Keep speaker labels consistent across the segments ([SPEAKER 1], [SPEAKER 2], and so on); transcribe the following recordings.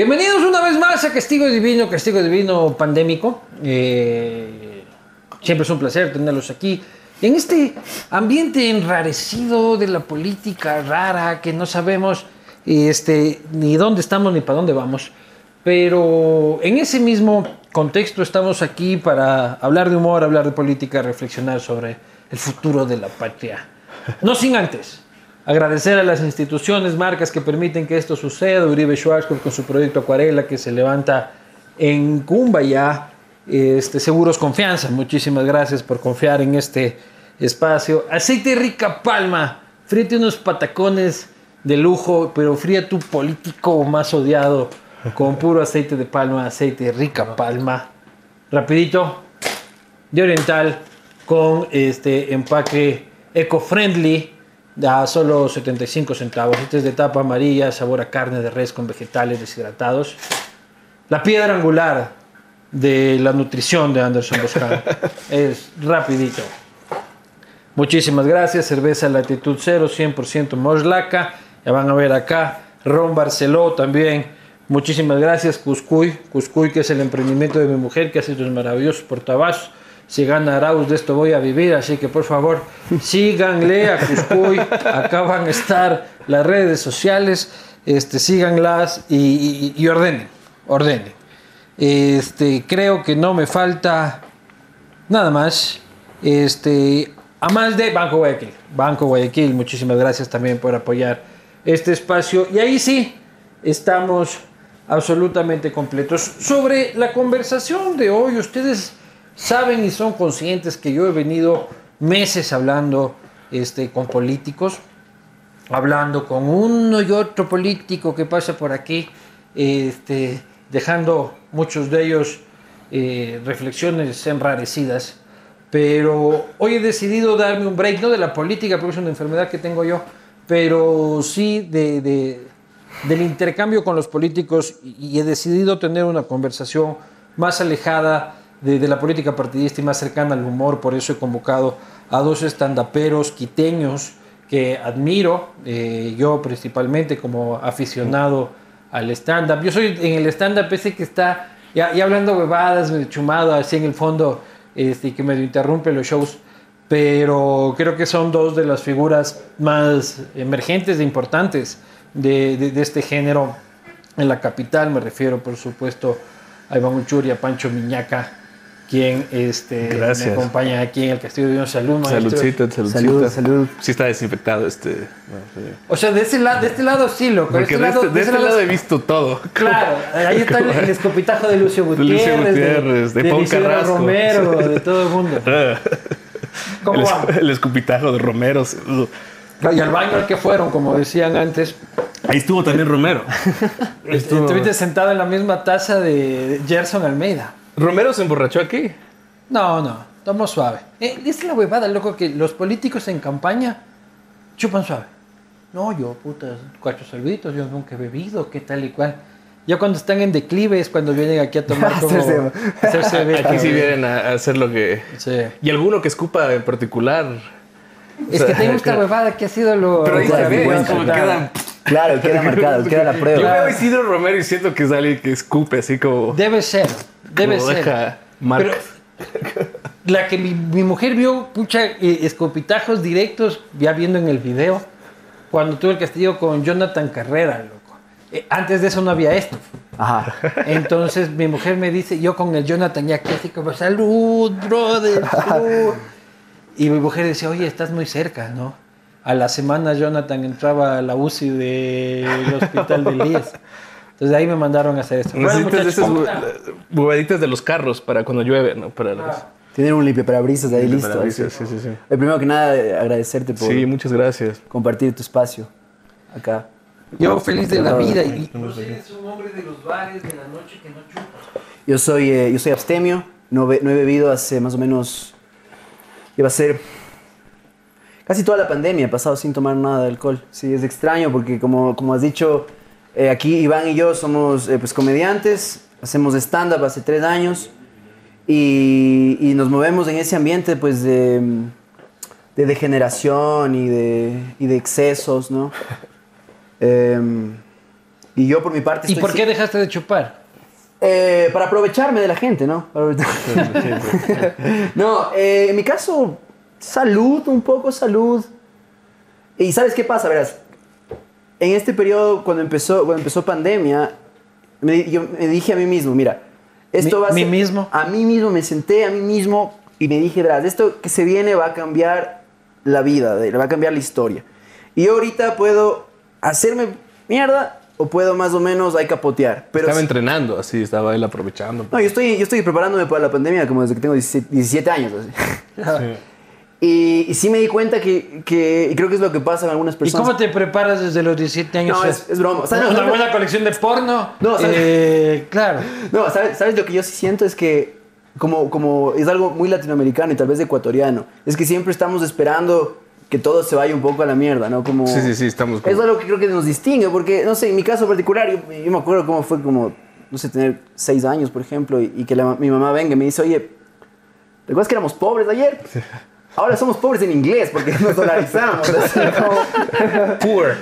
[SPEAKER 1] Bienvenidos una vez más a Castigo Divino, Castigo Divino Pandémico. Eh, siempre es un placer tenerlos aquí. En este ambiente enrarecido de la política rara que no sabemos este, ni dónde estamos ni para dónde vamos. Pero en ese mismo contexto estamos aquí para hablar de humor, hablar de política, reflexionar sobre el futuro de la patria. No sin antes Agradecer a las instituciones, marcas que permiten que esto suceda. Uribe Schwarzkopf con su proyecto Acuarela que se levanta en Cumbaya. Este, Seguros Confianza, muchísimas gracias por confiar en este espacio. Aceite Rica Palma, fríete unos patacones de lujo, pero fría tu político más odiado con puro aceite de palma, aceite Rica Palma. Rapidito, de Oriental con este empaque eco-friendly da solo 75 centavos. Este es de tapa amarilla, sabor a carne de res con vegetales deshidratados. La piedra angular de la nutrición de Anderson Boscan es rapidito. Muchísimas gracias. Cerveza Latitud Cero, 100% Moslaca. Ya van a ver acá. Ron Barceló también. Muchísimas gracias. Cuscuy. Cuscuy, que es el emprendimiento de mi mujer, que hace tus maravillosos portabazos. Si gana Arauz, de esto voy a vivir. Así que por favor, síganle a Cuscuy. Acá van a estar las redes sociales. Este, síganlas y, y- y ordenen. Ordenen. Este, creo que no me falta nada más. Este, a más de Banco Guayaquil. Banco Guayaquil, muchísimas gracias también por apoyar este espacio. Y ahí sí, estamos absolutamente completos. Sobre la conversación de hoy, ustedes saben y son conscientes que yo he venido meses hablando este, con políticos, hablando con uno y otro político que pasa por aquí, este, dejando muchos de ellos eh, reflexiones enrarecidas. Pero hoy he decidido darme un break, no de la política, porque es una enfermedad que tengo yo, pero sí de, de- del intercambio con los políticos y, y he decidido tener una conversación más alejada de, de la política partidista y más cercana al humor. Por eso he convocado a dos estandaperos quiteños que admiro, eh, yo principalmente como aficionado al stand-up. Yo soy en el stand-up ese que está ya, ya hablando bebadas, chumado así en el fondo, este, y que medio interrumpe los shows, pero creo que son dos de las figuras más emergentes e importantes de, de- de este género en la capital. Me refiero, por supuesto, a Iván Uchur y a Pancho Miñaca, quien este,
[SPEAKER 2] Gracias.
[SPEAKER 1] me acompaña aquí en el Castillo de Dios Salud. maestro.
[SPEAKER 2] Saludcita, saludcita.
[SPEAKER 3] Salud, salud.
[SPEAKER 2] Sí está desinfectado este.
[SPEAKER 1] O sea, de, ese lado de este lado sí, loco.
[SPEAKER 2] Porque
[SPEAKER 1] este
[SPEAKER 2] de este,
[SPEAKER 1] lado-
[SPEAKER 2] de este lado he visto todo.
[SPEAKER 1] Claro, ahí está el, el escopitajo de Lucio
[SPEAKER 2] Lucio
[SPEAKER 1] Gutiérrez,
[SPEAKER 2] Gutiérrez, de Pau
[SPEAKER 1] Isidro
[SPEAKER 2] Carrasco.
[SPEAKER 1] Romero, de todo el mundo. ¿Cómo
[SPEAKER 2] Ah, el,
[SPEAKER 1] van?
[SPEAKER 2] escu- el escupitajo de Romero. sí. Uh.
[SPEAKER 1] Y al baño al que fueron, como decían antes.
[SPEAKER 2] Ahí estuvo también Romero. Estuvo-
[SPEAKER 1] Estuviste sentado en la misma taza de Gerson Almeida.
[SPEAKER 2] Romero se emborrachó aquí.
[SPEAKER 1] No, no, tomó suave. Eh, es la huevada, loco, que los políticos en campaña chupan suave. No, yo, putas, cuatro sorbitos, yo nunca he bebido, qué tal y cual. Ya cuando están en declive es cuando vienen aquí a tomar como...
[SPEAKER 3] Hacerse-
[SPEAKER 1] hacerse beta,
[SPEAKER 2] Aquí sí
[SPEAKER 1] güey.
[SPEAKER 2] vienen a, a hacer lo que.
[SPEAKER 1] Sí.
[SPEAKER 2] Y alguno que escupa en particular.
[SPEAKER 1] Es que tengo esta huevada que ha sido lo.
[SPEAKER 2] Pero ahí se
[SPEAKER 3] Claro,
[SPEAKER 2] ve,
[SPEAKER 3] bueno,
[SPEAKER 2] es como
[SPEAKER 1] Claro.
[SPEAKER 2] quedan.
[SPEAKER 3] Claro, queda marcado, queda la
[SPEAKER 2] Yo
[SPEAKER 3] prueba.
[SPEAKER 2] veo a Isidro Romero y siento que es alguien que escupe así como.
[SPEAKER 1] Debe ser, debe
[SPEAKER 2] como
[SPEAKER 1] ser.
[SPEAKER 2] deja marcas.
[SPEAKER 1] La que mi, mi mujer vio, pucha, eh, escopitajos directos, ya viendo en el video, cuando tuve el castillo con Jonathan Carrera, loco. Eh, antes de eso no había esto.
[SPEAKER 3] Ajá.
[SPEAKER 1] Entonces mi mujer me dice, yo con el Jonathan ya que así como, salud, brother, salud". Y mi mujer decía, oye, estás muy cerca, ¿no? A la semana Jonathan entraba a la UCI del hospital de Elías. Entonces de ahí me mandaron a hacer esto. Bueno,
[SPEAKER 2] Necesitas de
[SPEAKER 1] muchachos,
[SPEAKER 2] esas bobaditas de los carros para cuando llueve, ¿no? Para las-
[SPEAKER 3] Tienen un limpiaparabrisas ahí listo.
[SPEAKER 2] Para- sí,
[SPEAKER 3] así.
[SPEAKER 2] Ah. sí, sí.
[SPEAKER 3] Eh, primero que nada, eh, agradecerte por
[SPEAKER 2] Sí, muchas gracias.
[SPEAKER 3] compartir tu espacio acá.
[SPEAKER 1] yo feliz de la vida. Y,
[SPEAKER 3] Yo soy, eh, yo soy abstemio, no, be- no he bebido hace más o menos, iba a ser casi toda la pandemia, he pasado sin tomar nada de alcohol. Sí, es extraño porque como, como has dicho, eh, aquí Iván y yo somos eh, pues comediantes, hacemos stand-up hace tres años y, y nos movemos en ese ambiente pues de, de degeneración y de, y de excesos, ¿no? Em, Y yo por mi parte...
[SPEAKER 1] ¿Y
[SPEAKER 3] estoy
[SPEAKER 1] por
[SPEAKER 3] si-
[SPEAKER 1] qué dejaste de chupar?
[SPEAKER 3] Eh, para aprovecharme de la gente, ¿no? Para aprovechar- no, eh, en mi caso, salud, un poco salud. Y ¿sabes qué pasa? Verás, en este periodo, cuando empezó, cuando empezó pandemia, me, di- yo me dije a mí mismo, mira, esto
[SPEAKER 1] Mi-
[SPEAKER 3] va a
[SPEAKER 1] mí
[SPEAKER 3] ser-
[SPEAKER 1] mismo.
[SPEAKER 3] A mí mismo, me senté a mí mismo y me dije, verás, esto que se viene va a cambiar la vida, de- va a cambiar la historia. Y yo ahorita puedo hacerme mierda o puedo más o menos ahí capotear. Pero
[SPEAKER 2] estaba
[SPEAKER 3] si-
[SPEAKER 2] entrenando, así, estaba él aprovechando.
[SPEAKER 3] no, yo estoy, yo estoy preparándome para la pandemia como desde que tengo 17, 17 años. así. Y, y sí me di cuenta que, que- y creo que es lo que pasa en algunas
[SPEAKER 1] ¿Y
[SPEAKER 3] personas.
[SPEAKER 1] cómo te preparas desde los 17 años?
[SPEAKER 3] Pues, No, es- es broma. O sea, no,
[SPEAKER 1] una
[SPEAKER 3] no,
[SPEAKER 1] buena
[SPEAKER 3] no.
[SPEAKER 1] colección de porno.
[SPEAKER 3] No, o sea,
[SPEAKER 1] Eh, claro.
[SPEAKER 3] No, ¿sabes, ¿sabes lo que yo sí siento? Es que como, como es algo muy latinoamericano y tal vez ecuatoriano, es que siempre estamos esperando que todo se vaya un poco a la mierda, ¿no? Como,
[SPEAKER 2] Sí, sí, sí, estamos como-
[SPEAKER 3] Es algo que creo que nos distingue, porque, no sé, en mi caso particular, yo, yo me acuerdo cómo fue como, no sé, tener seis años, por ejemplo, y, y que la- mi mamá venga y me dice, oye, ¿Recuerdas que éramos pobres ayer? Ahora somos pobres en inglés porque nos dolarizamos. Así como-
[SPEAKER 2] Poor.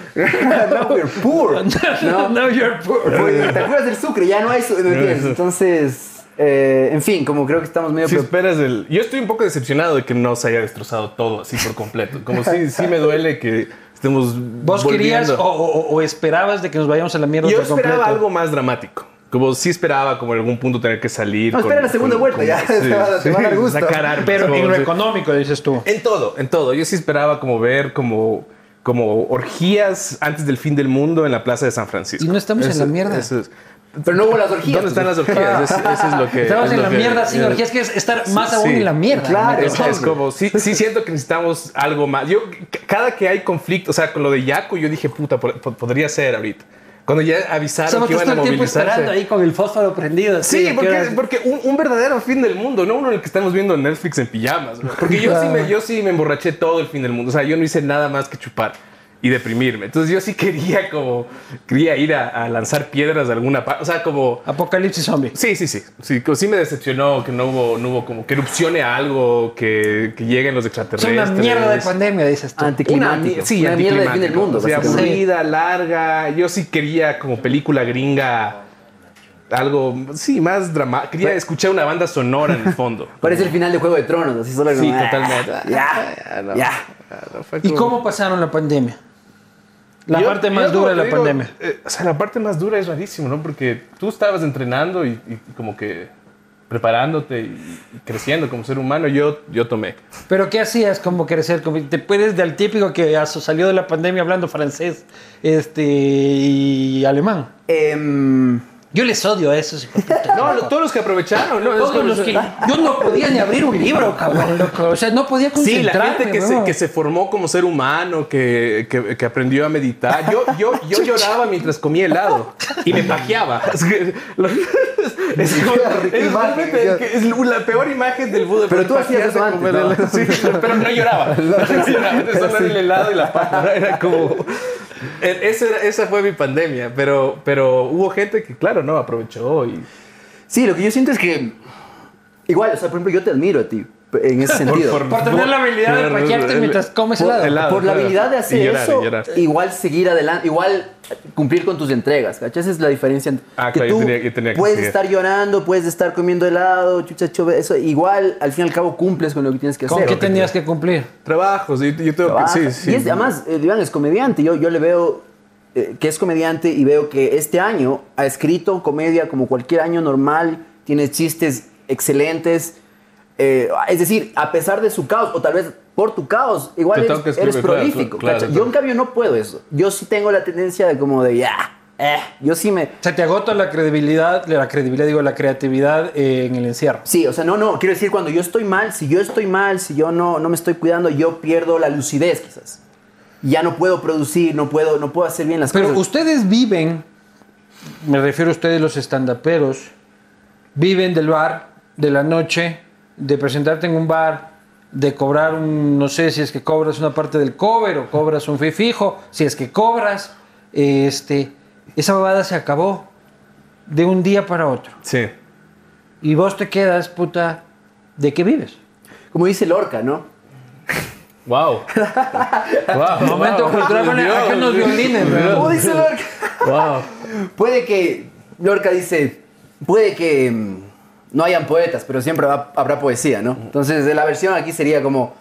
[SPEAKER 3] no, we're poor. No,
[SPEAKER 1] No, you're poor.
[SPEAKER 3] Porque, ¿Te acuerdas del sucre? Ya no hay sucre. ¿me entiendes? Entonces, eh, en fin, como creo que estamos medio...
[SPEAKER 2] Si
[SPEAKER 3] pre-
[SPEAKER 2] esperas el... Yo estoy un poco decepcionado de que no se haya destrozado todo así por completo. Como sí, sí me duele que estemos
[SPEAKER 1] ¿Vos querías
[SPEAKER 2] volviendo.
[SPEAKER 1] o, o- o esperabas de que nos vayamos a la mierda
[SPEAKER 2] Yo
[SPEAKER 1] por
[SPEAKER 2] esperaba
[SPEAKER 1] completo?
[SPEAKER 2] algo más dramático. Como sí esperaba como en algún punto tener que salir.
[SPEAKER 3] No, espera la segunda vuelta, ya, te va- te va a dar gusto.
[SPEAKER 2] sacar armas,
[SPEAKER 1] Pero
[SPEAKER 2] pues, como,
[SPEAKER 1] en lo
[SPEAKER 2] sí.
[SPEAKER 1] económico, dices tú.
[SPEAKER 3] Eh,
[SPEAKER 2] En todo, en todo. Yo sí esperaba como ver como, como orgías antes del fin del mundo en la plaza de San Francisco.
[SPEAKER 1] Y no estamos en la mierda.
[SPEAKER 2] eso es.
[SPEAKER 3] Pero no hubo las orgías.
[SPEAKER 2] ¿Dónde están las orgías? Es- eso es lo que...
[SPEAKER 1] Estamos
[SPEAKER 2] es
[SPEAKER 1] en
[SPEAKER 2] lo
[SPEAKER 1] la
[SPEAKER 2] que-
[SPEAKER 1] mierda sin
[SPEAKER 2] es-
[SPEAKER 1] orgías, que es estar
[SPEAKER 2] Sí,
[SPEAKER 1] más aún
[SPEAKER 2] sí.
[SPEAKER 1] en la mierda.
[SPEAKER 3] Claro.
[SPEAKER 2] Es, es como, sí, sí siento que necesitamos algo más. Yo, c- cada que hay conflicto, o sea, con lo de Yaco, yo dije, puta, po- po- podría ser ahorita. Cuando ya avisaron
[SPEAKER 1] Estamos
[SPEAKER 2] que
[SPEAKER 1] todo
[SPEAKER 2] iban a
[SPEAKER 1] el tiempo esperando
[SPEAKER 2] movilizarse.
[SPEAKER 1] ahí con el fósforo prendido. así,
[SPEAKER 2] Sí,
[SPEAKER 1] ¿a qué
[SPEAKER 2] porque,
[SPEAKER 1] horas?
[SPEAKER 2] porque un, un verdadero fin del mundo, no uno en el que estamos viendo Netflix en pijamas. ¿no? Porque yo sí, me, yo sí me emborraché todo el fin del mundo. O sea, yo no hice nada más que chupar y deprimirme. Entonces yo sí quería como, quería ir a, a lanzar piedras de alguna parte. O sea, como...
[SPEAKER 1] Apocalipsis zombie.
[SPEAKER 2] Sí, sí, sí. Sí, co- sí me decepcionó que no hubo, no hubo como que erupcione algo, que, que lleguen los
[SPEAKER 1] Es
[SPEAKER 2] extraterrestres.
[SPEAKER 1] una mierda de pandemia, dices tú.
[SPEAKER 2] Una
[SPEAKER 3] Anticlimático.
[SPEAKER 2] mi- sí,
[SPEAKER 3] Una mierda del fin del mundo.
[SPEAKER 2] O sea,
[SPEAKER 3] básicamente.
[SPEAKER 2] aburrida, larga. Yo sí quería como película gringa algo, sí, más dramático. Quería escuchar una banda sonora en el fondo.
[SPEAKER 3] pues, Parece el final de Juego de Tronos, así solo
[SPEAKER 2] Sí,
[SPEAKER 3] como, ah,
[SPEAKER 2] totalmente.
[SPEAKER 3] Ya,
[SPEAKER 2] Ah, no.
[SPEAKER 3] ya.
[SPEAKER 1] ¿Y cómo pasaron la pandemia? La parte más dura de la pandemia.
[SPEAKER 2] eh, o sea, la parte más dura es rarísimo, ¿no? Porque tú estabas entrenando y, y como que preparándote y, y creciendo como ser humano. Yo, yo tomé.
[SPEAKER 1] ¿Pero qué hacías como crecer? Como- ¿Te puedes del típico que aso- salió de la pandemia hablando francés este, y alemán?
[SPEAKER 3] Em,
[SPEAKER 1] Yo les odio a esos hijos de puta.
[SPEAKER 2] No, lo- todos los que aprovecharon, ¿no? Es
[SPEAKER 1] Todos
[SPEAKER 2] como-
[SPEAKER 1] los que- yo no podía ni abrir un libro, cabrón, loco. O sea, no podía
[SPEAKER 2] Sí,
[SPEAKER 1] concentrarme.
[SPEAKER 2] la gente que se,
[SPEAKER 1] weón.
[SPEAKER 2] que se formó como ser humano, que, que- que aprendió a meditar. Yo, yo, yo lloraba mientras comía helado y me pajeaba. Es, que- lo- es como-
[SPEAKER 3] Qué
[SPEAKER 2] es
[SPEAKER 3] imagen,
[SPEAKER 2] realmente
[SPEAKER 3] Dios.
[SPEAKER 2] que es la peor imagen del Buda.
[SPEAKER 3] Pero tú
[SPEAKER 2] porque
[SPEAKER 3] hacías eso
[SPEAKER 2] pajearse con
[SPEAKER 3] antes, ¿no?
[SPEAKER 2] helado. Sí, pero no lloraba. No lloraba. Solo era el helado y la paja. Era como... e- esa era- esa fue mi pandemia, pero, pero hubo gente que, claro, no, aprovechó y...
[SPEAKER 3] sí, lo que yo siento es que... Igual, o sea, por ejemplo, yo te admiro a ti en ese sentido.
[SPEAKER 1] Por tener la habilidad de pajearte mientras comes helado.
[SPEAKER 3] por la habilidad de hacer
[SPEAKER 2] Y llorar,
[SPEAKER 3] eso,
[SPEAKER 2] y llorar.
[SPEAKER 3] igual seguir adelante, igual cumplir con tus entregas, ¿cachai? Esa es la diferencia. entre-
[SPEAKER 2] Ah, claro, yo tenía- yo tenía que
[SPEAKER 3] puedes
[SPEAKER 2] seguir.
[SPEAKER 3] estar llorando, puedes estar comiendo helado, chucha, chove, eso, igual al fin y al cabo cumples con lo que tienes que
[SPEAKER 1] ¿Con
[SPEAKER 3] hacer.
[SPEAKER 1] qué tenías que cumplir?
[SPEAKER 2] Trabajos, yo, yo tengo
[SPEAKER 3] Trabaja.
[SPEAKER 2] que... Sí, sí.
[SPEAKER 3] Y es- además, el Iván es comediante, yo, yo le veo eh, que es comediante y veo que este año ha escrito comedia como cualquier año normal, tiene chistes excelentes. eh, es decir, a pesar de su caos, o tal vez por tu caos, igual
[SPEAKER 2] Te tengo
[SPEAKER 3] eres,
[SPEAKER 2] que
[SPEAKER 3] eres
[SPEAKER 2] escribir, claro,
[SPEAKER 3] prolífico.
[SPEAKER 2] claro,
[SPEAKER 3] ¿cachai?
[SPEAKER 2] claro.
[SPEAKER 3] Yo en cambio no puedo eso. Yo sí tengo la tendencia de como de ya, eh, yo sí me...
[SPEAKER 1] Se te agota la credibilidad, la credibilidad, digo, la creatividad eh, en el encierro.
[SPEAKER 3] Sí, o sea, no, no, quiero decir, cuando yo estoy mal, si yo estoy mal, si yo no, no me estoy cuidando, yo pierdo la lucidez quizás. Ya no puedo producir, no puedo, no puedo hacer bien las
[SPEAKER 1] Pero
[SPEAKER 3] cosas.
[SPEAKER 1] ustedes viven, me refiero a ustedes los estandaperos, viven del bar, de la noche, de presentarte en un bar, de cobrar un, no sé si es que cobras una parte del cover o cobras un fee fijo, si es que cobras, este, esa babada se acabó de un día para otro.
[SPEAKER 2] Sí.
[SPEAKER 1] Y vos te quedas, puta, ¿de qué vives?
[SPEAKER 3] Como dice Lorca, ¿no?
[SPEAKER 2] Wow. Ah,
[SPEAKER 1] Momento cultural, ponle acá unos violines, weón.
[SPEAKER 3] Como dice Lorca.
[SPEAKER 2] Wow.
[SPEAKER 3] Puede que, Lorca dice, puede que mm, no hayan poetas, pero siempre ha- habrá poesía, ¿no? Entonces, de la versión aquí sería como,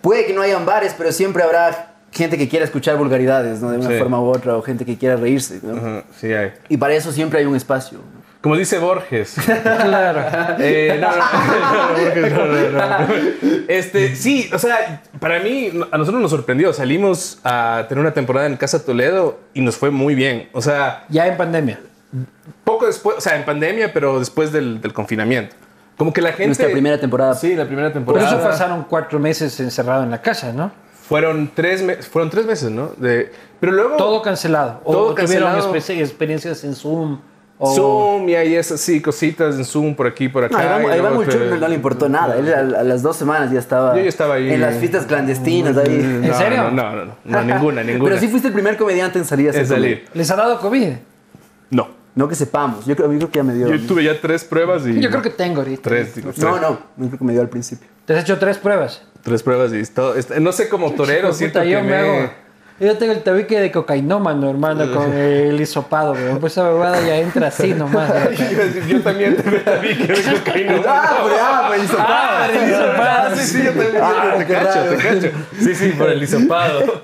[SPEAKER 3] puede que no hayan bares, pero siempre habrá gente que quiera escuchar vulgaridades, ¿no? De una
[SPEAKER 2] Sí.
[SPEAKER 3] forma u otra, o gente que quiera reírse, ¿no?
[SPEAKER 2] Ajá, sí hay.
[SPEAKER 3] Y para eso siempre hay un espacio.
[SPEAKER 2] Como dice Borges.
[SPEAKER 1] Claro.
[SPEAKER 2] Eh, no, no, no, Borges, no, no, no. Este, sí, o sea, para mí, a nosotros nos sorprendió. Salimos a tener una temporada en Casa Toledo y nos fue muy bien. O sea,
[SPEAKER 1] Ya en pandemia.
[SPEAKER 2] poco después, o sea, en pandemia, pero después del, del confinamiento. Como que la gente.
[SPEAKER 3] Nuestra primera temporada. Pues
[SPEAKER 2] Sí, la primera
[SPEAKER 1] Por
[SPEAKER 2] temporada.
[SPEAKER 1] eso pasaron cuatro meses encerrado en la casa, ¿no?
[SPEAKER 2] Fueron tres, me- fueron tres meses, ¿no? De, pero luego.
[SPEAKER 1] Todo cancelado. O
[SPEAKER 2] Todo
[SPEAKER 1] tuvieron
[SPEAKER 2] cancelado.
[SPEAKER 1] espe- experiencias en Zoom. O...
[SPEAKER 2] Zoom y ahí esas sí, cositas en Zoom por aquí, por acá.
[SPEAKER 3] Oh. No, a Iván,
[SPEAKER 2] y
[SPEAKER 3] a Iván
[SPEAKER 2] luego te-
[SPEAKER 3] Mulchur no, no le importó nada. Él a, a las dos semanas ya estaba,
[SPEAKER 2] Yo ya estaba ahí.
[SPEAKER 3] en las fiestas clandestinas. Ahí.
[SPEAKER 1] ¿En serio?
[SPEAKER 2] No, no, no, no, no, ninguna, mm, ninguna.
[SPEAKER 3] Pero sí fuiste el primer comediante en salir a hacer
[SPEAKER 2] es salir.
[SPEAKER 3] comedia.
[SPEAKER 1] ¿Les ha dado COVID?
[SPEAKER 2] No.
[SPEAKER 3] No que sepamos. Yo creo, yo creo que ya me dio.
[SPEAKER 2] Yo tuve ya tres pruebas y.
[SPEAKER 1] Yo creo que tengo ahorita.
[SPEAKER 2] Tres, digo, tres,
[SPEAKER 3] No, no. Yo creo que me dio al principio.
[SPEAKER 1] ¿Te has hecho tres pruebas?
[SPEAKER 2] tres pruebas y todo. est- No sé como torero,
[SPEAKER 1] Puta,
[SPEAKER 2] siento que
[SPEAKER 1] yo me
[SPEAKER 2] me-
[SPEAKER 1] hago. Yo tengo el tabique de cocainómano, hermano, con el hisopado, weón. Pues esa huevada ya entra así nomás. weón.
[SPEAKER 2] yo, yo también te vi que me cocaína.
[SPEAKER 3] Ah, pues ya, pues
[SPEAKER 1] Ah, el hisopado.
[SPEAKER 2] sí, sí, yo también.
[SPEAKER 3] Ah,
[SPEAKER 2] te
[SPEAKER 3] qué
[SPEAKER 2] cacho, te
[SPEAKER 3] raro.
[SPEAKER 2] cacho. Sí, sí, por el hisopado.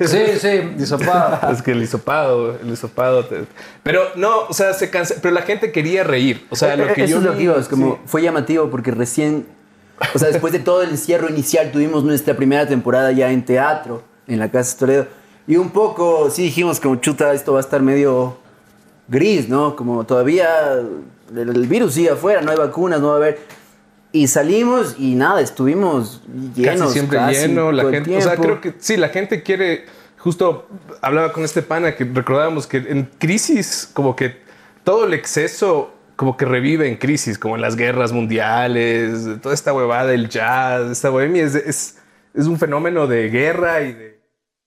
[SPEAKER 1] Sí, sí, hisopado.
[SPEAKER 2] Es que el hisopado, el hisopado. te- Pero no, o sea, se cansa. Pero la gente quería reír. O sea, eh, lo que
[SPEAKER 3] Eh, Eso
[SPEAKER 2] yo.
[SPEAKER 3] es lo
[SPEAKER 2] vi-
[SPEAKER 3] que iba, es como,
[SPEAKER 2] sí.
[SPEAKER 3] fue llamativo porque recién, o sea, después de todo el encierro inicial, tuvimos nuestra primera temporada ya en teatro, en la Casa Toledo, y un poco, sí dijimos como, chuta, esto va a estar medio gris, ¿no? Como todavía el, el virus sigue afuera, no hay vacunas, no va a haber... Y salimos y nada, estuvimos llenos.
[SPEAKER 2] casi siempre
[SPEAKER 3] casi
[SPEAKER 2] lleno. La
[SPEAKER 3] todo el
[SPEAKER 2] gente, o sea,
[SPEAKER 3] tiempo.
[SPEAKER 2] creo que sí, la gente quiere. Justo hablaba con este pana que recordábamos que en crisis, como que todo el exceso, como que revive en crisis, como en las guerras mundiales, toda esta huevada del jazz, esta bohemia, es, es, es un fenómeno de guerra y de,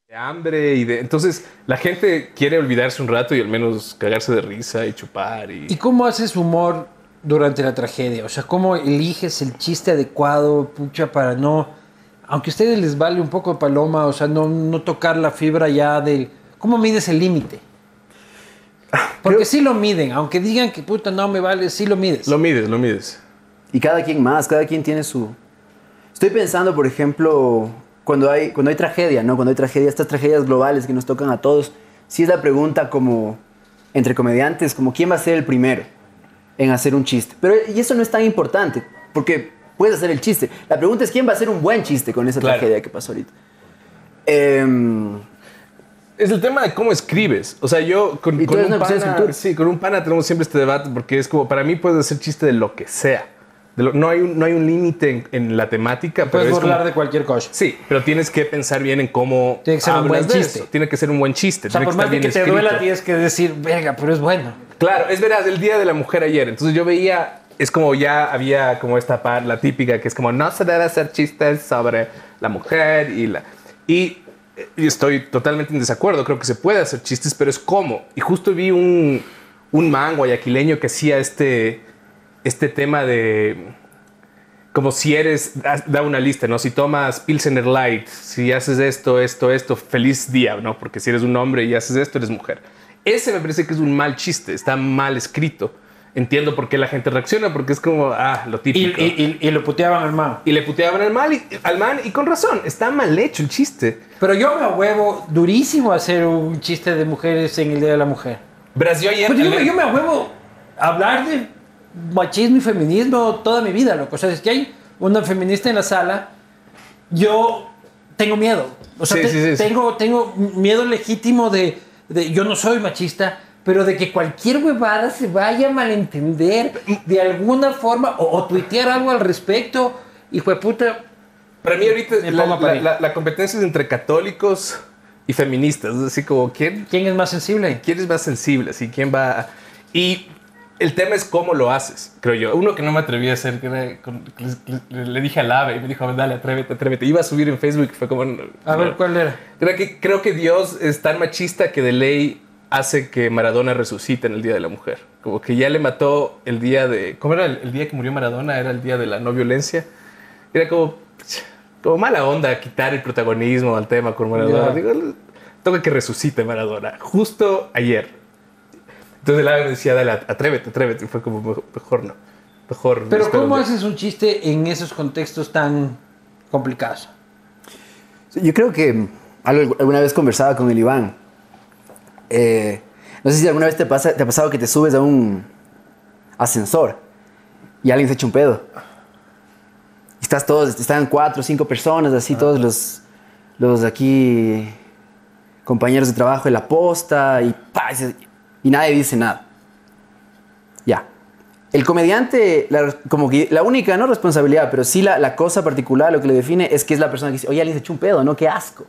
[SPEAKER 2] de hambre. y de Entonces, la gente quiere olvidarse un rato y al menos cagarse de risa y chupar. Y,
[SPEAKER 1] ¿Y cómo haces humor durante la tragedia? O sea, ¿cómo eliges el chiste adecuado, pucha, para no... Aunque a ustedes les vale un poco de paloma, o sea, no, no tocar la fibra ya del... ¿Cómo mides el límite? Porque sí lo miden, aunque digan que puta no me vale, sí lo mides.
[SPEAKER 2] lo mides, lo mides.
[SPEAKER 3] Y cada quien más, cada quien tiene su... Estoy pensando, por ejemplo, cuando hay, cuando hay tragedia, ¿no? Cuando hay tragedia, estas tragedias globales que nos tocan a todos, si es la pregunta como, entre comediantes, como quién va a ser el primero en hacer un chiste. Pero y eso no es tan importante, porque puedes hacer el chiste. La pregunta es quién va a hacer un buen chiste con esa
[SPEAKER 2] Claro.
[SPEAKER 3] tragedia que pasó ahorita. Em,
[SPEAKER 2] Es el tema de cómo escribes. O sea, yo con,
[SPEAKER 3] Y tú
[SPEAKER 2] con
[SPEAKER 3] eres
[SPEAKER 2] un
[SPEAKER 3] una persona
[SPEAKER 2] pana,
[SPEAKER 3] escritura.
[SPEAKER 2] sí, con un pana tenemos siempre este debate porque es como para mí puedes hacer chiste de lo que sea. De lo- no hay un, no hay un límite en, en la temática.
[SPEAKER 1] Puedes
[SPEAKER 2] pero es
[SPEAKER 1] burlar
[SPEAKER 2] como-
[SPEAKER 1] de cualquier cosa.
[SPEAKER 2] Sí, pero tienes que pensar bien en cómo
[SPEAKER 1] Tiene que ser un buen
[SPEAKER 2] hablas de
[SPEAKER 1] chiste.
[SPEAKER 2] eso. Tiene que ser un buen chiste.
[SPEAKER 1] O sea,
[SPEAKER 2] tiene
[SPEAKER 1] por
[SPEAKER 2] que estar
[SPEAKER 1] más de
[SPEAKER 2] bien
[SPEAKER 1] que te
[SPEAKER 2] escrito.
[SPEAKER 1] duela, tienes que decir, verga, pero es bueno.
[SPEAKER 2] Claro, es verdad, el día de la mujer ayer. Entonces yo veía, es como ya había como esta par, la típica, que es como no se debe hacer chistes sobre la mujer y la. Y, eh, y estoy totalmente en desacuerdo. Creo que se puede hacer chistes, pero es cómo. Y justo vi un, un man guayaquileño que hacía este, este tema de. Como si eres, da- da una lista, ¿no? Si tomas Pilsener Light, si haces esto, esto, esto, feliz día, ¿no? Porque si eres un hombre y haces esto, eres mujer. Ese me parece que es un mal chiste, está mal escrito. Entiendo por qué la gente reacciona, porque es como, ah, lo
[SPEAKER 1] Y,
[SPEAKER 2] típico.
[SPEAKER 1] y- y- y lo puteaban, hermano.
[SPEAKER 2] Y le puteaban al, mal y- al man y con razón, está mal hecho el chiste.
[SPEAKER 1] Pero yo me huevo durísimo a hacer un chiste de mujeres en el Día de la Mujer.
[SPEAKER 2] Verás, Pues yo ayer...
[SPEAKER 1] Pero Pues yo, me- yo me ahuevo a hablar de machismo y feminismo toda mi vida, loco. O sea, es que hay una feminista en la sala, yo tengo miedo. O sea,
[SPEAKER 2] Sí,
[SPEAKER 1] te-
[SPEAKER 2] sí, sí, sí.
[SPEAKER 1] tengo, tengo miedo legítimo de, de- Yo no soy machista, pero de que cualquier huevada se vaya a malentender de alguna forma o, o tuitear algo al respecto. Hijo de puta.
[SPEAKER 2] Para mí ahorita
[SPEAKER 1] Me
[SPEAKER 2] la,
[SPEAKER 1] pongo a parir.
[SPEAKER 2] la- la- la competencia es entre católicos y feministas. Es así como, ¿quién,
[SPEAKER 1] ¿Quién es más sensible?
[SPEAKER 2] ¿Quién es más sensible? ¿Sí? ¿Quién va? a- Y el tema es cómo lo haces, creo yo. Uno que no me atreví a hacer, que era con- que le, le dije al ave y me dijo, dale, atrévete, atrévete. Iba a subir en Facebook, fue como... no,
[SPEAKER 1] A
[SPEAKER 2] no.
[SPEAKER 1] ver, ¿cuál era?
[SPEAKER 2] Creo que, creo que Dios es tan machista que de ley hace que Maradona resucite en el Día de la Mujer. Como que ya le mató el día de... ¿Cómo era el, el día que murió Maradona? Era el día de la no violencia. Era como... Como mala onda quitar el protagonismo al tema con Maradona.
[SPEAKER 1] Ya.
[SPEAKER 2] Digo, toca que resucite Maradona. Justo ayer. Entonces la me decía, dale, atrévete, atrévete. Y fue como, mejor, mejor no. Mejor. me
[SPEAKER 1] Pero
[SPEAKER 2] espero un
[SPEAKER 1] ¿cómo
[SPEAKER 2] día.
[SPEAKER 1] haces un chiste en esos contextos tan complicados?
[SPEAKER 3] Sí, Yo creo que algo- alguna vez conversaba con el Iván. Eh, no sé si alguna vez te, pasa, te ha pasado que te subes a un ascensor y alguien se echa un pedo. Y estás todos, están cuatro o cinco personas, así, todos los, los aquí compañeros de trabajo de la posta y, pa, y se- y nadie dice nada. Ya. El comediante, la- como que la única, no responsabilidad, pero sí la, la cosa particular, lo que le define es que es la persona que dice, oye, alguien se echó un pedo, ¿no? ¡Qué asco!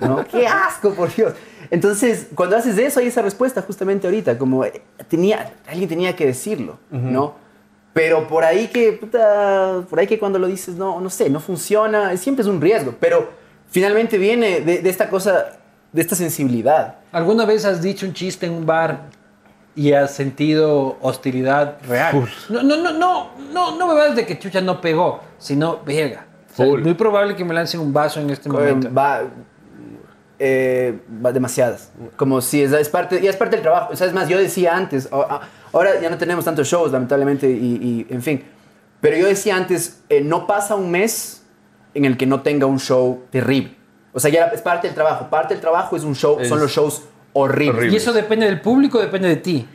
[SPEAKER 3] ¿No? ¡Qué asco, por Dios! Entonces, cuando haces eso, hay esa respuesta justamente ahorita, como eh, tenía, alguien tenía que decirlo, ¿no? Pero por ahí que, puta, por ahí que cuando lo dices, no, no sé, no funciona, siempre es un riesgo, pero finalmente viene de, de esta cosa, de esta sensibilidad.
[SPEAKER 1] ¿Alguna vez has dicho un chiste en un bar y has sentido hostilidad real?
[SPEAKER 2] Full.
[SPEAKER 1] No, no, no, no, no, no me vas de que Chucha no pegó, sino verga. O sea,
[SPEAKER 2] Full.
[SPEAKER 1] es muy probable que me lancen un vaso en este momento.
[SPEAKER 3] Va, eh, va demasiadas. Como si es, es parte, y es parte del trabajo. O sea, es más, yo decía antes, a- a- ahora ya no tenemos tantos shows, lamentablemente, y, y, en fin. Pero yo decía antes, eh, no pasa un mes en el que no tenga un show terrible. O sea, ya es parte del trabajo. Parte del trabajo es un show, son
[SPEAKER 2] Es
[SPEAKER 3] los shows horribles.
[SPEAKER 2] horrible.
[SPEAKER 1] Y eso depende del público, depende de ti.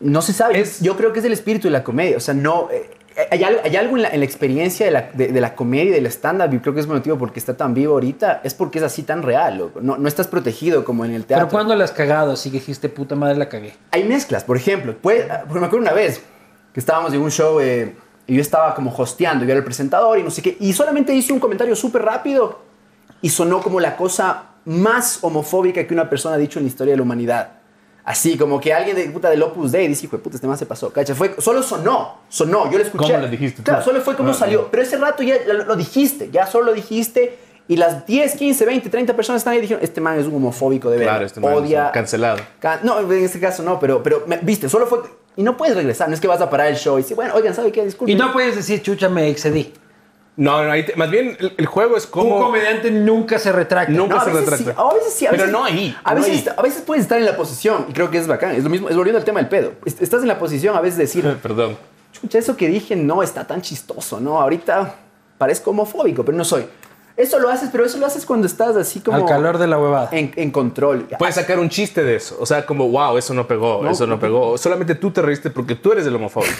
[SPEAKER 3] No se sabe.
[SPEAKER 2] Es-
[SPEAKER 3] Yo creo que es el espíritu de la comedia. O sea, no. eh, hay, algo, hay algo en la, en la experiencia de la, de, de la comedia y del stand-up. Y creo que es el motivo porque está tan vivo ahorita. Es porque es así tan real. loco. No, no estás protegido como en el teatro.
[SPEAKER 1] Pero cuando la has cagado, así que dijiste, puta madre, la cagué.
[SPEAKER 3] Hay mezclas, por ejemplo. Puede, ah, porque me acuerdo una vez que estábamos en un show eh, y yo estaba como hosteando. Yo era el presentador y no sé qué. Y solamente hice un comentario súper rápido y sonó como la cosa más homofóbica que una persona ha dicho en la historia de la humanidad. Así, como que alguien de puta del Opus Dei dice, hijo de puta, este man se pasó, cacha. Fue, solo sonó, sonó, yo lo escuché.
[SPEAKER 2] ¿Cómo lo dijiste tú?
[SPEAKER 3] Claro, solo fue como
[SPEAKER 2] Ah,
[SPEAKER 3] salió.
[SPEAKER 2] ah.
[SPEAKER 3] Pero ese rato ya lo, lo dijiste, ya solo lo dijiste. Y las 10, 15, 20, 30 personas están ahí y dijeron, este man es un homofóbico de verdad.
[SPEAKER 2] Claro, este man es un
[SPEAKER 3] Odia-
[SPEAKER 2] cancelado.
[SPEAKER 3] Ca- No, en este caso no, pero, pero me- viste, solo fue... Y no puedes regresar, no es que vas a parar el show y decir, bueno, oigan, ¿sabe qué? Disculpen.
[SPEAKER 1] Y no puedes decir, chucha, me excedí.
[SPEAKER 2] No, no, ahí te- más bien el, el juego es
[SPEAKER 1] Un
[SPEAKER 2] como.
[SPEAKER 1] comediante nunca se retracta.
[SPEAKER 2] Nunca.
[SPEAKER 3] No, a
[SPEAKER 2] se
[SPEAKER 3] veces sí,
[SPEAKER 2] retracta.
[SPEAKER 3] a veces sí, a
[SPEAKER 2] Pero
[SPEAKER 3] veces-
[SPEAKER 2] no ahí,
[SPEAKER 3] A
[SPEAKER 2] no
[SPEAKER 3] veces,
[SPEAKER 2] ahí.
[SPEAKER 3] a veces puedes estar en la posición, y creo que es bacán, es lo mismo, es volviendo al tema del pedo. Es- Estás en la posición a veces de decir,
[SPEAKER 2] Perdón.
[SPEAKER 3] chucha, eso que dije no está tan chistoso, ¿no? Ahorita parezco homofóbico, pero no soy. Eso lo haces, pero eso lo haces cuando estás así como...
[SPEAKER 1] Al calor de la huevada.
[SPEAKER 3] En, en control.
[SPEAKER 2] Puedes sacar un chiste de eso. O sea, como, wow, eso no pegó,
[SPEAKER 3] No,
[SPEAKER 2] eso no pegó. Solamente tú te reíste porque tú eres el homofóbico.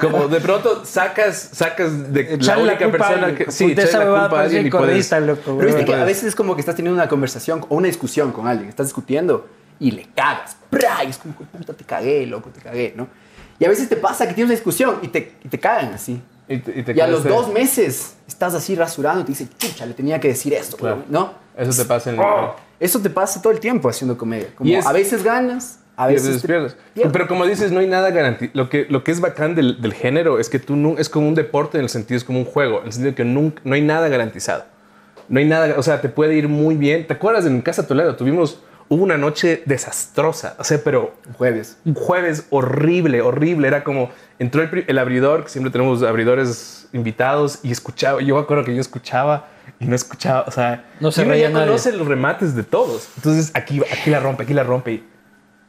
[SPEAKER 2] como de pronto sacas, sacas de
[SPEAKER 1] Echarle la
[SPEAKER 2] la única
[SPEAKER 1] culpa a
[SPEAKER 2] persona
[SPEAKER 1] alguien.
[SPEAKER 2] que. Sí,
[SPEAKER 1] Puta, esa
[SPEAKER 2] echarle la
[SPEAKER 1] huevada
[SPEAKER 2] culpa a
[SPEAKER 1] parece
[SPEAKER 2] alguien y puedes.
[SPEAKER 1] cordista, loco,
[SPEAKER 3] Pero viste que a
[SPEAKER 2] puedes-
[SPEAKER 3] veces es como que estás teniendo una conversación o una discusión con alguien, estás discutiendo y le cagas. ¡Pra! Y es como, puta, te cagué, loco, te cagué, ¿no? Y a veces te pasa que tienes una discusión y te, y te cagan así.
[SPEAKER 2] Y, te- te
[SPEAKER 3] Y a
[SPEAKER 2] quedas
[SPEAKER 3] los
[SPEAKER 2] de-
[SPEAKER 3] dos meses estás así rasurando y te dices, chucha, le tenía que decir esto,
[SPEAKER 2] Claro.
[SPEAKER 3] ¿no?
[SPEAKER 2] Eso te pasa en
[SPEAKER 3] Oh.
[SPEAKER 2] el.
[SPEAKER 3] Eso te pasa todo el tiempo haciendo comedia. Como
[SPEAKER 2] Y es-
[SPEAKER 3] a veces ganas,
[SPEAKER 2] y
[SPEAKER 3] a
[SPEAKER 2] a veces
[SPEAKER 3] veces te
[SPEAKER 2] pierdes.
[SPEAKER 3] pierdes.
[SPEAKER 2] Pero como dices, no hay nada garantizado. Lo que, lo que es bacán del, del género es que tú no, es como un deporte en el sentido, es como un juego, en el sentido que nunca, no hay nada garantizado. No hay nada, o sea, te puede ir muy bien. ¿Te acuerdas en Casa Toledo? Tuvimos, hubo una noche desastrosa, o sea, pero
[SPEAKER 3] Jueves.
[SPEAKER 2] un jueves horrible, horrible. Era como entró el, pri- el abridor, que siempre tenemos abridores invitados, y escuchaba. Yo me acuerdo que yo escuchaba y no escuchaba. O sea,
[SPEAKER 1] No se
[SPEAKER 2] y uno
[SPEAKER 1] reía
[SPEAKER 2] ya
[SPEAKER 1] nadie.
[SPEAKER 2] conoce los remates de todos. Entonces aquí, aquí la rompe, aquí la rompe. Y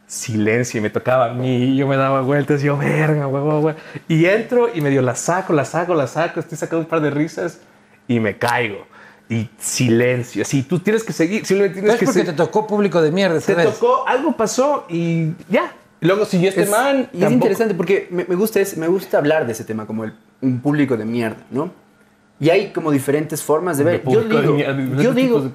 [SPEAKER 2] silencio, y me tocaba a mí. Y yo me daba vueltas, y yo verga, huevo, huevo. Y entro y medio la saco, la saco, la saco. Estoy sacando un par de risas y me caigo. Y silencio, así tú tienes que seguir, simplemente
[SPEAKER 1] Pero
[SPEAKER 2] tienes
[SPEAKER 1] es
[SPEAKER 2] que
[SPEAKER 1] porque
[SPEAKER 2] seguir.
[SPEAKER 1] te tocó público de mierda,
[SPEAKER 2] Te
[SPEAKER 1] ¿sabes?
[SPEAKER 2] tocó, algo pasó y ya. Luego siguió este
[SPEAKER 3] Es-
[SPEAKER 2] man.
[SPEAKER 3] y es interesante porque me, me gusta es, me gusta hablar de ese tema como el, un público de mierda, ¿no? Y hay como diferentes formas de ver. Yo digo, yo digo,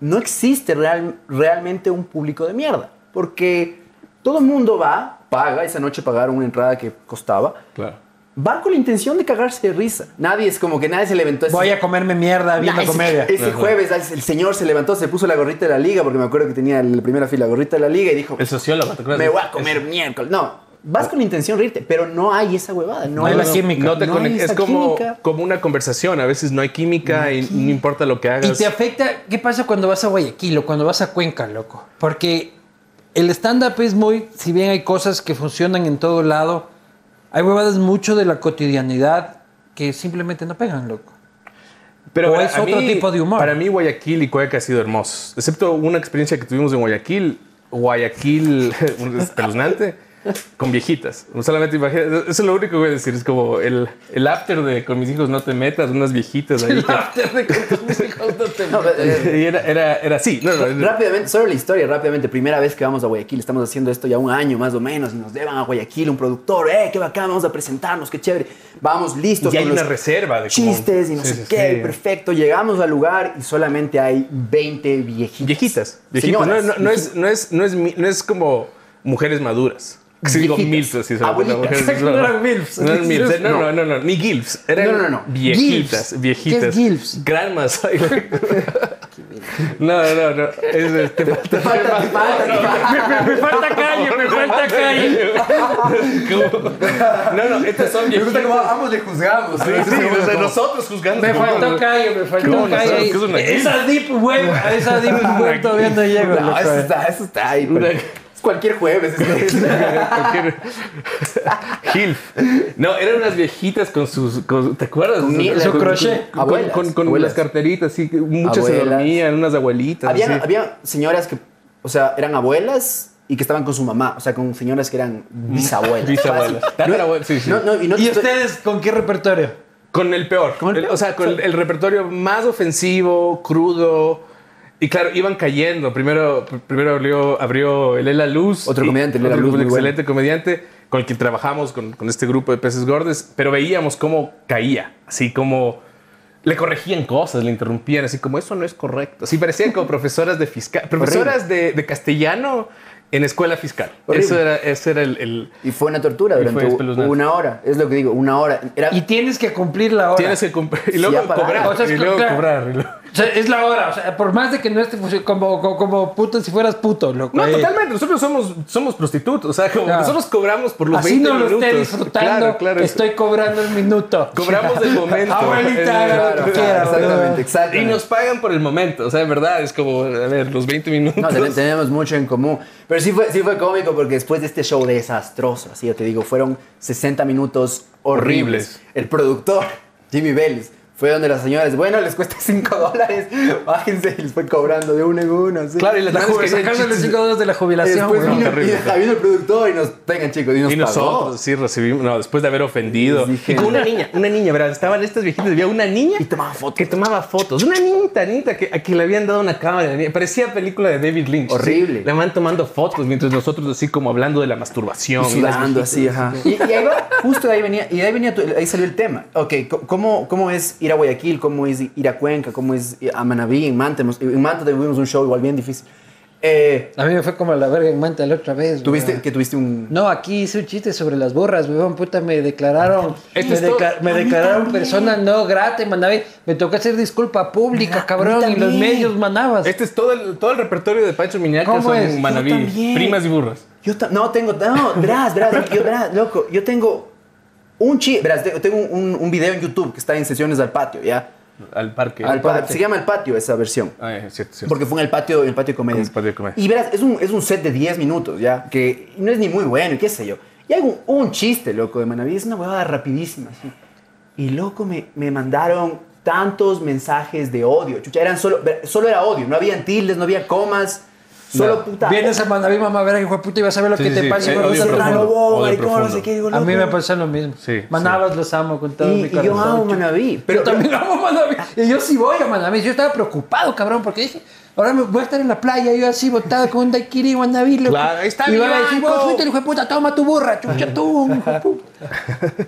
[SPEAKER 3] no existe real- realmente un público de mierda. Porque todo el mundo va, paga, esa noche pagaron una entrada que costaba,
[SPEAKER 2] Claro.
[SPEAKER 3] va con la intención de cagarse de risa. Nadie es como que nadie se levantó. ese-
[SPEAKER 1] Voy a comerme mierda
[SPEAKER 3] Nah,
[SPEAKER 1] viendo
[SPEAKER 3] ese,
[SPEAKER 1] comedia.
[SPEAKER 3] ese jueves el señor se levantó, se puso la gorrita de la liga, porque me acuerdo que tenía en la primera fila la gorrita de la liga y dijo,
[SPEAKER 2] El sociólogo, ¿te acuerdas?
[SPEAKER 3] me voy a comer miércoles. No, vas con la intención de reírte, pero no hay esa huevada. No,
[SPEAKER 1] No hay
[SPEAKER 3] hay
[SPEAKER 1] la
[SPEAKER 3] eso.
[SPEAKER 1] química.
[SPEAKER 2] No te
[SPEAKER 3] No
[SPEAKER 2] conect-
[SPEAKER 3] hay
[SPEAKER 2] Es
[SPEAKER 3] esa
[SPEAKER 2] como,
[SPEAKER 3] química.
[SPEAKER 2] como una conversación. A veces no hay química y no importa lo que
[SPEAKER 1] Y
[SPEAKER 2] hagas.
[SPEAKER 1] te afecta, ¿qué pasa cuando vas a Guayaquil o cuando vas a Cuenca, loco? Porque el stand-up es muy, si bien hay cosas que funcionan en todo lado, hay huevadas mucho de la cotidianidad que simplemente no pegan, loco.
[SPEAKER 2] Pero
[SPEAKER 1] ¿O
[SPEAKER 2] para-
[SPEAKER 1] es
[SPEAKER 2] a
[SPEAKER 1] otro
[SPEAKER 2] mí-
[SPEAKER 1] tipo de humor?
[SPEAKER 2] Para mí Guayaquil y Cueca ha sido hermosos. Excepto una experiencia que tuvimos en Guayaquil. Guayaquil, un espeluznante, con viejitas. Solamente imagina- Eso es lo único que voy a decir. Es como el, el after de con mis hijos no te metas, unas viejitas ahí.
[SPEAKER 3] No, eh,
[SPEAKER 2] Y era, era, era así. No, no, no.
[SPEAKER 3] Rápidamente, sobre la historia, rápidamente, primera vez que vamos a Guayaquil, estamos haciendo esto ya un año más o menos, y nos llevan a Guayaquil un productor, eh, qué bacán, vamos a presentarnos, qué chévere, vamos listos.
[SPEAKER 2] Y hay
[SPEAKER 3] con
[SPEAKER 2] una
[SPEAKER 3] los
[SPEAKER 2] reserva de como-
[SPEAKER 3] chistes y no
[SPEAKER 2] Sí,
[SPEAKER 3] sé
[SPEAKER 2] sí,
[SPEAKER 3] qué,
[SPEAKER 2] sí.
[SPEAKER 3] perfecto, llegamos al lugar y solamente hay 20 viejitas.
[SPEAKER 2] Viejitas. Viejitas. No,
[SPEAKER 3] Señoras,
[SPEAKER 2] no, no es, no, es, no, es, mi- no es como mujeres maduras. Si digo
[SPEAKER 3] Viejitas.
[SPEAKER 2] milfs, así se lo ponen a
[SPEAKER 3] Abuelitas.
[SPEAKER 2] mujeres.
[SPEAKER 1] No eran milfs.
[SPEAKER 2] No eran milfs. eh, No,
[SPEAKER 3] No.
[SPEAKER 2] no, no, no, Ni gilfs. Eran
[SPEAKER 3] No, no, no.
[SPEAKER 2] Viejitas.
[SPEAKER 1] Gilfs.
[SPEAKER 2] Viejitas.
[SPEAKER 1] ¿Qué es gilfs?
[SPEAKER 2] Grandmas. no, no, no. Es, este, es- te falta-
[SPEAKER 3] Te falta, te falta, te falta.
[SPEAKER 1] Me falta calle, me falta calle.
[SPEAKER 2] como- No, no. Estas son
[SPEAKER 3] Me gusta
[SPEAKER 2] viejitas.
[SPEAKER 3] como ambos le juzgamos.
[SPEAKER 2] Sí,
[SPEAKER 3] ¿no?
[SPEAKER 2] sí, o sea, nosotros juzgando.
[SPEAKER 1] Me
[SPEAKER 2] como-
[SPEAKER 1] faltó calle, me faltó
[SPEAKER 2] ¿Cómo no sabes
[SPEAKER 1] calle.
[SPEAKER 2] qué es una
[SPEAKER 1] Esa deep web, a esa deep web todavía no llego.
[SPEAKER 3] No,
[SPEAKER 1] loco.
[SPEAKER 3] eso está, eso está ahí. pero-
[SPEAKER 2] Una-
[SPEAKER 3] Es cualquier jueves. es-
[SPEAKER 2] Cualquier- Hilf. No, eran unas viejitas con sus. con- ¿Te acuerdas?
[SPEAKER 3] Con mi- su crochet.
[SPEAKER 2] Con,
[SPEAKER 3] Abuelas,
[SPEAKER 2] con- con
[SPEAKER 3] abuelas.
[SPEAKER 2] las carteritas, sí. que Muchas se
[SPEAKER 3] Abuelas.
[SPEAKER 2] dormían, unas abuelitas.
[SPEAKER 3] Había,
[SPEAKER 2] así.
[SPEAKER 3] había señoras que, o sea, eran abuelas y que estaban con su mamá, o sea, con señoras que eran bisabuelas.
[SPEAKER 2] Bisabuelas.
[SPEAKER 3] Fácil.
[SPEAKER 2] Tatarabuelas, sí, sí.
[SPEAKER 3] No, no, y no te
[SPEAKER 1] ¿Y
[SPEAKER 3] estoy-
[SPEAKER 1] ustedes con qué repertorio?
[SPEAKER 2] Con el peor.
[SPEAKER 3] Con el
[SPEAKER 2] El-
[SPEAKER 3] peor.
[SPEAKER 2] o sea, con el, el repertorio más ofensivo, crudo. Y claro, iban cayendo. Primero, pr- primero abrió, abrió el Ela Luz.
[SPEAKER 3] Otro
[SPEAKER 2] y-
[SPEAKER 3] comediante, el Ela
[SPEAKER 2] otro
[SPEAKER 3] Luz, muy
[SPEAKER 2] excelente comediante con el que trabajamos con, con este grupo de peces gordes. Pero veíamos cómo caía. Así como le corregían cosas, le interrumpían. Así como eso no es correcto. Así parecían como profesoras de fiscal, profesoras de, de castellano en escuela fiscal.
[SPEAKER 3] Horrible.
[SPEAKER 2] Eso era, eso era el- el,
[SPEAKER 3] Y fue una tortura
[SPEAKER 2] Y fue
[SPEAKER 3] durante
[SPEAKER 2] espeluznante.
[SPEAKER 3] una hora, es lo que digo, una hora. Era,
[SPEAKER 1] Y tienes que cumplir la hora.
[SPEAKER 2] Tienes que comprar y
[SPEAKER 3] Sí,
[SPEAKER 2] luego
[SPEAKER 3] ya para.
[SPEAKER 2] cobrar.
[SPEAKER 1] O sea, es
[SPEAKER 2] y
[SPEAKER 1] que,
[SPEAKER 2] luego
[SPEAKER 1] claro.
[SPEAKER 2] cobrar. y luego-
[SPEAKER 1] O sea, es la hora, o sea, por más de que no esté funcionando, como, como, como puto si fueras puto, loco.
[SPEAKER 2] No,
[SPEAKER 1] eh.
[SPEAKER 2] totalmente. Nosotros somos, somos prostitutos. O sea, como
[SPEAKER 1] Claro.
[SPEAKER 2] nosotros cobramos por los
[SPEAKER 1] Así
[SPEAKER 2] 20
[SPEAKER 1] no lo
[SPEAKER 2] minutos.
[SPEAKER 1] esté disfrutando,
[SPEAKER 2] Claro, claro.
[SPEAKER 1] estoy cobrando el minuto.
[SPEAKER 2] Cobramos del momento. Eh,
[SPEAKER 1] Abuelita,
[SPEAKER 2] Es-
[SPEAKER 1] haga lo que quiera,
[SPEAKER 3] exactamente,
[SPEAKER 1] boludo.
[SPEAKER 2] Y
[SPEAKER 3] exactamente.
[SPEAKER 2] nos pagan por el momento. O sea, en verdad, es como, a ver, los 20 minutos.
[SPEAKER 3] No, ten- tenemos mucho en común. Pero sí fue, sí fue cómico porque después de este show desastroso, así yo te digo, fueron 60 minutos horribles.
[SPEAKER 2] Horribles.
[SPEAKER 3] El productor, Jimmy Vélez, fue donde las señoras, bueno, les cuesta 5 dólares, bájense, y les fue cobrando de uno en uno. así.
[SPEAKER 2] Claro, y las
[SPEAKER 1] La
[SPEAKER 2] manos
[SPEAKER 1] juve-
[SPEAKER 2] querían
[SPEAKER 1] Sacándole
[SPEAKER 2] chistes.
[SPEAKER 1] 5 dólares de la jubilación,
[SPEAKER 3] Después
[SPEAKER 1] weón.
[SPEAKER 3] vino,
[SPEAKER 2] terrible.
[SPEAKER 3] y- vino el productor y nos, vengan chicos, y nos
[SPEAKER 2] Y
[SPEAKER 3] pagó.
[SPEAKER 2] nosotros sí recibimos, no, después de haber ofendido.
[SPEAKER 3] Les dije-
[SPEAKER 2] y con una niña, una niña, ¿verdad? Estaban estas viejitas, había una niña.
[SPEAKER 3] Y tomaba fotos.
[SPEAKER 2] Que tomaba fotos. Una niñita, niñita, que, a que le habían dado una cámara. Parecía película de David Lynch.
[SPEAKER 3] Horrible.
[SPEAKER 2] Sí, La van tomando fotos mientras nosotros así como hablando de la masturbación. y las
[SPEAKER 3] sudando
[SPEAKER 2] viejitas.
[SPEAKER 3] así, ajá. Y, y ahí va, justo de ahí venía, y de ahí venía, tu- ahí salió el tema. Ok, co- ¿cómo, ¿cómo es ir a Guayaquil? ¿Cómo es ir a Cuenca? ¿Cómo es ir a Manabí? En Manta, hemos- en Manta tuvimos un show igual bien difícil. Eh,
[SPEAKER 1] A mí me fue como a la verga en Manta la otra vez.
[SPEAKER 3] ¿Tuviste,
[SPEAKER 1] weón.
[SPEAKER 3] que tuviste un...
[SPEAKER 1] No, aquí hice un chiste sobre las burras, weón. Puta, me declararon.
[SPEAKER 2] Esto
[SPEAKER 1] me,
[SPEAKER 2] es todo.
[SPEAKER 1] decla- me declararon persona no grata, manabí. Me tocó hacer disculpa pública, cabrón. Y los
[SPEAKER 3] también.
[SPEAKER 1] medios manabas.
[SPEAKER 2] Este es todo el, todo el repertorio de Pancho Miñaca
[SPEAKER 1] ¿Cómo
[SPEAKER 2] son
[SPEAKER 1] es? Yo
[SPEAKER 2] manaví,
[SPEAKER 3] también.
[SPEAKER 2] primas y burras.
[SPEAKER 3] Yo ta- no, tengo... No, verás, verás, yo, verás, loco, yo tengo un chiste, verás, te- tengo un, un video en YouTube que está en sesiones al patio, ¿ya?
[SPEAKER 2] Al parque.
[SPEAKER 3] Al pa- se llama El Patio esa versión.
[SPEAKER 2] Ah, es cierto, cierto.
[SPEAKER 3] Porque fue en el patio, en el patio de comedias.
[SPEAKER 2] En el patio de comedias.
[SPEAKER 3] Y verás, es un, es un set de 10 minutos, ¿ya? Que no es ni muy bueno, y qué sé yo. Y hay un, un chiste, loco, de Manaví. Es una huevada rapidísima, así. Y, loco, me, me mandaron tantos mensajes de odio. Chucha, eran solo, ver- solo era odio. No habían tildes, no había comas. Solo
[SPEAKER 2] No.
[SPEAKER 3] puta...
[SPEAKER 1] Vienes a manabí, mamá, verga, hijo de puta, y vas a ver lo
[SPEAKER 2] Sí,
[SPEAKER 1] que
[SPEAKER 2] sí,
[SPEAKER 1] te
[SPEAKER 2] sí.
[SPEAKER 1] pasa.
[SPEAKER 2] Eh,
[SPEAKER 1] hijo de
[SPEAKER 2] odio
[SPEAKER 1] puta.
[SPEAKER 3] Ser raro,
[SPEAKER 2] profundo,
[SPEAKER 3] bobo,
[SPEAKER 2] odio
[SPEAKER 3] maricón, no sé
[SPEAKER 2] profundo.
[SPEAKER 3] qué. Digo,
[SPEAKER 1] A mí
[SPEAKER 3] loco,
[SPEAKER 1] me pasa lo mismo.
[SPEAKER 2] Sí,
[SPEAKER 1] Manabas los amo con todo
[SPEAKER 3] Y,
[SPEAKER 1] mi
[SPEAKER 3] y yo
[SPEAKER 1] corazón.
[SPEAKER 3] amo Manaví.
[SPEAKER 1] Pero también amo Manaví. Y yo sí voy a Manaví. Yo estaba preocupado, cabrón, porque dije, ahora me voy a estar en la playa, yo así botado con un daiquiri, Manaví. loco.
[SPEAKER 2] Claro, ahí está
[SPEAKER 1] Y
[SPEAKER 2] mi
[SPEAKER 1] van a decir,
[SPEAKER 2] banco.
[SPEAKER 1] vos fuiste el hijo de puta, toma tu burra, chucha tú, hijo de puta.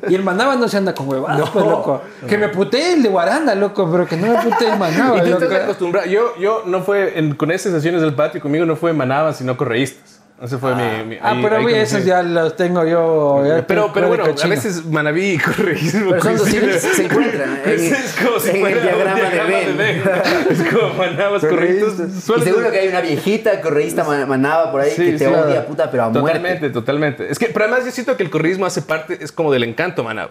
[SPEAKER 1] Y el Manaba no se anda con huevadas, pues, loco. Que me puté el de Guaranda, loco, pero que no me puté el Manaba,
[SPEAKER 2] Y tú
[SPEAKER 1] loco.
[SPEAKER 2] estás acostumbrado. Yo, yo no fue en- con esas sesiones del patio, conmigo no fue Manaba, sino Correístas. Ese fue mi, mi-
[SPEAKER 1] Ah,
[SPEAKER 2] ahí-
[SPEAKER 1] pero
[SPEAKER 2] ahí
[SPEAKER 1] güey,
[SPEAKER 2] conocí.
[SPEAKER 1] esos ya los tengo yo. ya
[SPEAKER 2] Pero,
[SPEAKER 1] tengo
[SPEAKER 2] pero bueno, a
[SPEAKER 1] cochino.
[SPEAKER 2] veces Manaví y correísmo
[SPEAKER 3] Pero son dos
[SPEAKER 2] coinciden.
[SPEAKER 3] siglas que se encuentran en-
[SPEAKER 2] es como si
[SPEAKER 3] en el
[SPEAKER 2] fuera un
[SPEAKER 3] diagrama de
[SPEAKER 2] de
[SPEAKER 3] Venn.
[SPEAKER 2] Venn. Es como Manabas, correístas.
[SPEAKER 3] Y seguro que hay una viejita correísta man- manaba por ahí
[SPEAKER 2] Sí,
[SPEAKER 3] que te
[SPEAKER 2] sí,
[SPEAKER 3] odia, puta, pero a
[SPEAKER 2] Totalmente,
[SPEAKER 3] muerte.
[SPEAKER 2] totalmente. Es que, pero además yo siento que el corrismo hace parte, es como del encanto, manab.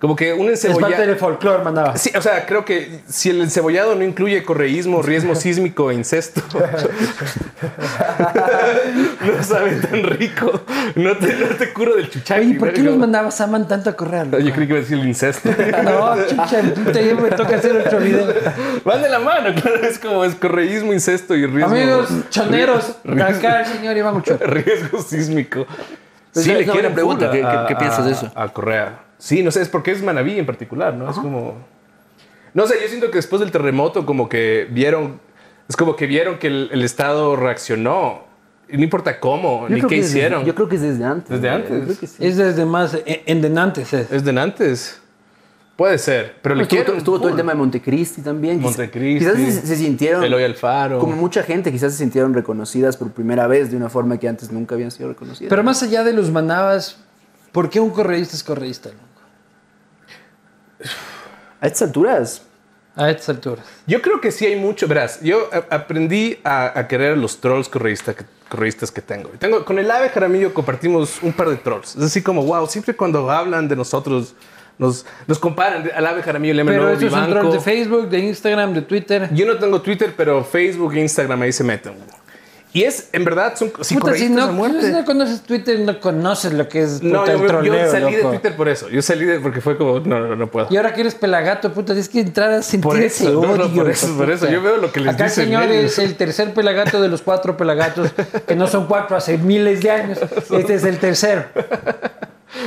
[SPEAKER 2] Como que un
[SPEAKER 1] Es parte
[SPEAKER 2] encebollado.
[SPEAKER 1] del folclore, mandaba.
[SPEAKER 2] Sí, o sea, creo que si el encebollado no incluye correísmo, riesgo sísmico e incesto, no sabe tan rico. No te, no te curo del chuchaqui.
[SPEAKER 1] Oye, ¿por qué
[SPEAKER 2] verga.
[SPEAKER 1] nos mandabas a Man tanto a correr?
[SPEAKER 2] No, Yo creí que iba a decir el incesto.
[SPEAKER 1] No, chucha, puta, yo me toca hacer otro video.
[SPEAKER 2] Van de la mano, claro. Es como es correísmo, incesto y riesgo.
[SPEAKER 1] Amigos choneros,
[SPEAKER 2] riesgo-
[SPEAKER 1] acá el señor Iván Ochoa.
[SPEAKER 2] riesgo sísmico.
[SPEAKER 4] Pues es una buena
[SPEAKER 2] quieren
[SPEAKER 4] pregunta,
[SPEAKER 2] full
[SPEAKER 4] ¿qué- qué- qué piensas de eso?
[SPEAKER 2] A Correa. Sí, no sé, es porque es Manaví en particular, ¿no? Es como... No sé, yo siento que después del terremoto como que vieron... Es como que vieron que el, el Estado reaccionó. Y No importa cómo,
[SPEAKER 3] Yo
[SPEAKER 2] ni
[SPEAKER 3] creo
[SPEAKER 2] qué
[SPEAKER 3] que desde-
[SPEAKER 2] hicieron.
[SPEAKER 3] yo creo que es desde antes.
[SPEAKER 2] Desde
[SPEAKER 3] ¿no?
[SPEAKER 2] antes.
[SPEAKER 3] Yo creo que sí.
[SPEAKER 1] Es desde más eh, endenantes. Es.
[SPEAKER 2] Es de antes. Puede ser, pero le
[SPEAKER 3] Estuvo,
[SPEAKER 2] quieren
[SPEAKER 3] todo- estuvo todo el
[SPEAKER 2] full.
[SPEAKER 3] tema de Montecristi también. Quizá-
[SPEAKER 2] Montecristi,
[SPEAKER 3] Quizás se, se sintieron.
[SPEAKER 2] Eloy Alfaro.
[SPEAKER 3] Como mucha gente, quizás se sintieron reconocidas por primera vez de una forma que antes nunca habían sido reconocidas.
[SPEAKER 1] Pero más allá de los manabas, ¿por qué un correísta es correísta? loco?
[SPEAKER 3] a estas alturas,
[SPEAKER 1] A estas alturas.
[SPEAKER 2] Yo creo que sí hay mucho. Verás, yo a- aprendí a, a querer a los trolls correísta que- correístas que tengo. tengo. Con el ave Jaramillo compartimos un par de trolls. Es así como, wow, siempre cuando hablan de nosotros, nos, nos comparan de- al ave Jaramillo, el
[SPEAKER 1] Pero
[SPEAKER 2] MNO,
[SPEAKER 1] eso es un troll
[SPEAKER 2] Vivanco.
[SPEAKER 1] de Facebook, de Instagram, de Twitter.
[SPEAKER 2] Yo no tengo Twitter, pero Facebook e Instagram ahí se meten. Y es, en verdad, son sí,
[SPEAKER 1] Puta, si
[SPEAKER 2] correístas
[SPEAKER 1] no,
[SPEAKER 2] a muerte.
[SPEAKER 1] si no conoces Twitter, no conoces lo que es puta,
[SPEAKER 2] No, yo,
[SPEAKER 1] el
[SPEAKER 2] yo
[SPEAKER 1] troleo,
[SPEAKER 2] salí de
[SPEAKER 1] loco.
[SPEAKER 2] Twitter por eso. Yo salí de porque fue como, no, no, no puedo.
[SPEAKER 1] Y ahora que eres pelagato, puta, tienes que entrar a sentir
[SPEAKER 2] Por eso,
[SPEAKER 1] ese
[SPEAKER 2] no, no,
[SPEAKER 1] odio.
[SPEAKER 2] por eso,
[SPEAKER 1] hijo
[SPEAKER 2] por eso.
[SPEAKER 1] puta.
[SPEAKER 2] Yo veo lo que les
[SPEAKER 1] Acá,
[SPEAKER 2] dicen
[SPEAKER 1] señores,
[SPEAKER 2] ellos.
[SPEAKER 1] el tercer pelagato de los cuatro pelagatos, que no son cuatro hace miles de años. Este es el tercero.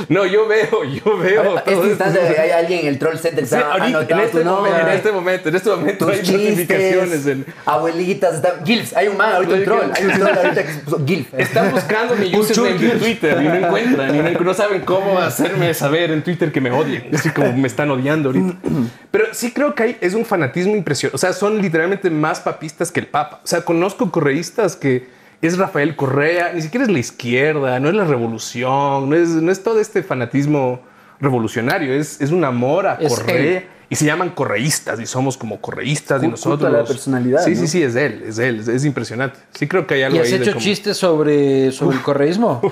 [SPEAKER 2] No, yo veo, yo
[SPEAKER 3] a-
[SPEAKER 2] veo.
[SPEAKER 3] a
[SPEAKER 2] todo
[SPEAKER 3] este
[SPEAKER 2] esto.
[SPEAKER 3] instante hay alguien en el troll center que
[SPEAKER 2] Sí,
[SPEAKER 3] está
[SPEAKER 2] ahorita, en,
[SPEAKER 3] anotando
[SPEAKER 2] este
[SPEAKER 3] tu
[SPEAKER 2] momento, en
[SPEAKER 3] nombre,
[SPEAKER 2] este momento, en este momento
[SPEAKER 3] tus
[SPEAKER 2] hay notificaciones.
[SPEAKER 3] chistes,
[SPEAKER 2] en-
[SPEAKER 3] abuelitas, están, gilfs, hay un man, ahorita un troll, hay un troll ahorita que se puso gilf.
[SPEAKER 2] Están buscando mi username de Twitter y no encuentran, y no, no saben cómo hacerme saber en Twitter que me odian, así como me están odiando ahorita. Pero sí creo que hay, es un fanatismo impresionante. O sea, son literalmente más papistas que el Papa. O sea, conozco correístas que es Rafael Correa, ni siquiera es la izquierda, no es la revolución, no es, no es todo este fanatismo revolucionario, es, es un amor a
[SPEAKER 1] Es
[SPEAKER 2] Correa.
[SPEAKER 1] él.
[SPEAKER 2] Y se llaman correístas y somos como correístas y
[SPEAKER 3] Cu- culto a
[SPEAKER 2] nosotros.
[SPEAKER 3] la personalidad,
[SPEAKER 2] Sí,
[SPEAKER 3] ¿no?
[SPEAKER 2] sí, sí, es él, es él, es, es impresionante. Sí creo que hay algo
[SPEAKER 1] Y has
[SPEAKER 2] ahí de
[SPEAKER 1] hecho
[SPEAKER 2] como-
[SPEAKER 1] chistes sobre, sobre el correísmo.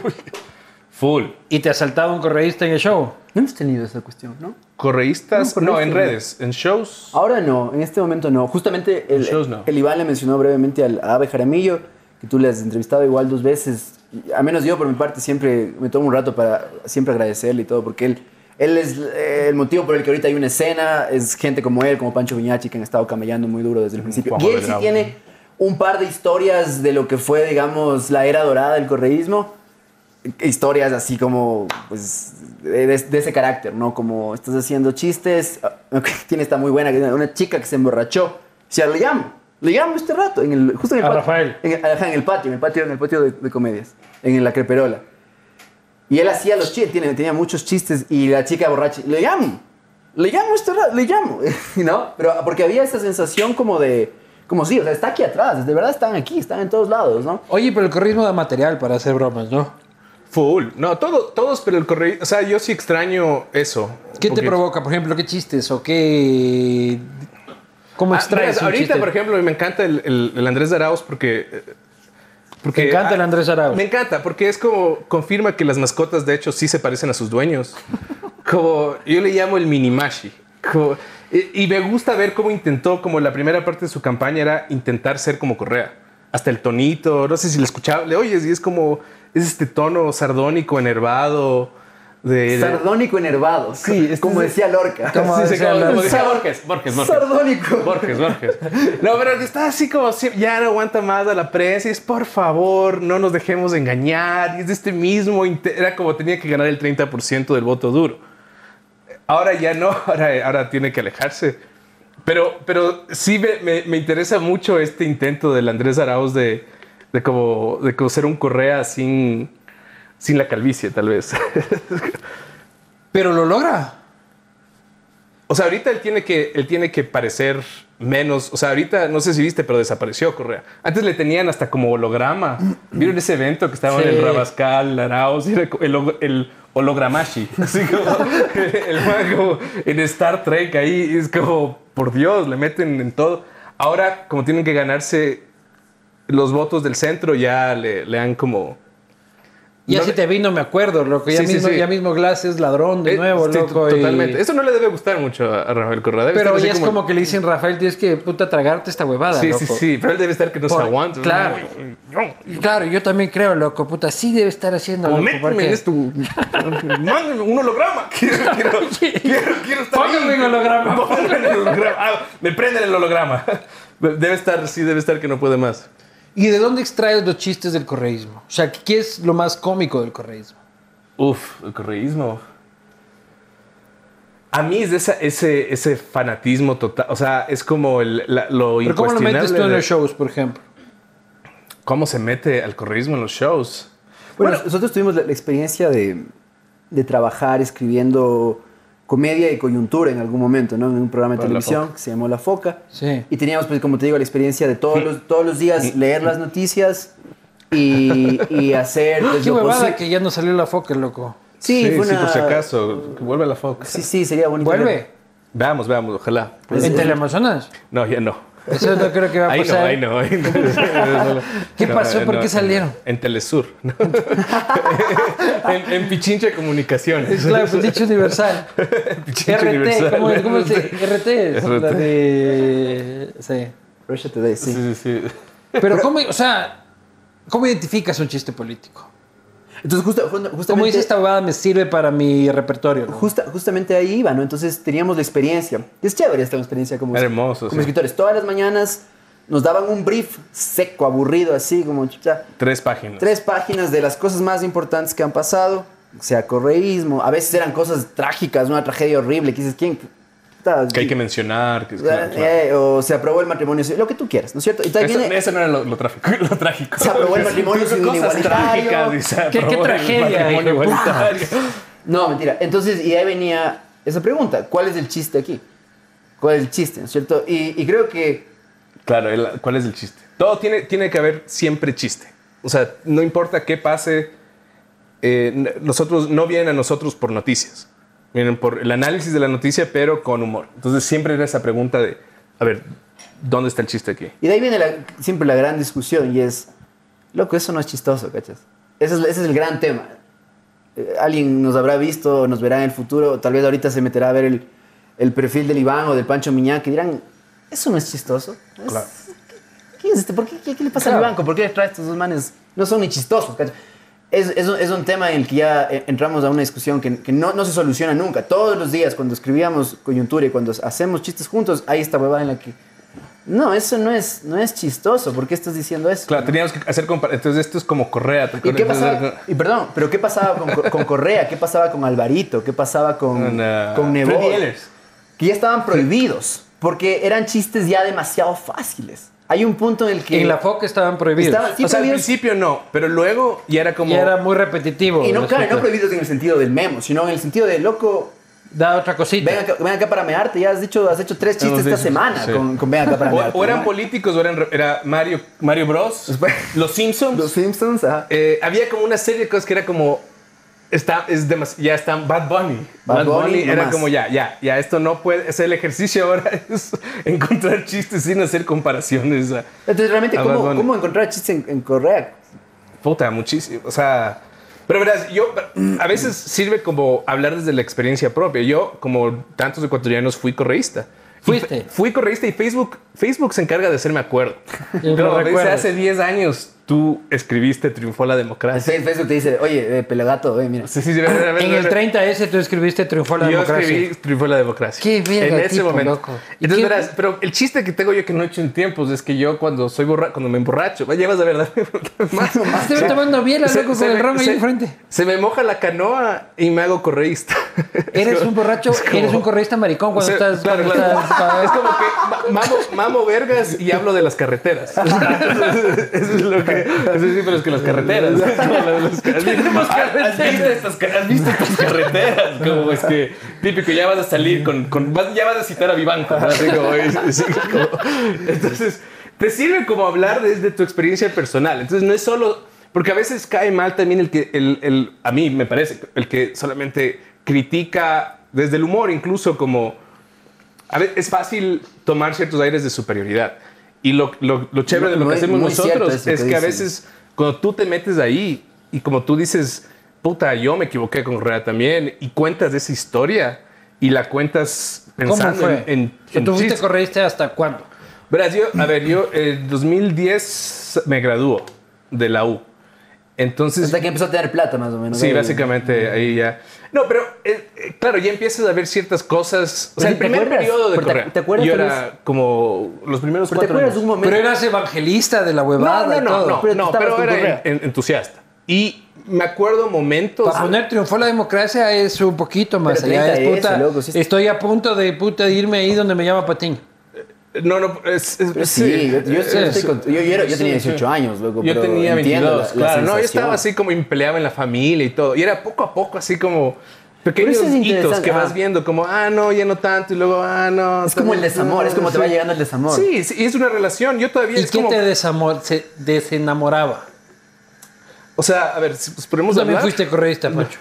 [SPEAKER 2] Full.
[SPEAKER 1] Y te asaltaba un correísta en el show.
[SPEAKER 3] No hemos tenido esa cuestión, ¿no?
[SPEAKER 2] Correístas,
[SPEAKER 3] No,
[SPEAKER 2] no,
[SPEAKER 3] correístas
[SPEAKER 2] en
[SPEAKER 3] no.
[SPEAKER 2] redes, en shows.
[SPEAKER 3] Ahora no, en este momento no. Justamente el,
[SPEAKER 2] shows no.
[SPEAKER 3] el Iván le mencionó brevemente al a Abe Jaramillo, que tú le has entrevistado igual dos veces. Y A menos yo, por mi parte, siempre me tomo un rato para siempre agradecerle y todo, porque él, él es eh, el motivo por el que ahorita hay una escena. Es gente como él, como Pancho Viñachi, que han estado camellando muy duro desde el principio.
[SPEAKER 2] Juanjo
[SPEAKER 3] Y él sí
[SPEAKER 2] Belgrano.
[SPEAKER 3] tiene un par de historias de lo que fue, digamos, la era dorada del correísmo historias así como, pues, de, de- de ese carácter, ¿no? Como estás haciendo chistes. ah, Tiene esta muy buena, que es una chica que se emborrachó. Si le llamo, le llamo este rato, en el, justo en el
[SPEAKER 1] A
[SPEAKER 3] patio.
[SPEAKER 1] Rafael.
[SPEAKER 3] En, el- ajá, en el patio, en el patio, en el patio de, de comedias, en la creperola. Y él hacía los chistes, tiene- tenía muchos chistes y la chica borracha, le llamo, le llamo este rato, le llamo, ¿no? Pero ah, porque había esa sensación como de, como sí, o sea, está aquí atrás, de verdad están aquí, están en todos lados, ¿no?
[SPEAKER 1] Oye, pero el correísmo da material para hacer bromas, ¿no?
[SPEAKER 2] Full. No, todo, todos, pero el correísta. O sea, yo sí extraño eso.
[SPEAKER 1] ¿Qué te
[SPEAKER 2] Porque-
[SPEAKER 1] provoca, por ejemplo? ¿Qué chistes o qué... ¿Cómo
[SPEAKER 2] Ah,
[SPEAKER 1] extraes
[SPEAKER 2] verás,
[SPEAKER 1] un
[SPEAKER 2] ahorita,
[SPEAKER 1] chiste?
[SPEAKER 2] por ejemplo, me encanta el, el- el Andrés Arauz porque. eh, porque
[SPEAKER 1] Te encanta el Andrés Arauz.
[SPEAKER 2] eh, ah, Me encanta, porque es como confirma que las mascotas, de hecho, sí se parecen a sus dueños. Como yo le llamo el minimashi. Como- y, y me gusta ver cómo intentó, como la primera parte de su campaña era intentar ser como Correa. Hasta el tonito, no sé si le escuchaba, le oyes y es como, es este tono sardónico, enervado. De, de-
[SPEAKER 3] Sardónico enervado.
[SPEAKER 2] Sí, este
[SPEAKER 3] como
[SPEAKER 2] es-
[SPEAKER 3] decía Lorca.
[SPEAKER 1] Como
[SPEAKER 2] Sí, sí,
[SPEAKER 1] decía
[SPEAKER 2] como-
[SPEAKER 1] la-
[SPEAKER 2] como decía Borges, Borges, Borges.
[SPEAKER 3] Sardónico.
[SPEAKER 2] Borges, Borges. No, pero que está así como si- ya no aguanta más a la prensa y es por favor, no nos dejemos engañar. Y es de este mismo, inte- era como tenía que ganar el 30% del voto duro. Ahora ya no, ahora, ahora tiene que alejarse. Pero, pero sí me, me- me interesa mucho este intento del Andrés Arauz de, de, como, de como ser un Correa sin, sin la calvicie, tal vez.
[SPEAKER 1] Pero lo logra.
[SPEAKER 2] O sea, ahorita él tiene que, él tiene que parecer menos. O sea, ahorita no sé si viste, pero desapareció Correa. Antes le tenían hasta como holograma. ¿Vieron ese evento que estaban
[SPEAKER 1] Sí.
[SPEAKER 2] el Rabascal, Arauz? Era co- el, hog- el hologramashi. Así como el man como en Star Trek ahí. Es como, por Dios, le meten en todo. Ahora, como tienen que ganarse los votos del centro, ya le, le han como.
[SPEAKER 1] Ya
[SPEAKER 2] No
[SPEAKER 1] si
[SPEAKER 2] le-
[SPEAKER 1] te vino, me acuerdo, loco. Ya,
[SPEAKER 2] Sí, sí,
[SPEAKER 1] mismo,
[SPEAKER 2] sí.
[SPEAKER 1] ya mismo Glass es ladrón de
[SPEAKER 2] Eh,
[SPEAKER 1] nuevo,
[SPEAKER 2] sí,
[SPEAKER 1] loco.
[SPEAKER 2] to-
[SPEAKER 1] y-
[SPEAKER 2] Totalmente. Eso no le debe gustar mucho a a Rafael Correa. Debe
[SPEAKER 1] Pero
[SPEAKER 2] estar así
[SPEAKER 1] ya es como que le dicen, Rafael, tienes que puta tragarte esta huevada,
[SPEAKER 2] Sí,
[SPEAKER 1] loco.
[SPEAKER 2] sí, sí. Pero él debe estar que no
[SPEAKER 1] Por-
[SPEAKER 2] se aguanta.
[SPEAKER 1] claro.
[SPEAKER 2] No,
[SPEAKER 1] Y claro, yo también creo, loco, puta, sí debe estar haciendo.
[SPEAKER 2] Como
[SPEAKER 1] loco,
[SPEAKER 2] méteme
[SPEAKER 1] porque-
[SPEAKER 2] en esto. Mándame un holograma. Quiero, quiero, quiero, quiero estar.
[SPEAKER 1] Póngame
[SPEAKER 2] ahí.
[SPEAKER 1] un holograma.
[SPEAKER 2] Póngame el holograma. Ah, me prenden el holograma. Debe estar, sí, debe estar que no puede más.
[SPEAKER 1] ¿Y de dónde extraes los chistes del correísmo? O sea, ¿qué es lo más cómico del correísmo?
[SPEAKER 2] Uf, el correísmo. A mí es de esa- ese, ese fanatismo total. O sea, es como el, la-
[SPEAKER 1] ¿Pero
[SPEAKER 2] lo
[SPEAKER 1] cómo lo
[SPEAKER 2] incuestionable
[SPEAKER 1] metes tú en
[SPEAKER 2] de-
[SPEAKER 1] los shows, por ejemplo?
[SPEAKER 2] ¿Cómo se mete al correísmo en los shows?
[SPEAKER 3] Bueno, nosotros tuvimos la, la experiencia de, de trabajar escribiendo comedia y coyuntura en algún momento, ¿no? En un programa de
[SPEAKER 2] Para La
[SPEAKER 3] televisión que se llamó La Foca.
[SPEAKER 1] Sí.
[SPEAKER 3] Y teníamos, pues, como te digo, la experiencia de todos los, todos los días leer las noticias y, y
[SPEAKER 2] Eh,
[SPEAKER 3] hacer pues,
[SPEAKER 1] Ah, Qué
[SPEAKER 3] lo
[SPEAKER 1] huevada
[SPEAKER 3] posible.
[SPEAKER 1] que ya no salió la foca, loco.
[SPEAKER 3] Sí, fue una...
[SPEAKER 2] por si acaso. Que vuelve a la Fox.
[SPEAKER 3] Sí, sí, sería
[SPEAKER 2] Pues,
[SPEAKER 3] bonito.
[SPEAKER 1] Vuelve.
[SPEAKER 2] Veamos, veamos, ojalá.
[SPEAKER 3] Pues,
[SPEAKER 1] en
[SPEAKER 3] eh,
[SPEAKER 1] Teleamazonas.
[SPEAKER 2] No, ya no.
[SPEAKER 1] Eso no creo que va a
[SPEAKER 2] Ahí no,
[SPEAKER 1] pasar.
[SPEAKER 2] ahí no, ahí no.
[SPEAKER 1] ¿Qué pasó? ¿Por qué salieron?
[SPEAKER 2] En Telesur. ¿no? en, en Pichincha Comunicaciones.
[SPEAKER 1] Es claro, pues, dicho universal.
[SPEAKER 2] Pichincha
[SPEAKER 1] RT,
[SPEAKER 2] Universal.
[SPEAKER 1] ¿cómo, es? ¿cómo se RT, es
[SPEAKER 2] RT.
[SPEAKER 1] la de... Sí.
[SPEAKER 3] Russia Today, sí.
[SPEAKER 2] Sí, sí, sí.
[SPEAKER 1] Pero cómo, o sea, ¿cómo identificas un chiste político?
[SPEAKER 3] Entonces, justa- ju-
[SPEAKER 1] ¿Cómo
[SPEAKER 3] justamente,
[SPEAKER 1] dice esta huevada me sirve para mi repertorio? loco?
[SPEAKER 3] justa- justamente ahí iba, ¿no? Entonces teníamos la experiencia. Y es chévere esta experiencia como,
[SPEAKER 2] Era hermoso,
[SPEAKER 3] como
[SPEAKER 2] sí.
[SPEAKER 3] escritores. Todas las mañanas nos daban un brief seco, aburrido, así como... chucha,
[SPEAKER 2] Tres páginas.
[SPEAKER 3] Tres páginas de las cosas más importantes que han pasado, o sea correísmo, a veces eran cosas trágicas, una tragedia horrible, que dices, ¿quién? puta,
[SPEAKER 2] Que hay que mencionar. Que es-
[SPEAKER 3] eh, eh, O se aprobó el matrimonio, civil, lo que tú quieras, ¿no es cierto? Y tal
[SPEAKER 2] Eso,
[SPEAKER 3] viene-
[SPEAKER 2] eso no era lo, lo tráfico- lo trágico.
[SPEAKER 3] Se aprobó el matrimonio civil
[SPEAKER 2] Cosas
[SPEAKER 3] igualitario.
[SPEAKER 2] trágicas. y se
[SPEAKER 1] ¿Qué- qué
[SPEAKER 2] aprobó el
[SPEAKER 1] tragedia,
[SPEAKER 2] matrimonio
[SPEAKER 1] hijo de puta?
[SPEAKER 2] igualitario.
[SPEAKER 3] No, mentira. Entonces, y ahí venía esa pregunta, ¿cuál es el chiste aquí? ¿Cuál es el chiste, ¿no es cierto? Y, y creo que...
[SPEAKER 2] Claro, el- ¿cuál es el chiste? Todo tiene, tiene que haber siempre chiste. O sea, no importa qué pase, eh, n- nosotros no vienen a nosotros por noticias. Vienen por el análisis de la noticia, pero con humor. Entonces siempre era esa pregunta de, a ver, ¿dónde está el chiste aquí?
[SPEAKER 3] Y de ahí viene la- siempre la gran discusión y es, loco, eso no es chistoso, ¿cachas? Ese es, ese es el gran tema. Eh, Alguien nos habrá visto, nos verá en el futuro, tal vez ahorita se meterá a ver el, el perfil del Iván o del Pancho Miñac y dirán, eso no es chistoso. Es-
[SPEAKER 2] Claro.
[SPEAKER 3] ¿Qué es este? ¿Por qué, qué- qué le pasa al
[SPEAKER 1] Claro.
[SPEAKER 3] Iván? ¿Por qué le trae a estos dos manes? No son ni chistosos, ¿cachas? Es, es un- es un tema en el que ya eh, entramos a una discusión que, que no, no se soluciona nunca. Todos los días, cuando escribíamos coyuntura y cuando hacemos chistes juntos, hay esta huevada en la que no, eso no es, no es chistoso. ¿Por qué estás diciendo eso?
[SPEAKER 2] Claro, teníamos que hacer compar- Entonces esto es como Correa. ¿te
[SPEAKER 3] ¿Y qué
[SPEAKER 2] acuerdas?
[SPEAKER 3] pasaba? Y perdón, pero ¿qué pasaba con, Cor- con Correa? ¿Qué pasaba con Alvarito? ¿Qué pasaba con,
[SPEAKER 2] Con, eh,
[SPEAKER 3] con Nebot?
[SPEAKER 2] Freddy Ehlers.
[SPEAKER 3] Que ya estaban prohibidos porque eran chistes ya demasiado fáciles. Hay un punto en el que
[SPEAKER 1] En la foca estaban prohibidos.
[SPEAKER 3] estaban sí
[SPEAKER 2] o sea, al
[SPEAKER 3] prohibidos
[SPEAKER 2] principio no, pero luego ya era como...
[SPEAKER 1] Y era muy repetitivo.
[SPEAKER 3] y no,
[SPEAKER 1] los
[SPEAKER 3] claro, no
[SPEAKER 1] chistes.
[SPEAKER 3] prohibidos en el sentido del memo, sino en el sentido de loco.
[SPEAKER 1] Da otra cosita.
[SPEAKER 3] Ven acá, ven acá para mearte, ya has dicho, has hecho tres chistes
[SPEAKER 2] Hemos
[SPEAKER 3] esta
[SPEAKER 2] dicho,
[SPEAKER 3] semana
[SPEAKER 2] sí.
[SPEAKER 3] con, con ven acá para
[SPEAKER 2] o,
[SPEAKER 3] mearte.
[SPEAKER 2] o eran
[SPEAKER 3] ¿no?
[SPEAKER 2] políticos, o eran, re- era Mario, Mario Bros, Los Simpsons.
[SPEAKER 3] Los Simpsons, ajá.
[SPEAKER 2] Eh, había como una serie de cosas que era como está es demas- ya está Bad Bunny
[SPEAKER 3] Bad Bunny, no
[SPEAKER 2] era
[SPEAKER 3] más.
[SPEAKER 2] como ya ya ya esto no puede es el ejercicio ahora es encontrar chistes sin hacer comparaciones a-
[SPEAKER 3] Entonces, realmente,
[SPEAKER 2] A
[SPEAKER 3] ¿cómo,
[SPEAKER 2] Bad Bunny.
[SPEAKER 3] cómo encontrar chistes en, en Correa?
[SPEAKER 2] puta muchísimo o sea pero verás yo a veces sirve como hablar desde la experiencia propia yo como tantos ecuatorianos fui correísta Y
[SPEAKER 1] Fuiste.
[SPEAKER 2] fe- fui correísta y Facebook Facebook se encarga de hacerme acuerdo
[SPEAKER 1] Y lo
[SPEAKER 2] pero dice,
[SPEAKER 1] recuerdas.
[SPEAKER 2] hace 10 años tú escribiste triunfó la democracia
[SPEAKER 3] Así en Facebook te dice, oye, eh, pelagato, ven, mira.
[SPEAKER 2] Sí, sí, sí, ve, ve, ve,
[SPEAKER 1] En
[SPEAKER 2] ve,
[SPEAKER 1] el
[SPEAKER 2] ve.
[SPEAKER 1] 30S tú escribiste Triunfó la
[SPEAKER 2] yo
[SPEAKER 1] Democracia.
[SPEAKER 2] escribí Triunfó la democracia.
[SPEAKER 1] Qué verga
[SPEAKER 2] En ese
[SPEAKER 1] tipo,
[SPEAKER 2] momento.
[SPEAKER 1] loco. ¿Y
[SPEAKER 2] Entonces,
[SPEAKER 1] qué-
[SPEAKER 2] verás, pero el chiste que tengo yo que no he hecho en tiempos es que yo cuando soy borracho, cuando me emborracho, ya vas a ver, dame más.
[SPEAKER 1] Estuve Ah, tomando biela,
[SPEAKER 2] Se-
[SPEAKER 1] loco,
[SPEAKER 2] se
[SPEAKER 1] con el
[SPEAKER 2] me-
[SPEAKER 1] ron ahí
[SPEAKER 2] se-
[SPEAKER 1] enfrente.
[SPEAKER 2] Se me moja la canoa y me hago correísta. Es
[SPEAKER 1] Eres
[SPEAKER 2] como-
[SPEAKER 1] un borracho,
[SPEAKER 2] es como-
[SPEAKER 1] eres un correísta maricón cuando
[SPEAKER 2] o sea,
[SPEAKER 1] estás...
[SPEAKER 2] claro,
[SPEAKER 1] cuando
[SPEAKER 2] claro.
[SPEAKER 1] estás-
[SPEAKER 2] Es como que ma- mamo, mamo vergas y hablo de las carreteras. Eso es lo que. Eso sí, pero es que las carreteras. es como las- las- has, visto, has visto estas, ca- has visto estas carreteras. Como es que típico, ya vas a salir con. con- vas- ya vas a citar a Vivanco. ¿no? Así como, es- es- como- entonces, te sirve como hablar desde tu experiencia personal. Entonces, no es solo. Porque a veces cae mal también el que, el, el- a mí me parece, el que solamente critica desde el humor, incluso como a ver, es fácil tomar ciertos aires de superioridad. Y lo, lo- lo chévere de lo
[SPEAKER 3] Muy-
[SPEAKER 2] que hacemos
[SPEAKER 3] muy cierto
[SPEAKER 2] nosotros
[SPEAKER 3] eso que
[SPEAKER 2] es que a
[SPEAKER 3] dices.
[SPEAKER 2] veces cuando tú te metes ahí y como tú dices, puta, yo me equivoqué con Rea también, y cuentas esa historia y la cuentas
[SPEAKER 1] ¿Cómo
[SPEAKER 2] pensando
[SPEAKER 1] fue?
[SPEAKER 2] en... en-
[SPEAKER 1] O sea, ¿Tú
[SPEAKER 2] en
[SPEAKER 1] fuiste
[SPEAKER 2] chistes.
[SPEAKER 1] correísta hasta cuándo?
[SPEAKER 2] Verás, yo, a ver, yo eh, en 2010 me graduó de la U. Entonces,
[SPEAKER 3] Hasta que empezó a tener plata, más o menos. eh".
[SPEAKER 2] Sí,
[SPEAKER 3] Ahí.
[SPEAKER 2] básicamente ahí ya. No, pero eh, eh, claro, ya empiezas a ver ciertas cosas. O
[SPEAKER 3] Pero
[SPEAKER 2] sea,
[SPEAKER 3] si
[SPEAKER 2] el
[SPEAKER 3] te
[SPEAKER 2] primer
[SPEAKER 3] acuerdas,
[SPEAKER 2] periodo de
[SPEAKER 3] pero te-
[SPEAKER 2] Correa.
[SPEAKER 3] ¿te acuerdas
[SPEAKER 2] Yo
[SPEAKER 3] tal
[SPEAKER 2] era como los primeros
[SPEAKER 3] Pero te
[SPEAKER 2] cuatro
[SPEAKER 3] acuerdas de
[SPEAKER 2] años.
[SPEAKER 3] un momento.
[SPEAKER 1] Pero eras evangelista de la
[SPEAKER 2] No,
[SPEAKER 1] huevada.
[SPEAKER 2] no,
[SPEAKER 1] y todo.
[SPEAKER 2] no, no,
[SPEAKER 3] Pero
[SPEAKER 2] pero,
[SPEAKER 3] tú
[SPEAKER 2] no,
[SPEAKER 3] estabas
[SPEAKER 2] pero
[SPEAKER 3] con
[SPEAKER 2] era
[SPEAKER 3] Correa.
[SPEAKER 2] en- en- entusiasta. Y me acuerdo momentos.
[SPEAKER 1] Para poner triunfó la democracia es un poquito más
[SPEAKER 3] Pues, Pero
[SPEAKER 1] allá.
[SPEAKER 3] 30
[SPEAKER 1] Es
[SPEAKER 3] de
[SPEAKER 1] puta,
[SPEAKER 3] eso, loco, sí.
[SPEAKER 1] Estoy a punto de puta irme ahí donde me llama Patín.
[SPEAKER 2] No, no, es, es-
[SPEAKER 3] Pero sí, yo, yo sí
[SPEAKER 2] es-
[SPEAKER 3] estoy con- yo- yo era- yo tenía 18 años, loco.
[SPEAKER 2] Yo
[SPEAKER 3] pero
[SPEAKER 2] tenía
[SPEAKER 3] entiendo
[SPEAKER 2] 22,
[SPEAKER 3] la- la
[SPEAKER 2] claro. No, yo
[SPEAKER 3] sensación.
[SPEAKER 2] estaba así como impeleaba en la familia y todo. Y era poco a poco así como pequeños
[SPEAKER 3] eso es
[SPEAKER 2] hitos
[SPEAKER 3] interesante,
[SPEAKER 2] que vas
[SPEAKER 3] ah.
[SPEAKER 2] viendo como, ah, no, ya no tanto. Y luego, ah, no.
[SPEAKER 3] Es como el desamor, es como te va llegando el desamor.
[SPEAKER 2] Sí, sí, y es una relación. Yo todavía
[SPEAKER 1] ¿Y
[SPEAKER 2] es
[SPEAKER 1] quién
[SPEAKER 2] como...
[SPEAKER 1] te desamor- se desenamoraba?
[SPEAKER 2] O sea, a ver, si pues,
[SPEAKER 1] Tú
[SPEAKER 2] podemos
[SPEAKER 1] también
[SPEAKER 2] hablar...
[SPEAKER 1] fuiste correísta, Pacho.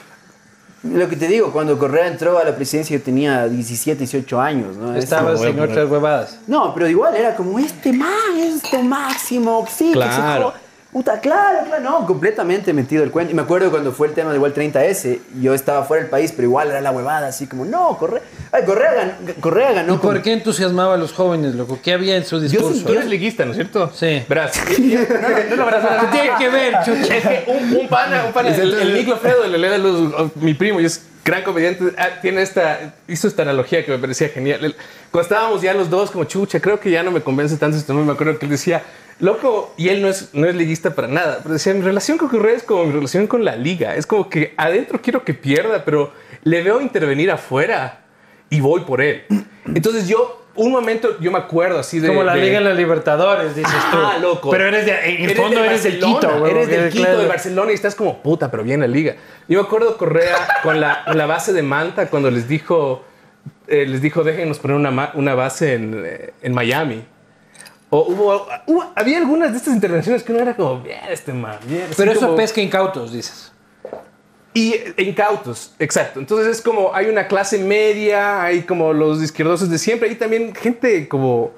[SPEAKER 3] Lo que te digo, cuando Correa entró a la presidencia yo tenía 17, 18 años, Ah, ¿no? Es
[SPEAKER 1] Estabas
[SPEAKER 3] como-
[SPEAKER 1] en otras huevadas.
[SPEAKER 3] No, pero igual era como, este man es lo máximo, sí, que se
[SPEAKER 2] Claro.
[SPEAKER 3] jo- Puta, claro, claro, no, completamente metido el cuento. Y me acuerdo cuando fue el tema del Igual 30S, yo estaba fuera del país, pero igual era la huevada, así como, no, Correa, ay, Correa ganó, Correa ganó
[SPEAKER 1] ¿Y
[SPEAKER 3] con-
[SPEAKER 1] por qué entusiasmaba a los jóvenes, loco? ¿Qué había en su discurso?
[SPEAKER 2] Tú eres liguista, ¿no es cierto?
[SPEAKER 1] Sí.
[SPEAKER 2] Verás. No, no, no lo verás. verás.
[SPEAKER 1] Tiene que ver, chucha.
[SPEAKER 2] Es que un, un pana, un pana, el, el Nick Lofredo, el, el, el- el- mi primo, y es gran comediante, ah, tiene esta, hizo esta analogía que me parecía genial. Él- Cuando estábamos ya los dos como chucha, creo que ya no me convence tanto esto, no me acuerdo que él decía, loco, y él no es, no es liguista para nada, pero decía, mi relación con Correa es como mi relación con la liga, es como que adentro quiero que pierda, pero le veo intervenir afuera y voy por él. Entonces yo, un momento, yo me acuerdo así de...
[SPEAKER 1] Como la
[SPEAKER 2] de-
[SPEAKER 1] Liga de los Libertadores, dices tú.
[SPEAKER 2] Ah, loco.
[SPEAKER 1] Pero eres de, en el
[SPEAKER 2] Eres
[SPEAKER 1] fondo
[SPEAKER 2] de
[SPEAKER 1] eres del
[SPEAKER 2] Barcelona,
[SPEAKER 1] Quito, güey.
[SPEAKER 2] Eres del
[SPEAKER 1] porque,
[SPEAKER 2] Quito,
[SPEAKER 1] claro.
[SPEAKER 2] de Barcelona y estás como puta, pero bien la liga. Yo me acuerdo Correa con la, con la base de Manta cuando les dijo, eh, les dijo, déjenos poner una, ma- una base en, eh, en Miami. O hubo, hubo- había algunas de estas intervenciones que uno era como, bien, este man, bien. así
[SPEAKER 1] Pero eso
[SPEAKER 2] como-
[SPEAKER 1] pesca incautos, dices.
[SPEAKER 2] y eh, incautos, exacto. Entonces es como hay una clase media, hay como los izquierdosos de siempre, hay también gente como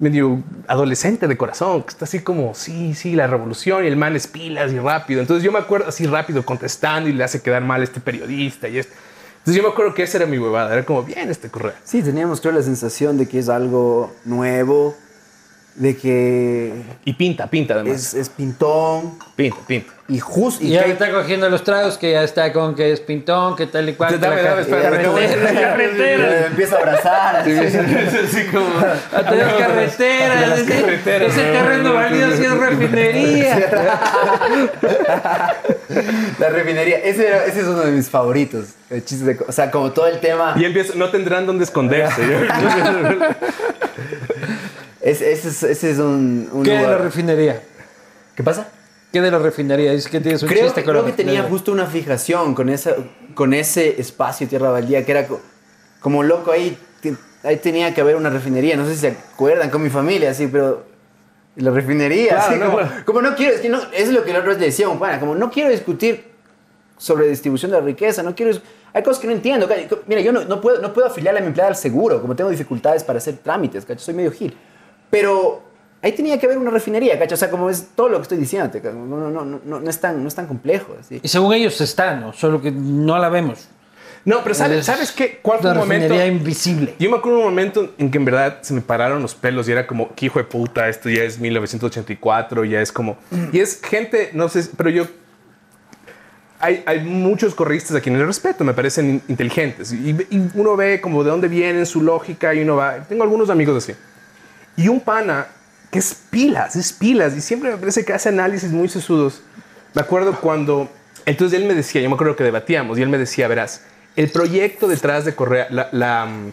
[SPEAKER 2] medio adolescente de corazón, que está así como, sí, sí, la revolución y el man es pilas y rápido. Entonces yo me acuerdo así rápido contestando y le hace quedar mal a este periodista y esto. Entonces yo me acuerdo que esa era mi huevada, era como, bien este correo.
[SPEAKER 3] Sí, teníamos, creo, la sensación de que es algo nuevo, de que
[SPEAKER 2] Y pinta, pinta además.
[SPEAKER 3] es, es pintón
[SPEAKER 2] Pinta, pinta.
[SPEAKER 3] y justo.
[SPEAKER 1] Y
[SPEAKER 3] Y
[SPEAKER 1] ya
[SPEAKER 3] que-
[SPEAKER 1] está cogiendo los tragos, que ya está con que es pintón, que tal y cual. que
[SPEAKER 2] Dame,
[SPEAKER 1] la
[SPEAKER 2] dame,
[SPEAKER 1] ca-
[SPEAKER 2] espera,
[SPEAKER 1] la
[SPEAKER 2] me tengo que-
[SPEAKER 1] carretera, la carretera.
[SPEAKER 3] Me empieza a abrazar. así.
[SPEAKER 2] así como...
[SPEAKER 1] A tener carreteras,
[SPEAKER 2] las
[SPEAKER 1] ese-
[SPEAKER 2] carreteras,
[SPEAKER 1] ese
[SPEAKER 2] ¿no?
[SPEAKER 1] terreno válido ha sido refinería.
[SPEAKER 3] La refinería, ese, era- ese es uno de mis favoritos. El chiste de, o sea, como todo el tema.
[SPEAKER 2] Y empieza, no tendrán dónde esconderse.
[SPEAKER 3] es- Ese es, ese es un, un
[SPEAKER 1] ¿Qué de la
[SPEAKER 3] lugar-
[SPEAKER 1] refinería?
[SPEAKER 3] ¿Qué pasa?
[SPEAKER 1] ¿Qué de la refinería? Dices que tienes un
[SPEAKER 3] Creo,
[SPEAKER 1] chiste con
[SPEAKER 3] creo
[SPEAKER 1] la
[SPEAKER 3] que tenía
[SPEAKER 1] refinería.
[SPEAKER 3] justo una fijación con, esa, con ese espacio Tierra Baldía, que era co- como loco ahí. te- Ahí tenía que haber una refinería. No sé si se acuerdan con mi familia, así, pero. La refinería,
[SPEAKER 2] Claro,
[SPEAKER 3] así,
[SPEAKER 2] no,
[SPEAKER 3] como,
[SPEAKER 2] bueno.
[SPEAKER 3] como no quiero, es que no, es lo que la otra vez le decía a un pana, como no quiero discutir sobre distribución de la riqueza, no quiero... Hay cosas que no entiendo. cacho. Mira, yo no, no puedo, no puedo afiliar a mi empleada al seguro, como tengo dificultades para hacer trámites, cacho, soy medio gil. Pero ahí tenía que haber una refinería, cacho, o sea, como es todo lo que estoy diciéndote, cacho, no, no, no, no, no es tan, no es tan complejo. Así.
[SPEAKER 1] Y según ellos está, ¿no? Solo que no la vemos.
[SPEAKER 2] No, pero ¿sabes, ¿sabes qué? ¿Cuál fue
[SPEAKER 1] La
[SPEAKER 2] un momento?
[SPEAKER 1] refinería invisible.
[SPEAKER 2] Yo me acuerdo un momento en que en verdad se me pararon los pelos y era como, "Qué hijo de puta, esto ya es 1984, ya es como... Y es gente, no sé, pero yo... Hay, hay muchos corristas a quienes respeto, me parecen in- inteligentes. Y, y uno ve como de dónde vienen, su lógica, y uno va... Tengo algunos amigos así. Y un pana que es pilas, es pilas, y siempre me parece que hace análisis muy sesudos. Me acuerdo cuando... Entonces él me decía, yo me acuerdo que debatíamos, y él me decía, verás, el proyecto detrás de Correa, la- la mm,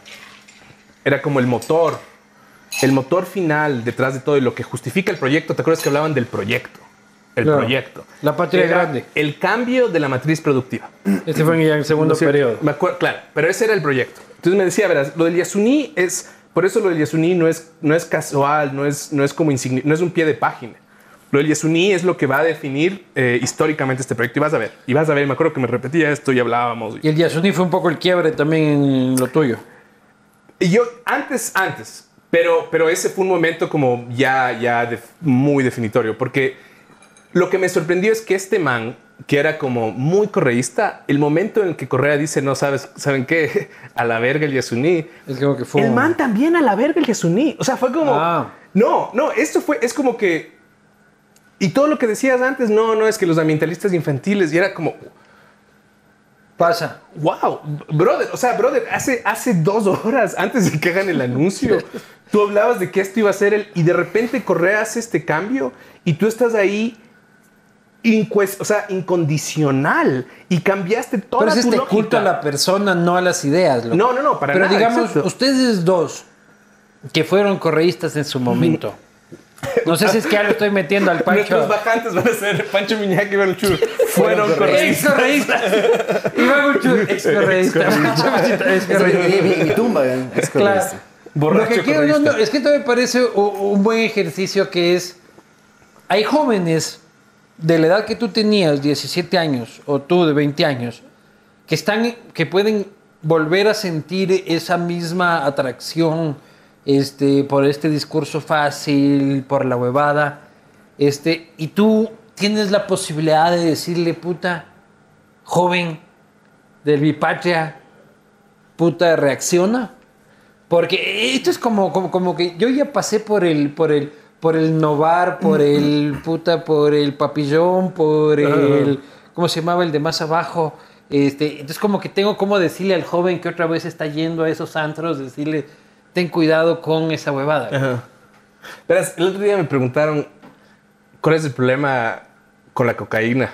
[SPEAKER 2] era como el motor, el motor final detrás de todo y lo que justifica el proyecto. ¿Te acuerdas que hablaban del proyecto? El
[SPEAKER 1] Claro.
[SPEAKER 2] proyecto.
[SPEAKER 1] La patria
[SPEAKER 2] Era
[SPEAKER 1] grande.
[SPEAKER 2] El cambio de la matriz productiva.
[SPEAKER 1] Este fue en el segundo
[SPEAKER 2] ¿no es cierto?
[SPEAKER 1] periodo.
[SPEAKER 2] Me acuerdo, claro, pero ese era el proyecto. Entonces me decía, verás, lo del Yasuní es, por eso lo del Yasuní no es, no es casual, no es, no es como insigni- no es un pie de página. Lo del Yasuní es lo que va a definir eh, históricamente este proyecto. Y vas a ver, y vas a ver, me acuerdo que me repetía esto y hablábamos.
[SPEAKER 1] Y el Yasuni fue un poco el quiebre también en lo tuyo.
[SPEAKER 2] Y yo antes, antes, pero, pero ese fue un momento como ya, ya de- muy definitorio, porque lo que me sorprendió es que este man, que era como muy correísta, el momento en el que Correa dice, no sabes, ¿saben qué? A la verga el Yasuní.
[SPEAKER 1] Es creo que fue.
[SPEAKER 2] El man también a la verga el Yasuní. O sea, fue como.
[SPEAKER 1] Ah.
[SPEAKER 2] No, no, esto fue. Es como que. Y todo lo que decías antes, no, no, es que los ambientalistas infantiles. Y era como,
[SPEAKER 1] Pasa.
[SPEAKER 2] wow, brother. O sea, brother, hace, hace dos horas antes de que hagan el anuncio, tú hablabas de que esto iba a ser el. Y de repente Correa hace este cambio y tú estás ahí. incues- o sea, incondicional y cambiaste toda
[SPEAKER 1] Pero es
[SPEAKER 2] tu
[SPEAKER 1] este
[SPEAKER 2] lógica.
[SPEAKER 1] culto a la persona, no a las ideas. loco.
[SPEAKER 2] No, no, no, para
[SPEAKER 1] Pero
[SPEAKER 2] nada,
[SPEAKER 1] digamos,
[SPEAKER 2] exacto.
[SPEAKER 1] ustedes dos, que fueron correístas en su momento. No sé si es que ya lo estoy metiendo al
[SPEAKER 2] Nuestros
[SPEAKER 1] pancho.
[SPEAKER 2] bajantes van a ser Pancho Miñac y Belchur. Fueron
[SPEAKER 1] Ex
[SPEAKER 2] correístas.
[SPEAKER 1] correístas. Iván Uchu, ex correísta. Ex
[SPEAKER 3] Eso
[SPEAKER 1] correísta.
[SPEAKER 3] mi, mi- mi tumba, ¿eh? es
[SPEAKER 1] Claro.
[SPEAKER 3] correcto.
[SPEAKER 2] Borracho
[SPEAKER 1] Lo que quiero-
[SPEAKER 2] correísta.
[SPEAKER 1] no, no, es que esto me parece u- un buen ejercicio que es. Hay jóvenes de la edad que tú tenías, 17 años, o tú de 20 años, que están, que pueden volver a sentir esa misma atracción este, por este discurso fácil, por la huevada, este, y tú tienes la posibilidad de decirle, puta, joven del bipatria, puta, reacciona. Porque esto es como, como, como que yo ya pasé por el, por el, por el novar, por el puta, por el papillón, por el, ¿cómo se llamaba? El de más abajo. Este, entonces como que tengo como decirle al joven que otra vez está yendo a esos antros, decirle, ten cuidado con esa huevada.
[SPEAKER 2] Ajá. Verás, el otro día me preguntaron cuál es el problema con la cocaína.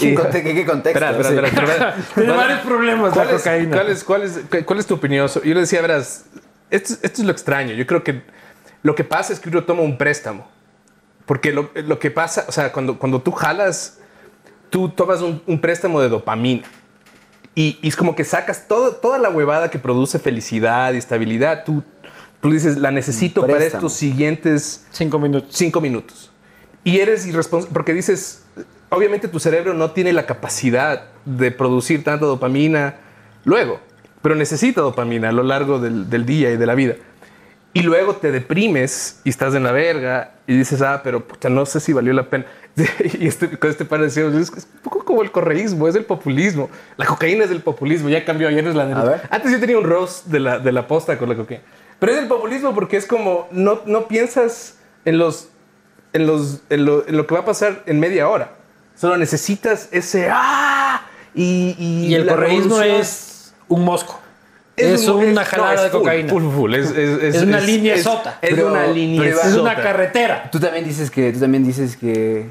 [SPEAKER 3] ¿Qué, conte- qué- qué contexto?
[SPEAKER 2] Espera, espera,
[SPEAKER 3] Sí.
[SPEAKER 2] espera, espera.
[SPEAKER 1] Tiene varios problemas
[SPEAKER 2] ¿Cuál
[SPEAKER 1] la
[SPEAKER 2] es,
[SPEAKER 1] cocaína.
[SPEAKER 2] cuál es- cuál es- cu- cuál es tu opinión? So- Yo le decía, verás, esto, es- esto es lo extraño. Yo creo que lo que pasa es que uno toma un préstamo. Porque lo, lo que pasa, o sea, cuando, cuando tú jalas, tú tomas un, un préstamo de dopamina. Y, y es como que sacas todo, toda la huevada que produce felicidad y estabilidad. Tú, tú dices, la necesito para
[SPEAKER 3] Préstamo.
[SPEAKER 2] estos siguientes
[SPEAKER 1] Cinco minutos.
[SPEAKER 2] cinco minutos. Y eres irresponsable porque dices, obviamente tu cerebro no tiene la capacidad de producir tanta dopamina luego, pero necesita dopamina a lo largo del, del día y de la vida. Y luego te deprimes y estás en la verga y dices, ah, pero pucha, no sé si valió la pena. Y este, con este par decíamos, es, es un poco como el correísmo, es el populismo. La cocaína es el populismo, ya cambió, ayer es la
[SPEAKER 3] A ver.
[SPEAKER 2] derecha. Antes yo tenía un roast de la, de la posta con la cocaína. Pero es el populismo porque es como, no, no piensas en los en, los, en, lo, en lo que va a pasar en media hora. Solo necesitas ese ¡ah! Y, y,
[SPEAKER 1] Y el
[SPEAKER 2] la
[SPEAKER 1] correísmo
[SPEAKER 2] revolución
[SPEAKER 1] es un mosco. Es,
[SPEAKER 2] un-
[SPEAKER 1] una
[SPEAKER 2] es-
[SPEAKER 1] jalada
[SPEAKER 2] no, es
[SPEAKER 1] de
[SPEAKER 2] full,
[SPEAKER 1] cocaína.
[SPEAKER 2] full, full. Es, es- es-
[SPEAKER 1] Es una
[SPEAKER 2] es-
[SPEAKER 1] línea
[SPEAKER 2] es-
[SPEAKER 1] sota.
[SPEAKER 2] Es
[SPEAKER 3] Pero-
[SPEAKER 2] una línea
[SPEAKER 3] pero
[SPEAKER 1] es una
[SPEAKER 2] sota.
[SPEAKER 1] carretera.
[SPEAKER 3] Tú también dices que, tú también dices que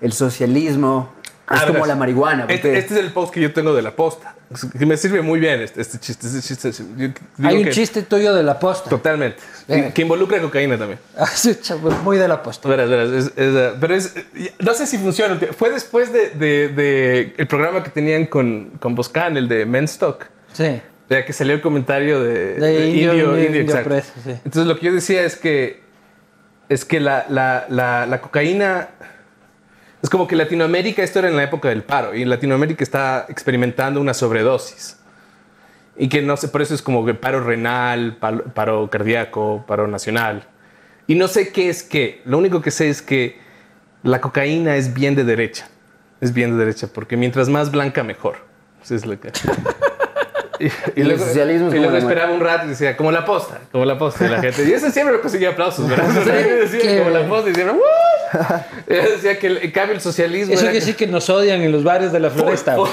[SPEAKER 3] el socialismo es
[SPEAKER 2] Ah,
[SPEAKER 3] como
[SPEAKER 2] verás.
[SPEAKER 3] la marihuana.
[SPEAKER 2] Este,
[SPEAKER 3] porque-
[SPEAKER 2] este es el post que yo tengo de la posta. Es- que Me sirve muy bien este, este chiste. este chiste. Yo digo
[SPEAKER 1] Hay un
[SPEAKER 2] que-
[SPEAKER 1] chiste tuyo de la posta.
[SPEAKER 2] Totalmente.
[SPEAKER 1] Venga.
[SPEAKER 2] Que, que involucra cocaína también.
[SPEAKER 1] Muy de la posta.
[SPEAKER 2] Verás, verás, es- es, eh, pero es, eh, no sé si funciona. Fue después de, de- de el programa que tenían con, con Boscan, el de Men's Talk.
[SPEAKER 1] Sí.
[SPEAKER 2] Ya que salió el comentario de,
[SPEAKER 1] De
[SPEAKER 2] de
[SPEAKER 1] indio,
[SPEAKER 2] indio,
[SPEAKER 1] indio,
[SPEAKER 2] indio,
[SPEAKER 1] indio
[SPEAKER 2] exacto.
[SPEAKER 1] preso, sí.
[SPEAKER 2] Entonces lo que yo decía es que es que la, la- la- la cocaína es como que Latinoamérica, esto era en la época del paro, y Latinoamérica está experimentando una sobredosis. Y que no sé, por eso es como que paro renal, palo- paro, cardíaco, paro nacional. Y no sé qué es qué. Lo único que sé es que la cocaína es bien de derecha. Es bien de derecha, porque mientras más blanca, mejor. Esa es la que- Y,
[SPEAKER 3] Y el socialismo es
[SPEAKER 2] y
[SPEAKER 3] como
[SPEAKER 2] luego
[SPEAKER 3] la
[SPEAKER 2] esperaba un rato y decía, como la posta, como la posta. Y la gente, y eso siempre lo conseguía aplausos, ¿verdad? O sea, yo decía,
[SPEAKER 1] Qué
[SPEAKER 2] como la
[SPEAKER 1] bueno.
[SPEAKER 2] posta, y decían, "¡Woo!". Yo decía que el- en cambio el socialismo.
[SPEAKER 1] Eso
[SPEAKER 2] era
[SPEAKER 1] quiere decir que nos odian en los bares de la floresta. güey.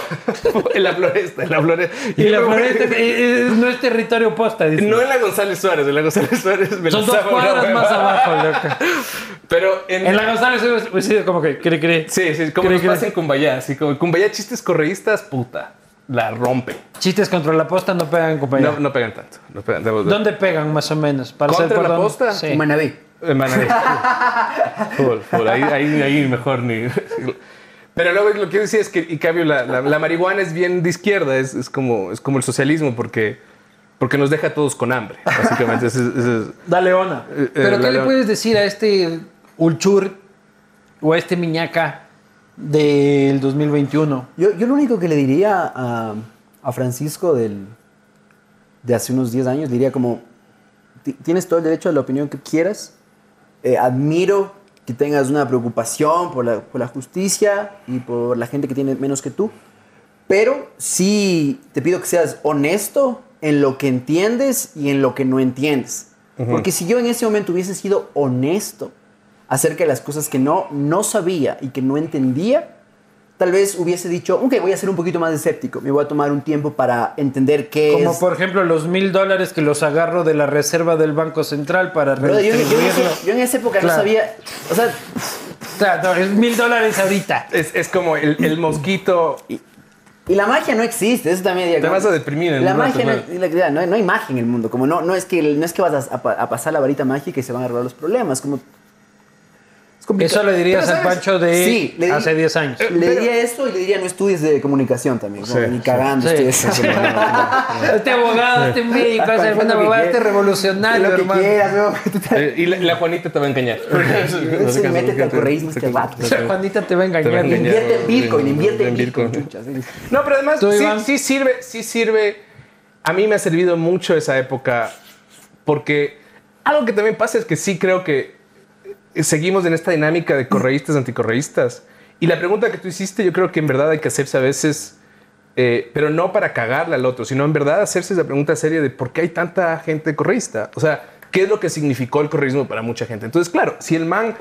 [SPEAKER 2] en la floresta, en la floresta.
[SPEAKER 1] Y la
[SPEAKER 2] luego-
[SPEAKER 1] floresta es- es- no es territorio posta. dice.
[SPEAKER 2] No en la González Suárez, en la González Suárez me
[SPEAKER 1] Son dos
[SPEAKER 2] lanzaba una
[SPEAKER 1] cuadras
[SPEAKER 2] hueva.
[SPEAKER 1] más abajo, loco.
[SPEAKER 2] Pero en,
[SPEAKER 1] En la González es- pues, sí, como que cri, cri.
[SPEAKER 2] Sí, sí, como
[SPEAKER 1] Cri,
[SPEAKER 2] nos
[SPEAKER 1] cri.
[SPEAKER 2] pasa en Cumbayá. Así como Cumbayá, chistes correístas, puta. La rompe.
[SPEAKER 1] Chistes contra la posta no pegan, compañero.
[SPEAKER 2] No, no pegan tanto. No pegan tanto.
[SPEAKER 1] ¿Dónde pegan más o menos? Para
[SPEAKER 2] ¿Contra
[SPEAKER 1] saber por
[SPEAKER 2] la
[SPEAKER 1] dónde-
[SPEAKER 2] posta?
[SPEAKER 1] Sí.
[SPEAKER 3] Manaví.
[SPEAKER 2] En Manaví. Full, full. Ahí, ahí, ahí mejor ni. Pero luego lo que yo decía es que, en cambio, la, la- la marihuana es bien de izquierda, es, es como, es como el socialismo, porque, porque nos deja a todos con hambre, básicamente. Ese es- ese es-
[SPEAKER 1] Da Leona.
[SPEAKER 2] Eh, eh,
[SPEAKER 1] Pero
[SPEAKER 2] la
[SPEAKER 1] ¿qué le
[SPEAKER 2] Leona.
[SPEAKER 1] puedes decir a este Ulchur o a este Miñaca del 2021?
[SPEAKER 3] Yo, yo lo único que le diría a, a Francisco del, de hace unos 10 años, diría como, "Ti- tienes todo el derecho a la opinión que quieras, eh, admiro que tengas una preocupación por la, por la justicia y por la gente que tiene menos que tú, pero sí te pido que seas honesto en lo que entiendes y en lo que no entiendes. Porque si yo en ese momento hubiese sido honesto acerca de las cosas que no, no sabía y que no entendía, tal vez hubiese dicho, ok, voy a ser un poquito más escéptico, me voy a tomar un tiempo para entender qué
[SPEAKER 1] Como
[SPEAKER 3] es...
[SPEAKER 1] por ejemplo los mil dólares que los agarro de la reserva del Banco Central para
[SPEAKER 3] Brother, yo, yo en
[SPEAKER 1] redistribuirlo.
[SPEAKER 3] ese- yo en esa época
[SPEAKER 1] Claro.
[SPEAKER 3] no sabía, o sea,
[SPEAKER 1] O sea, no, es mil dólares ahorita.
[SPEAKER 2] Es, es como el, el mosquito.
[SPEAKER 3] Y la magia no existe, eso también digo.
[SPEAKER 2] Te vas a deprimir en
[SPEAKER 3] La
[SPEAKER 2] un rato,
[SPEAKER 3] magia, no,
[SPEAKER 2] claro.
[SPEAKER 3] y la realidad, no, hay- no hay magia en el mundo. Como no, no es que no es que vas a, a pa- a pasar la varita mágica y se van a arreglar los problemas. Como es complicado.
[SPEAKER 1] Eso le dirías
[SPEAKER 3] Pero,
[SPEAKER 1] al
[SPEAKER 3] ¿sabes?
[SPEAKER 1] Pancho de
[SPEAKER 3] Sí, le di- Eh,
[SPEAKER 1] hace 10 años.
[SPEAKER 3] Le diría esto y le diría no estudies de comunicación también. como
[SPEAKER 2] Sí,
[SPEAKER 3] ni cagando
[SPEAKER 1] Sí.
[SPEAKER 3] estudies eso, no, no, no.
[SPEAKER 1] Este abogado, este médico, hace
[SPEAKER 3] Cualquier
[SPEAKER 1] alguna
[SPEAKER 3] lo que
[SPEAKER 1] babada,
[SPEAKER 3] quieras.
[SPEAKER 1] este revolucionario,
[SPEAKER 3] Lo que
[SPEAKER 1] hermano.
[SPEAKER 3] quieras, no, tú te-
[SPEAKER 2] Eh, Y la, la Juanita te va a engañar.
[SPEAKER 3] Sí, métete al correísmo este vato.
[SPEAKER 1] O sea, Juanita te va a
[SPEAKER 2] va a
[SPEAKER 1] engañar.
[SPEAKER 2] engañar.
[SPEAKER 3] Invierte en Bitcoin,
[SPEAKER 2] en-
[SPEAKER 3] invierte en
[SPEAKER 2] en
[SPEAKER 3] Bitcoin.
[SPEAKER 2] Bitcoin.
[SPEAKER 3] chucha, sí.
[SPEAKER 2] No, pero además
[SPEAKER 1] ¿Tú,
[SPEAKER 2] sí,
[SPEAKER 1] Iván?
[SPEAKER 2] sí sirve, sí sirve. A mí me ha servido mucho esa época porque algo que también pasa es que sí creo que seguimos en esta dinámica de correístas, anticorreístas. Y la pregunta que tú hiciste, yo creo que en verdad hay que hacerse a veces, eh, pero no para cagarle al otro, sino en verdad hacerse esa pregunta seria de por qué hay tanta gente correísta. O sea, ¿qué es lo que significó el correísmo para mucha gente? Entonces, claro, si el man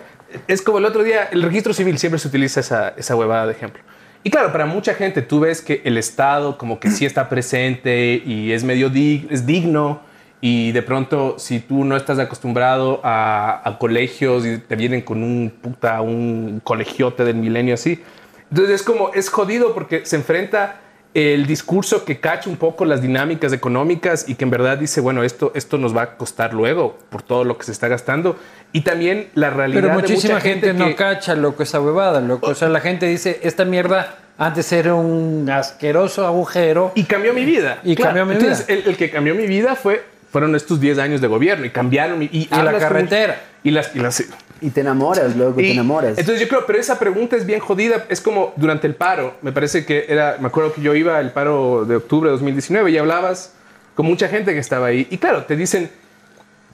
[SPEAKER 2] es como el otro día, el registro civil siempre se utiliza esa, esa huevada de ejemplo. Y claro, para mucha gente tú ves que el Estado como que sí está presente y es medio dig- es digno y de pronto, si tú no estás acostumbrado a, a colegios y te vienen con un puta, un colegiote del milenio así. Entonces es como, es jodido porque se enfrenta el discurso que cacha un poco las dinámicas económicas y que en verdad dice, bueno, esto, esto nos va a costar luego por todo lo que se está gastando. Y también la realidad
[SPEAKER 1] Pero
[SPEAKER 2] de
[SPEAKER 1] muchísima
[SPEAKER 2] mucha
[SPEAKER 1] gente,
[SPEAKER 2] gente,
[SPEAKER 1] no
[SPEAKER 2] que-
[SPEAKER 1] cacha, loco, esa huevada, loco. O sea, la gente dice, esta mierda antes era un asqueroso agujero.
[SPEAKER 2] Y cambió mi vida.
[SPEAKER 1] Y cambió mi
[SPEAKER 2] Entonces, El, el que cambió mi vida fue, fueron estos 10 años de gobierno y cambiaron mi... Y,
[SPEAKER 1] la
[SPEAKER 2] hablas con-
[SPEAKER 1] carretera.
[SPEAKER 2] Y las... Y las
[SPEAKER 3] Y te enamoras, luego
[SPEAKER 2] Y
[SPEAKER 3] te enamoras.
[SPEAKER 2] Entonces yo creo, pero esa pregunta es bien jodida. Es como durante el paro, me parece que era, me acuerdo que yo iba al paro de octubre de 2019 y hablabas con mucha gente que estaba ahí. Y claro, te dicen,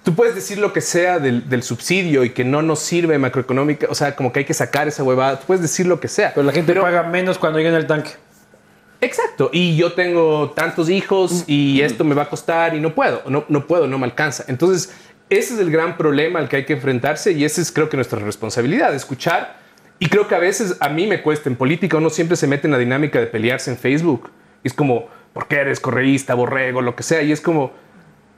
[SPEAKER 2] tú puedes decir lo que sea del, del subsidio y que no nos sirve macroeconómica, o sea, como que hay que sacar esa huevada, tú puedes decir lo que sea.
[SPEAKER 1] Pero la gente paga menos cuando llega en el tanque.
[SPEAKER 2] Exacto. Y yo tengo tantos
[SPEAKER 1] Mm.
[SPEAKER 2] hijos y esto me va a costar y no puedo, no, no puedo, no me alcanza. Entonces, ese es el gran problema al que hay que enfrentarse y esa es creo que nuestra responsabilidad, escuchar. Y creo que a veces a mí me cuesta en política, uno siempre se mete en la dinámica de pelearse en Facebook. Y es como, ¿por qué eres correísta, borrego, lo que sea? Y es como,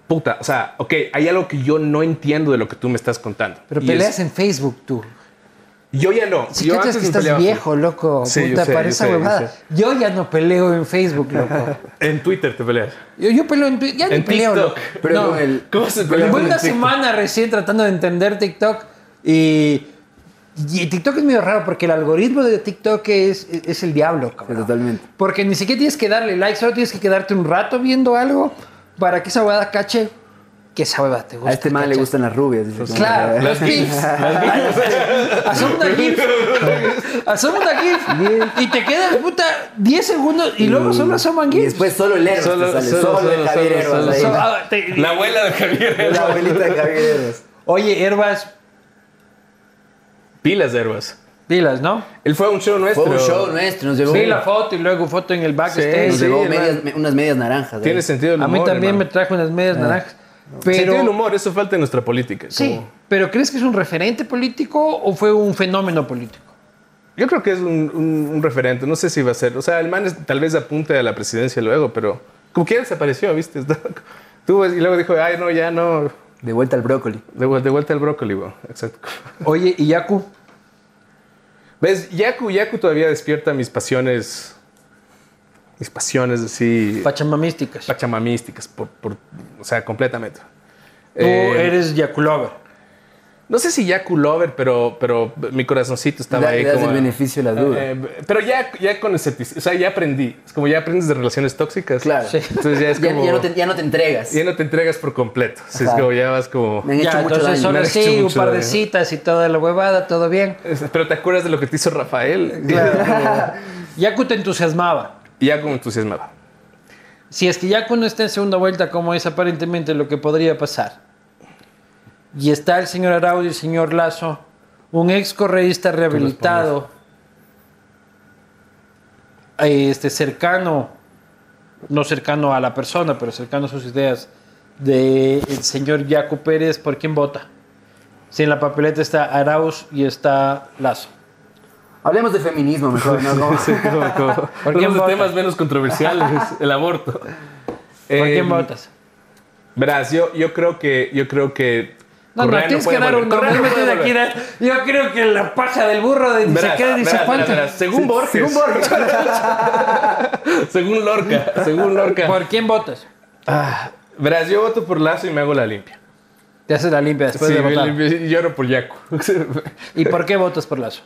[SPEAKER 2] puta, o sea, ok, hay algo que yo no entiendo de lo que tú me estás contando.
[SPEAKER 1] Pero
[SPEAKER 2] Y
[SPEAKER 1] peleas
[SPEAKER 2] es-
[SPEAKER 1] en Facebook, tú.
[SPEAKER 2] Yo ya no.
[SPEAKER 1] Si
[SPEAKER 2] yo
[SPEAKER 1] cachas
[SPEAKER 2] antes
[SPEAKER 1] que
[SPEAKER 2] me
[SPEAKER 1] estás
[SPEAKER 2] peleaba full.
[SPEAKER 1] viejo, loco,
[SPEAKER 2] Sí, yo
[SPEAKER 1] puta,
[SPEAKER 2] sé,
[SPEAKER 1] para
[SPEAKER 2] yo
[SPEAKER 1] esa
[SPEAKER 2] sé, yo
[SPEAKER 1] huevada.
[SPEAKER 2] sé.
[SPEAKER 1] Yo, ya no peleo en Facebook, loco.
[SPEAKER 2] En Twitter te peleas.
[SPEAKER 1] Yo, yo peleo en Twitter. Ya ni
[SPEAKER 2] En
[SPEAKER 1] peleo,
[SPEAKER 2] TikTok.
[SPEAKER 1] loco.
[SPEAKER 3] Pero
[SPEAKER 1] No.
[SPEAKER 3] con el-
[SPEAKER 2] ¿Cómo se
[SPEAKER 1] Llevo
[SPEAKER 2] pelea? con
[SPEAKER 1] una
[SPEAKER 2] el TikTok?
[SPEAKER 1] semana recién tratando de entender TikTok y, y TikTok es medio raro porque el algoritmo de TikTok es, es el diablo, cabrón.
[SPEAKER 3] Totalmente.
[SPEAKER 1] Porque ni siquiera tienes que darle like, solo tienes que quedarte un rato viendo algo para que esa huevada cache que esa huevada te gusta.
[SPEAKER 3] a este man le
[SPEAKER 1] ¿cachai?
[SPEAKER 3] gustan las rubias. dice, como-
[SPEAKER 1] Claro, los gifs. Haz una gif. Haz una gif. Y te quedas, puta, 10 segundos y luego solo asoman
[SPEAKER 3] Y
[SPEAKER 1] gifs.
[SPEAKER 3] después solo el Eros
[SPEAKER 2] Solo-
[SPEAKER 3] te sale,
[SPEAKER 2] solo-
[SPEAKER 3] solo, de
[SPEAKER 2] solo- solo-
[SPEAKER 3] Javier Eros
[SPEAKER 2] solo-
[SPEAKER 3] ahí.
[SPEAKER 1] So- ah, te-
[SPEAKER 2] La abuela de Javier.
[SPEAKER 3] La abuelita de Javier Eros.
[SPEAKER 1] Oye, Herbas,
[SPEAKER 2] Pilas de herbas.
[SPEAKER 1] pilas, ¿no?
[SPEAKER 2] Él fue a un show nuestro.
[SPEAKER 3] Fue un show nuestro, nos llevó,
[SPEAKER 1] Sí,
[SPEAKER 3] un-
[SPEAKER 1] la foto y luego foto en el backstage.
[SPEAKER 3] nos
[SPEAKER 2] sí,
[SPEAKER 3] llevó
[SPEAKER 2] el
[SPEAKER 3] medias-
[SPEAKER 2] man.
[SPEAKER 3] me- unas medias naranjas. ahí.
[SPEAKER 2] Tiene sentido el
[SPEAKER 1] a
[SPEAKER 2] humor.
[SPEAKER 1] mí también me
[SPEAKER 2] hermano. Ah.
[SPEAKER 1] trajo unas medias naranjas.
[SPEAKER 2] Sentido del
[SPEAKER 1] Pero,
[SPEAKER 2] humor, eso falta en nuestra política.
[SPEAKER 1] sí,
[SPEAKER 2] como-
[SPEAKER 1] pero ¿crees que es un referente político o fue un fenómeno político?
[SPEAKER 2] Yo creo que es un, un- un referente. No sé si va a ser. O sea, el man es- tal vez apunte a la presidencia luego, pero como que ya desapareció, ¿viste? Está- Tú, y luego dijo, ay, no, ya no.
[SPEAKER 3] De vuelta al brócoli.
[SPEAKER 2] De, vuel- de vuelta al brócoli, bro. Exacto.
[SPEAKER 1] Oye, y Yaku,
[SPEAKER 2] ¿Ves? Yaku, Yaku todavía despierta mis pasiones. Mis pasiones así.
[SPEAKER 1] Pachamamísticas.
[SPEAKER 2] Pachamamísticas. Por, por- o sea, completamente.
[SPEAKER 1] Tú
[SPEAKER 2] Eh,
[SPEAKER 1] eres Yakulover.
[SPEAKER 2] No sé si Yaku Lover, pero, pero mi corazoncito estaba
[SPEAKER 3] Le-
[SPEAKER 2] ahí.
[SPEAKER 3] le das
[SPEAKER 2] como-
[SPEAKER 3] el beneficio de la duda.
[SPEAKER 2] Eh, pero ya, ya con escepticismo, o sea, ya aprendí. Es como ya aprendes de relaciones tóxicas.
[SPEAKER 3] Claro.
[SPEAKER 1] Sí.
[SPEAKER 2] Entonces ya es
[SPEAKER 3] Ya,
[SPEAKER 2] como.
[SPEAKER 3] ya no te, ya no te entregas.
[SPEAKER 2] ya no te entregas por completo. O sea, es
[SPEAKER 3] Ajá.
[SPEAKER 2] como ya vas como.
[SPEAKER 3] Me han hecho
[SPEAKER 1] Ya,
[SPEAKER 3] mucho
[SPEAKER 1] entonces
[SPEAKER 3] daño.
[SPEAKER 1] solo
[SPEAKER 2] me han hecho
[SPEAKER 1] así, un
[SPEAKER 2] mucho
[SPEAKER 1] par de
[SPEAKER 2] daño.
[SPEAKER 1] citas y toda la huevada, todo bien.
[SPEAKER 2] Es- Pero te acuerdas de lo que te hizo Rafael.
[SPEAKER 1] Yaku te entusiasmaba.
[SPEAKER 2] Y ya como entusiasmaba.
[SPEAKER 1] Si es que Yaku no está en segunda vuelta, como es aparentemente lo que podría pasar, y está el señor Araujo y el señor Lazo, Un ex correísta rehabilitado, eh, este, cercano, no cercano a la persona, pero cercano a sus ideas, del señor Jaco Pérez, ¿por quién vota? Si en la papeleta está Arauz y está Lazo.
[SPEAKER 3] Hablemos de feminismo mejor, ¿no? Como-
[SPEAKER 2] Como- como-
[SPEAKER 1] ¿Por
[SPEAKER 2] uno
[SPEAKER 1] quién
[SPEAKER 2] de los
[SPEAKER 1] votas?
[SPEAKER 2] temas menos controversiales, el aborto.
[SPEAKER 1] ¿Por
[SPEAKER 2] Eh,
[SPEAKER 1] quién votas?
[SPEAKER 2] Verás, yo, yo creo que. Yo creo que
[SPEAKER 1] No, no,
[SPEAKER 2] Correa
[SPEAKER 1] tienes
[SPEAKER 2] puede
[SPEAKER 1] que dar
[SPEAKER 2] volver.
[SPEAKER 1] un
[SPEAKER 2] Correa no
[SPEAKER 1] realmente
[SPEAKER 2] puede
[SPEAKER 1] de aquí
[SPEAKER 2] volver.
[SPEAKER 1] dar- Yo creo que la paja del burro de ni se
[SPEAKER 2] Verás,
[SPEAKER 1] queda ni se
[SPEAKER 2] verás,
[SPEAKER 1] cuánto.
[SPEAKER 2] verás, verás. Según Borges.
[SPEAKER 3] Según
[SPEAKER 2] Según,
[SPEAKER 3] Borges.
[SPEAKER 2] Lorca. Según Lorca.
[SPEAKER 1] ¿Por quién votas?
[SPEAKER 2] Ah, verás, yo voto por Lazo y me hago la limpia.
[SPEAKER 1] Te haces la limpia después
[SPEAKER 2] Sí,
[SPEAKER 1] de
[SPEAKER 2] me
[SPEAKER 1] votar.
[SPEAKER 2] limpio y lloro por Yaco.
[SPEAKER 1] ¿Y por qué votas por Lazo?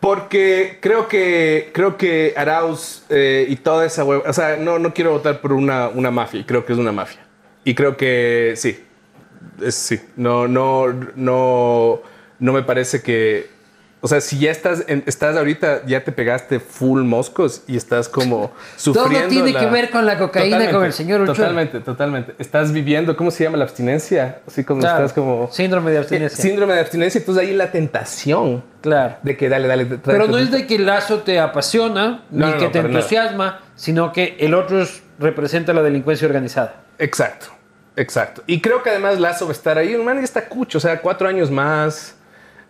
[SPEAKER 2] Porque creo que creo que Arauz eh, y toda esa hueva. O sea, no, no quiero votar por una, una mafia. y Creo que es una mafia. Y creo que sí. Es- sí. No, no, no, no me parece que. O sea, si ya estás, en- estás ahorita, ya te pegaste full moscos y estás como sufriendo.
[SPEAKER 1] tiene que ver con la cocaína, con el señor Ochoa.
[SPEAKER 2] Totalmente, totalmente. Estás viviendo, ¿cómo se llama la abstinencia? Así como
[SPEAKER 1] Claro,
[SPEAKER 2] estás como.
[SPEAKER 1] Síndrome de abstinencia.
[SPEAKER 2] Síndrome de abstinencia. Entonces ahí la tentación
[SPEAKER 1] Claro.
[SPEAKER 2] de que dale, dale. trae
[SPEAKER 1] Pero
[SPEAKER 2] tu-
[SPEAKER 1] no es de que Lazo te apasiona,
[SPEAKER 2] No,
[SPEAKER 1] ni
[SPEAKER 2] no,
[SPEAKER 1] que
[SPEAKER 2] no,
[SPEAKER 1] te
[SPEAKER 2] para nada.
[SPEAKER 1] entusiasma, sino que el otro es- representa la delincuencia organizada.
[SPEAKER 2] Exacto, exacto. Y creo que además Lazo va a estar ahí. Un man ya está cucho, o sea, cuatro años más.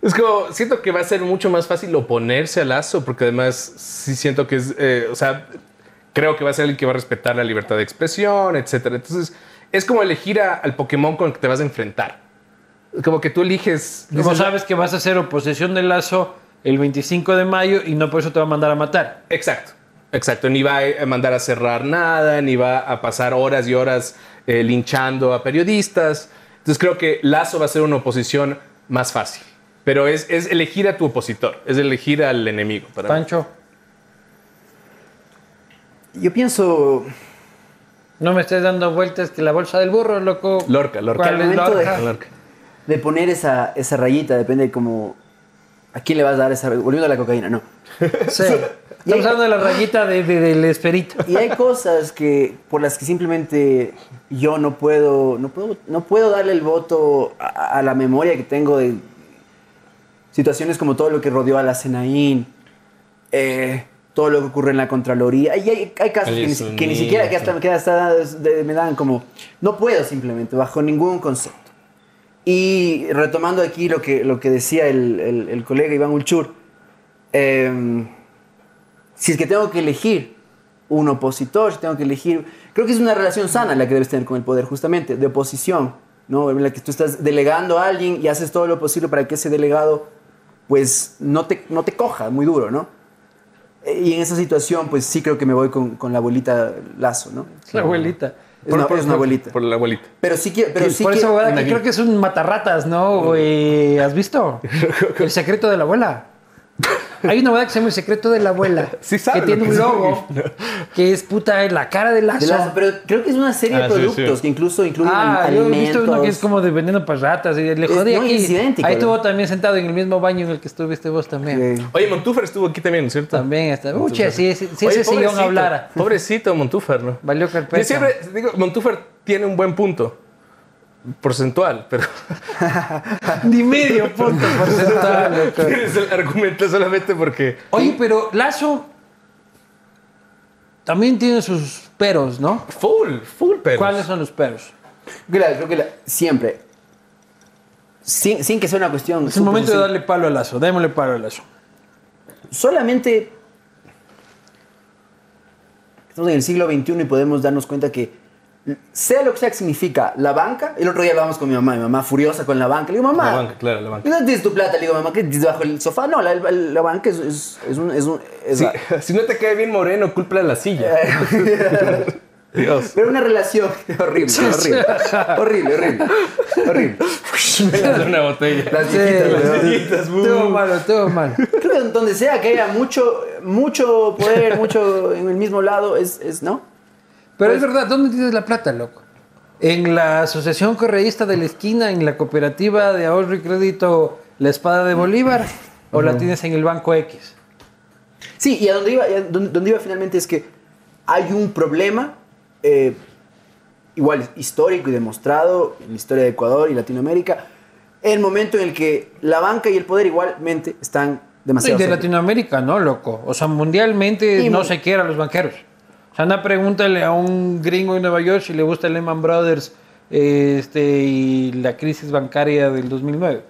[SPEAKER 2] Es como, siento que va a ser mucho más fácil oponerse a Lazo, porque además sí siento que es, eh, o sea, creo que va a ser el que va a respetar la libertad de expresión, etcétera. Entonces, es como elegir a- al Pokémon con el que te vas a enfrentar. Como que tú eliges.
[SPEAKER 1] Como
[SPEAKER 2] dices,
[SPEAKER 1] sabes que vas a hacer oposición de Lazo el 25 de mayo y no por eso te va a mandar a matar.
[SPEAKER 2] Exacto, exacto. Ni va a eh, mandar a cerrar nada, ni va a pasar horas y horas eh, linchando a periodistas. Entonces creo que Lazo va a ser una oposición más fácil. Pero es, es elegir a tu opositor, es elegir al enemigo. Para mí.
[SPEAKER 1] Pancho,
[SPEAKER 3] Yo pienso,
[SPEAKER 1] no me estés dando vueltas que la bolsa del burro, loco.
[SPEAKER 2] Lorca, Lorca.
[SPEAKER 1] ¿Cuál es
[SPEAKER 3] Al momento
[SPEAKER 1] Lorca?
[SPEAKER 3] de- de poner esa, esa rayita, depende de cómo... ¿A quién le vas a dar esa... Volviendo a la cocaína, no.
[SPEAKER 1] Sí.
[SPEAKER 3] Y hay-
[SPEAKER 1] Estamos hablando de la rayita de- de- del esperito.
[SPEAKER 3] Y hay cosas que por las que simplemente yo no puedo, no puedo, no puedo darle el voto a, a la memoria que tengo de situaciones como todo lo que rodeó a la Senaín, eh, todo lo que ocurre en la Contraloría. Y hay, hay casos que ni, que ni siquiera que hasta, que hasta de- me dan como, no puedo simplemente, bajo ningún concepto. Y retomando aquí lo que, lo que decía el, el- el colega Iván Ulchur, em, si es que tengo que elegir un opositor, si tengo que elegir, creo que es una relación sana la que debes tener con el poder, justamente, de oposición, ¿no? En la que tú estás delegando a alguien y haces todo lo posible para que ese delegado, pues, no te, no te coja muy duro, ¿no? Eh, Y en esa situación, pues sí creo que me voy con, con la abuelita Lazo, ¿no?
[SPEAKER 1] Es la abuelita.
[SPEAKER 3] Es una, es una abuelita.
[SPEAKER 2] Por pues, la abuelita.
[SPEAKER 3] Pero sí quiero... Pero sí
[SPEAKER 1] Por
[SPEAKER 3] quiero-
[SPEAKER 1] eso, abogada, que
[SPEAKER 2] imagino.
[SPEAKER 1] creo que es un matarratas, ¿no? güey? ¿Has visto? El secreto de la abuela. Hay una abogada que se llama El secreto de la abuela.
[SPEAKER 2] Sí sabe
[SPEAKER 1] que
[SPEAKER 2] lo
[SPEAKER 1] tiene
[SPEAKER 2] que
[SPEAKER 1] un
[SPEAKER 2] es.
[SPEAKER 1] logo que es puta en la cara de lazo.
[SPEAKER 3] de Lazo, pero creo que es una serie
[SPEAKER 2] Ah,
[SPEAKER 3] de
[SPEAKER 2] sí,
[SPEAKER 3] productos
[SPEAKER 2] sí.
[SPEAKER 3] que incluso incluyen
[SPEAKER 1] Ah, yo
[SPEAKER 3] alimentos.
[SPEAKER 1] he visto uno que es como de veneno para ratas. Y le
[SPEAKER 3] Es-
[SPEAKER 1] jodí
[SPEAKER 3] no,
[SPEAKER 1] aquí.
[SPEAKER 3] es idéntico,
[SPEAKER 1] Ahí
[SPEAKER 3] güey.
[SPEAKER 1] estuvo también sentado en el mismo baño en el que estuviste vos también.
[SPEAKER 3] Eh,
[SPEAKER 2] Oye, Montúfar estuvo aquí también, ¿cierto?
[SPEAKER 1] También está. Uche, si, ese- si
[SPEAKER 2] Oye,
[SPEAKER 1] ese sillón
[SPEAKER 2] pobrecito,
[SPEAKER 1] hablara. pues,
[SPEAKER 2] Pobrecito Montúfar, ¿no?
[SPEAKER 1] Valió
[SPEAKER 2] Yo
[SPEAKER 1] carpeta.
[SPEAKER 2] siempre digo, Montúfar tiene un buen punto porcentual, pero
[SPEAKER 1] Ni medio punto porcentual. loco.
[SPEAKER 2] tienes el argumento solamente porque
[SPEAKER 1] Oye, pero Lazo también tiene sus peros, ¿no?
[SPEAKER 2] full, full, pero
[SPEAKER 1] ¿Cuáles son los peros?
[SPEAKER 3] Creo que la- creo que la- siempre. Sin, sin que sea una cuestión.
[SPEAKER 1] Es el momento de
[SPEAKER 3] superficial.
[SPEAKER 1] darle palo al lazo, démosle palo al lazo.
[SPEAKER 3] Solamente. Estamos en el siglo XXI y podemos darnos cuenta que, sea lo que sea que significa la banca, el otro día hablábamos con mi mamá, mi mamá furiosa con la banca. Le digo, mamá.
[SPEAKER 2] La banca, claro, la banca.
[SPEAKER 3] No tienes tu plata, le digo, mamá, que bajo el sofá. No, la, la- la banca es, es, es un. Es un- es
[SPEAKER 2] Si,
[SPEAKER 3] la-
[SPEAKER 2] si no te cae bien Moreno, culpa de la silla. Dios.
[SPEAKER 3] Pero una relación horrible, horrible. horrible, horrible. Horrible.
[SPEAKER 2] una botella.
[SPEAKER 3] Las
[SPEAKER 1] las
[SPEAKER 3] viejitas, weón.
[SPEAKER 2] Sillitas, bu.
[SPEAKER 1] Todo malo, todo malo.
[SPEAKER 3] Creo que donde sea que haya mucho, mucho poder, mucho en el mismo lado, es, es ¿no?
[SPEAKER 1] Pero es verdad, ¿dónde tienes la plata, loco? Pues- En la Asociación Correísta de la Esquina, en la Cooperativa de Ahorro y Crédito La Espada de Bolívar, o la tienes en el Banco X.
[SPEAKER 3] Sí, y a donde iba, y a donde, donde iba finalmente es que hay un problema, eh, igual histórico y demostrado en la historia de Ecuador y Latinoamérica, el momento en el que la banca y el poder igualmente están
[SPEAKER 1] Y
[SPEAKER 3] demasiado
[SPEAKER 1] de
[SPEAKER 3] cerca.
[SPEAKER 1] Latinoamérica, ¿no, loco? O sea, mundialmente
[SPEAKER 3] Y
[SPEAKER 1] no
[SPEAKER 3] mu-
[SPEAKER 1] se quiere a los banqueros. O sea, anda, pregúntale a un gringo en Nueva York si le gusta el Lehman Brothers este, y la crisis bancaria del 2009.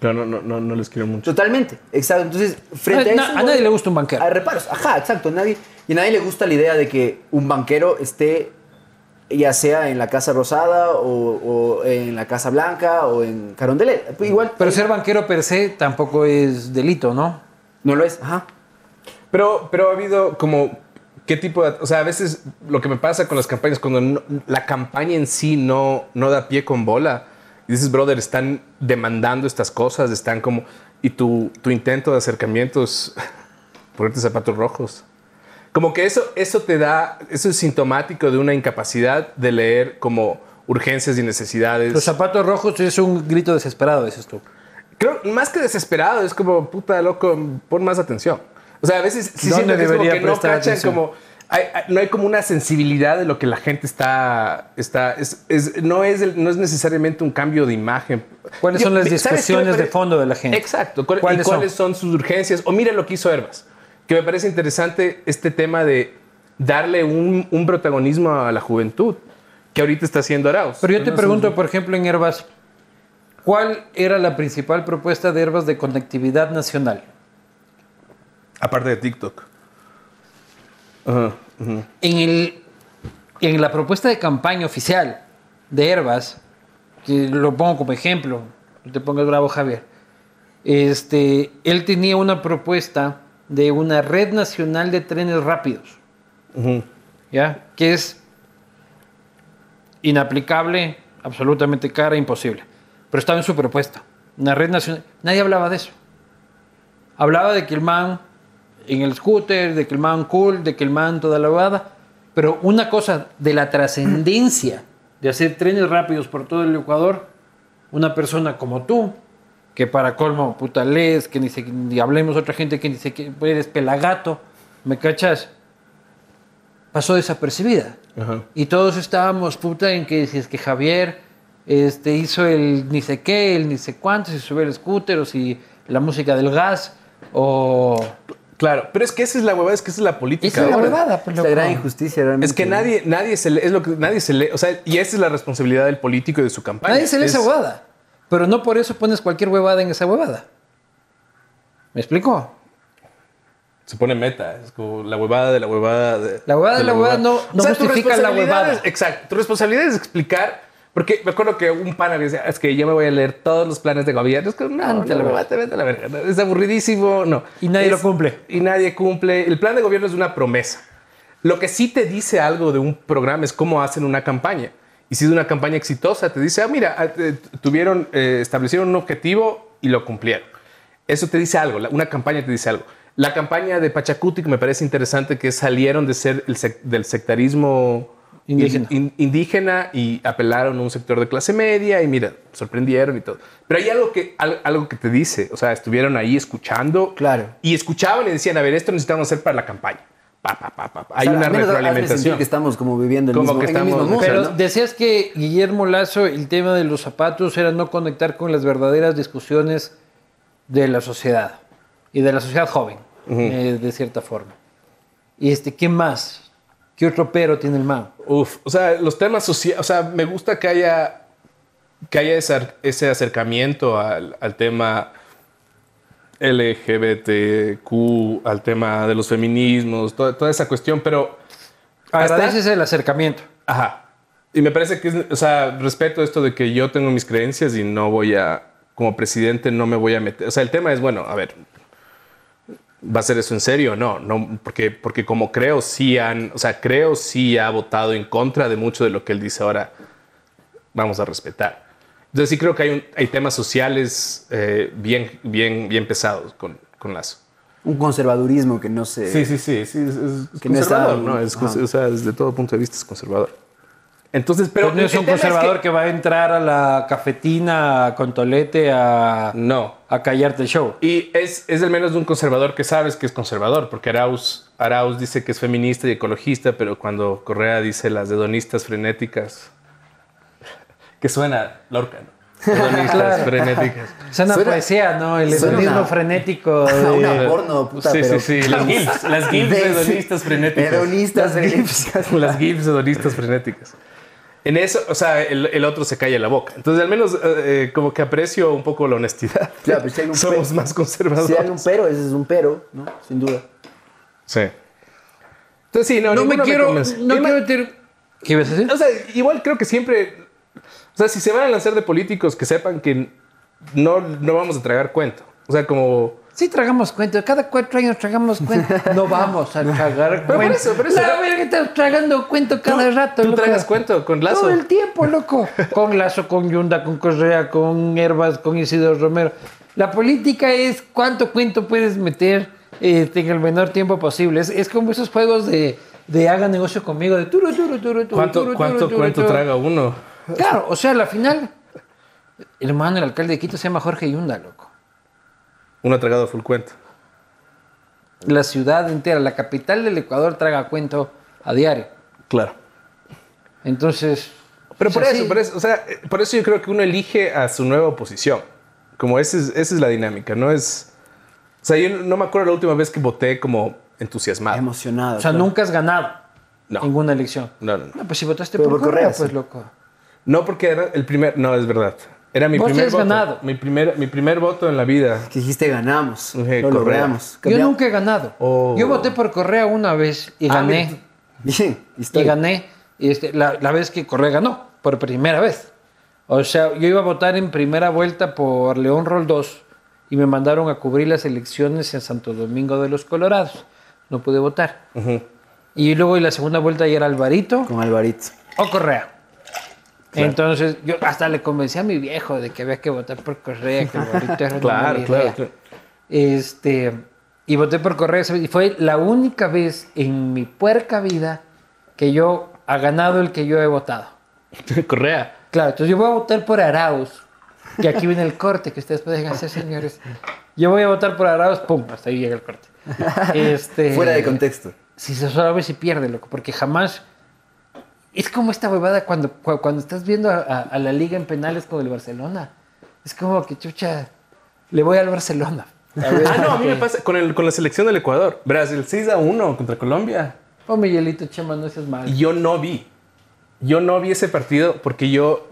[SPEAKER 2] Claro, no, no, no, no les quiero mucho.
[SPEAKER 3] Totalmente, exacto. Entonces, frente
[SPEAKER 1] Na-
[SPEAKER 3] a eso.
[SPEAKER 1] a nadie le gusta un banquero.
[SPEAKER 3] Hay reparos, ajá, exacto. Nadie, y a nadie le gusta la idea de que un banquero esté, ya sea en la Casa Rosada o, o en la Casa Blanca o en Carondelet. Pues igual.
[SPEAKER 1] Pero ser banquero per se tampoco es delito, ¿no?
[SPEAKER 3] No lo es, ajá.
[SPEAKER 2] Pero, pero ha habido como. ¿Qué tipo de.? O sea, a veces lo que me pasa con las campañas, cuando no- la campaña en sí no, no da pie con bola, y dices, brother, están demandando estas cosas, están como. Y tu, tu intento de acercamiento es ponerte zapatos rojos. Como que eso, eso te da. Eso es sintomático de una incapacidad de leer como urgencias y necesidades.
[SPEAKER 1] Los zapatos rojos es un grito desesperado, dices tú.
[SPEAKER 2] Creo, más que desesperado, es como, puta, loco, pon más atención. O sea, a veces sí
[SPEAKER 1] ¿Dónde
[SPEAKER 2] siento que es como
[SPEAKER 1] debería
[SPEAKER 2] que no
[SPEAKER 1] prestar
[SPEAKER 2] cachan
[SPEAKER 1] atención?
[SPEAKER 2] como... hay- hay- no hay como una sensibilidad de lo que la gente está... está es, es- no, es el- no es necesariamente un cambio de imagen.
[SPEAKER 1] ¿Cuáles son las
[SPEAKER 2] ¿sabes qué me
[SPEAKER 1] discusiones de
[SPEAKER 2] parece?
[SPEAKER 1] fondo de la gente?
[SPEAKER 2] Exacto. ¿Cuál- y
[SPEAKER 1] ¿Cuáles
[SPEAKER 2] ¿Cuáles,
[SPEAKER 1] son?
[SPEAKER 2] son? sus urgencias? O mira lo que hizo Herbas, que me parece interesante este tema de darle un, un protagonismo a la juventud que ahorita está haciendo Arauz.
[SPEAKER 1] Pero yo te pregunto, por ejemplo, en Herbas, ¿cuál era la principal propuesta de Herbas de conectividad nacional?
[SPEAKER 2] Aparte de TikTok.
[SPEAKER 1] en, el, en la propuesta de campaña oficial de Herbas, que lo pongo como ejemplo, no te pongas bravo Javier, este, él tenía una propuesta de una red nacional de trenes rápidos, ¿ya? que es inaplicable, absolutamente cara, imposible, pero estaba en su propuesta, una red nacional, nadie hablaba de eso. Hablaba de que el man en el scooter, de que el man cool, de que el man toda la lavada. Pero una cosa de la trascendencia de hacer trenes rápidos por todo el Ecuador, una persona como tú, que para colmo puta lees, que ni, se, ni hablemos otra gente que ni se que eres pelagato, ¿me cachas? Pasó desapercibida.
[SPEAKER 2] Ajá.
[SPEAKER 1] Y todos estábamos puta en que si es que Javier este, hizo el ni sé qué, el ni sé cuánto, si subió el scooter o si la música del gas o...
[SPEAKER 2] Claro, pero es que esa es la huevada, es que esa es la política.
[SPEAKER 1] Esa es la
[SPEAKER 2] ahora.
[SPEAKER 1] huevada, pues,
[SPEAKER 3] Es la
[SPEAKER 1] loco.
[SPEAKER 3] gran injusticia realmente.
[SPEAKER 2] Es que nadie, nadie se le, es lo que nadie se le, o sea, y esa es la responsabilidad del político y de su campaña.
[SPEAKER 1] Nadie se lee
[SPEAKER 2] Es-
[SPEAKER 1] esa huevada. Pero no por eso pones cualquier huevada en esa huevada. ¿Me explico?
[SPEAKER 2] Se pone meta, es como la huevada de la huevada de
[SPEAKER 1] La huevada de la huevada no- no
[SPEAKER 2] tu
[SPEAKER 1] justifica la
[SPEAKER 2] responsabilidad
[SPEAKER 1] huevada.
[SPEAKER 2] es- exacto, tu responsabilidad es explicar, porque me acuerdo que un pana me decía, es que yo me voy a leer todos los planes de gobierno, es que no,
[SPEAKER 1] Vete a
[SPEAKER 2] no,
[SPEAKER 1] la verga.
[SPEAKER 2] vete, vete a la verga, no, es aburridísimo, no.
[SPEAKER 1] Y nadie
[SPEAKER 2] Es-
[SPEAKER 1] lo cumple.
[SPEAKER 2] Y nadie cumple. El plan de gobierno es una promesa. Lo que sí te dice algo de un programa es cómo hacen una campaña. Y si es una campaña exitosa, te dice, ah, mira, ah, eh, tuvieron, eh, establecieron un objetivo y lo cumplieron. Eso te dice algo, la- una campaña te dice algo. La campaña de Pachacuti, que me parece interesante, que salieron de ser el sec- del sectarismo
[SPEAKER 1] Indígena.
[SPEAKER 2] in- indígena y apelaron a un sector de clase media y mira, sorprendieron y todo. Pero hay algo que, al- algo que te dice, o sea, estuvieron ahí escuchando.
[SPEAKER 3] Claro.
[SPEAKER 2] Y escuchaban y decían, a ver, esto necesitamos hacer para la campaña. Pa, pa, pa, pa, pa.
[SPEAKER 3] O
[SPEAKER 2] Hay
[SPEAKER 3] sea,
[SPEAKER 2] una
[SPEAKER 3] al menos hazme sentir
[SPEAKER 2] retroalimentación.
[SPEAKER 3] que estamos como viviendo el
[SPEAKER 2] Como
[SPEAKER 3] mismo,
[SPEAKER 2] que
[SPEAKER 3] en el
[SPEAKER 2] estamos-
[SPEAKER 3] mismo mundo,
[SPEAKER 1] Pero
[SPEAKER 3] ¿no?
[SPEAKER 1] decías que Guillermo Lazo, el tema de los zapatos era no conectar con las verdaderas discusiones de la sociedad y de la sociedad joven, eh, de cierta forma. Y este, ¿qué más? ¿Qué otro pero tiene el man?
[SPEAKER 2] Uf, o sea, los temas sociales, o sea, me gusta que haya, que haya ese, ar- ese acercamiento al, al tema LGBTQ, al tema de los feminismos, toda, toda esa cuestión, pero... hasta-
[SPEAKER 1] Agradeces Este el acercamiento.
[SPEAKER 2] Ajá. Y me parece que, es, o sea, respeto esto de que yo tengo mis creencias y no voy a, como presidente, no me voy a meter. O sea, el tema es, bueno, a ver, ¿va a ser eso en serio? No, no, porque, porque como creo, sí han, o sea, creo sí ha votado en contra de mucho de lo que él dice ahora, vamos a respetar. Entonces sí creo que hay, un- hay temas sociales eh, bien, bien, bien pesados con, con Lazo.
[SPEAKER 3] Un conservadurismo que no se...
[SPEAKER 2] Sí, sí, sí, sí, es, es
[SPEAKER 3] Que no está-
[SPEAKER 2] conservador, ¿no? Es, cons-
[SPEAKER 3] ajá.
[SPEAKER 2] o sea, desde todo punto de vista es conservador. Entonces, pero...
[SPEAKER 1] Pero Pues no
[SPEAKER 2] el-
[SPEAKER 1] es
[SPEAKER 2] el
[SPEAKER 1] un
[SPEAKER 2] tema que-
[SPEAKER 1] conservador que... va a entrar a la cafetina con tolete a,
[SPEAKER 2] No.
[SPEAKER 1] a callarte el show.
[SPEAKER 2] Y es, es al menos de un conservador que sabes que es conservador, porque Arauz, Arauz dice que es feminista y ecologista, pero cuando Correa dice las hedonistas frenéticas, que suena Lorca, ¿no? hedonistas
[SPEAKER 1] Claro.
[SPEAKER 2] frenéticas.
[SPEAKER 1] Es una
[SPEAKER 3] Suena-
[SPEAKER 1] poesía, ¿no? El
[SPEAKER 3] suena
[SPEAKER 1] hedonismo
[SPEAKER 3] una-
[SPEAKER 1] frenético.
[SPEAKER 3] Ah,
[SPEAKER 1] de-
[SPEAKER 3] una porno, puta,
[SPEAKER 2] Eh, sí,
[SPEAKER 3] pero-
[SPEAKER 2] sí, sí, las gifs, las gifs
[SPEAKER 3] Ve-
[SPEAKER 2] hedonistas frenéticas.
[SPEAKER 3] Hedonistas eh, frenéticas.
[SPEAKER 2] las gifs hedonistas frenéticas. En eso, o sea, el, el otro se calla la boca. Entonces, al menos eh, eh, como que aprecio un poco la honestidad.
[SPEAKER 3] Claro, pero pues, si hay un
[SPEAKER 2] Somos
[SPEAKER 3] pe-
[SPEAKER 2] más conservadores.
[SPEAKER 3] Si hay un pero, ese es un pero, ¿no? Sin duda.
[SPEAKER 2] Sí. Entonces, sí, no,
[SPEAKER 1] No me
[SPEAKER 2] ninguno
[SPEAKER 1] quiero.
[SPEAKER 2] convence.
[SPEAKER 1] No
[SPEAKER 2] Y ma-
[SPEAKER 1] quiero ter- ¿Qué ibas a decir?
[SPEAKER 2] O sea, igual creo que siempre. O sea, si se van a lanzar de políticos, que sepan que no, no vamos a tragar cuento. O sea, como.
[SPEAKER 1] Sí, tragamos cuentos. Cada cuatro años tragamos cuentos. No vamos a tragar cuentos.
[SPEAKER 2] por eso, por eso.
[SPEAKER 1] La verga, estás tragando cuento cada rato.
[SPEAKER 2] Tú
[SPEAKER 1] loco.
[SPEAKER 2] tragas cuento con lazo.
[SPEAKER 1] Todo el tiempo, loco. Con Lazo, con Yunda, con Correa, con Herbas, con Isidro Romero. La política es cuánto cuento puedes meter este, en el menor tiempo posible. Es, es como esos juegos de, de haga negocio conmigo, de turu, turu, turu, turu,
[SPEAKER 2] ¿Cuánto,
[SPEAKER 1] turu,
[SPEAKER 2] cuánto
[SPEAKER 1] turu, turu,
[SPEAKER 2] cuento
[SPEAKER 1] turu.
[SPEAKER 2] traga uno?
[SPEAKER 1] Claro, o sea, la final, hermano, el alcalde de Quito se llama Jorge Yunda, loco.
[SPEAKER 2] Uno ha tragado full cuento.
[SPEAKER 1] La ciudad entera, la capital del Ecuador traga cuento a diario.
[SPEAKER 2] Claro.
[SPEAKER 1] Entonces... pues
[SPEAKER 2] Pero
[SPEAKER 1] o
[SPEAKER 2] por
[SPEAKER 1] sea,
[SPEAKER 2] eso,
[SPEAKER 1] sí.
[SPEAKER 2] por eso, o sea, eh, por eso yo creo que uno elige a su nueva oposición. Como esa es, esa es la dinámica, no es. O sea, yo no me acuerdo la última vez que voté como entusiasmado.
[SPEAKER 3] Emocionado.
[SPEAKER 1] O sea,
[SPEAKER 3] claro.
[SPEAKER 1] nunca has ganado
[SPEAKER 2] No.
[SPEAKER 1] ninguna elección.
[SPEAKER 2] No, no, no.
[SPEAKER 1] No, pues si votaste
[SPEAKER 3] Pero
[SPEAKER 1] por,
[SPEAKER 3] por
[SPEAKER 1] Correa,
[SPEAKER 3] Correa,
[SPEAKER 1] pues
[SPEAKER 3] sí.
[SPEAKER 1] loco.
[SPEAKER 2] No, porque era el primer. No, es verdad. Era mi
[SPEAKER 1] Vos te
[SPEAKER 2] primer
[SPEAKER 1] has
[SPEAKER 2] voto.
[SPEAKER 1] ganado.
[SPEAKER 2] Mi primer, mi primer voto en la vida.
[SPEAKER 3] Que dijiste ganamos.
[SPEAKER 2] Dije,
[SPEAKER 3] lo
[SPEAKER 2] Correa.
[SPEAKER 3] logramos.
[SPEAKER 1] Yo
[SPEAKER 3] Cambiamos.
[SPEAKER 1] nunca he ganado.
[SPEAKER 2] Oh.
[SPEAKER 1] Yo voté por Correa una vez y
[SPEAKER 3] Ah,
[SPEAKER 1] gané.
[SPEAKER 3] mira, Bien,
[SPEAKER 1] y
[SPEAKER 3] historia.
[SPEAKER 1] gané este, la, la vez que Correa ganó, por primera vez. O sea, yo iba a votar en primera vuelta por León Roldós y me mandaron a cubrir las elecciones en Santo Domingo de los Colorados. No pude votar.
[SPEAKER 2] Ujú.
[SPEAKER 1] Y luego en la segunda vuelta ya era Alvarito
[SPEAKER 3] Con Alvarito.
[SPEAKER 1] o Correa. Entonces, yo hasta le convencí a mi viejo de que había que votar por Correa, que Alvarito era una
[SPEAKER 2] Claro,
[SPEAKER 1] mala
[SPEAKER 2] claro,
[SPEAKER 1] idea.
[SPEAKER 2] claro.
[SPEAKER 1] Este, y voté por Correa. ¿sabes? Y fue la única vez en mi puerca vida que yo ha ganado el que yo he votado.
[SPEAKER 2] Correa.
[SPEAKER 1] Claro, entonces yo voy a votar por Arauz. Que aquí viene el corte que ustedes pueden hacer, señores. Yo voy a votar por Arauz, pum, hasta ahí llega el corte. Este,
[SPEAKER 3] Fuera de contexto.
[SPEAKER 1] Si se sabe si pierde, loco, porque jamás. Es como esta huevada cuando, cu- cuando estás viendo a, a- a la liga en penales con el Barcelona. Es como que, chucha, le voy al Barcelona. A ver,
[SPEAKER 2] Ah, no, a mí me
[SPEAKER 1] porque-
[SPEAKER 2] pasa con, el, con la selección del Ecuador. Brasil 6 a 1 contra Colombia.
[SPEAKER 1] Oh, Miguelito Chema, no seas mal.
[SPEAKER 2] Y yo no vi. Yo no vi ese partido porque yo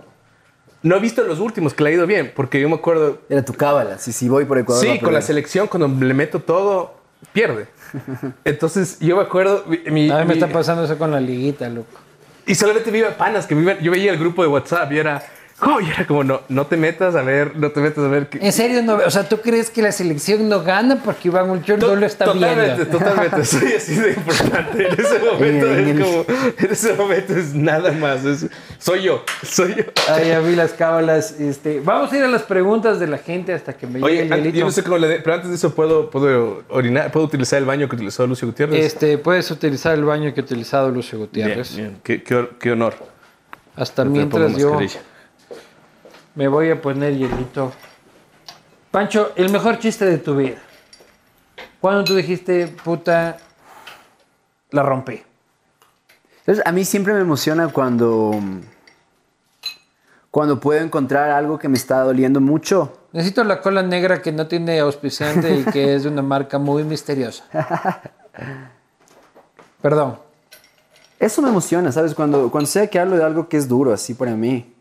[SPEAKER 2] no he visto los últimos que le ha ido bien. Porque yo me acuerdo.
[SPEAKER 3] Era tu cábala. Si, si voy por Ecuador. va
[SPEAKER 2] sí,
[SPEAKER 3] a
[SPEAKER 2] con la
[SPEAKER 3] perder.
[SPEAKER 2] selección, cuando le meto todo, pierde. Entonces yo me acuerdo. mi- mi-
[SPEAKER 1] A mí me
[SPEAKER 2] mi-
[SPEAKER 1] está pasando eso con la liguita, loco.
[SPEAKER 2] Y solamente vi a panas que viven. Yo veía el grupo de WhatsApp y era. "Jo", y era como, no, no te metas a ver, no te metas a ver. Que...
[SPEAKER 1] En serio, no, o sea, ¿tú crees que la selección no gana porque Iván Ulchor
[SPEAKER 2] To-
[SPEAKER 1] no lo está
[SPEAKER 2] totalmente,
[SPEAKER 1] viendo?
[SPEAKER 2] Totalmente, soy así de importante. En ese momento
[SPEAKER 3] En
[SPEAKER 2] es
[SPEAKER 3] el-
[SPEAKER 2] como, en ese momento es nada más. es- soy yo, soy yo.
[SPEAKER 1] Ay, ya vi las cábalas. Este, vamos a ir a las preguntas de la gente hasta que me llegue
[SPEAKER 2] Oye,
[SPEAKER 1] el
[SPEAKER 2] an-
[SPEAKER 1] hielito.
[SPEAKER 2] yo no sé cómo le de- pero antes de eso puedo, puedo orinar, puedo utilizar el baño que utilizó Lucio Gutiérrez.
[SPEAKER 1] Este, puedes utilizar el baño que ha utilizado Lucio
[SPEAKER 2] Bien,
[SPEAKER 1] Gutiérrez.
[SPEAKER 2] bien, Qué, qué hor- qué honor.
[SPEAKER 1] Hasta
[SPEAKER 2] Te
[SPEAKER 1] mientras
[SPEAKER 2] pongo
[SPEAKER 1] yo
[SPEAKER 2] mascarilla.
[SPEAKER 1] me voy a poner hielito. Pancho, el mejor chiste de tu vida. Cuando tú dijiste, puta, la rompí.
[SPEAKER 3] Entonces, a mí siempre me emociona cuando. Cuando puedo encontrar algo que me está doliendo mucho.
[SPEAKER 1] Necesito la cola negra que no tiene auspiciante y que es de una marca muy misteriosa. Perdón.
[SPEAKER 3] Eso me emociona, ¿sabes? Cuando, cuando sea que hablo de algo que es duro, así para mí.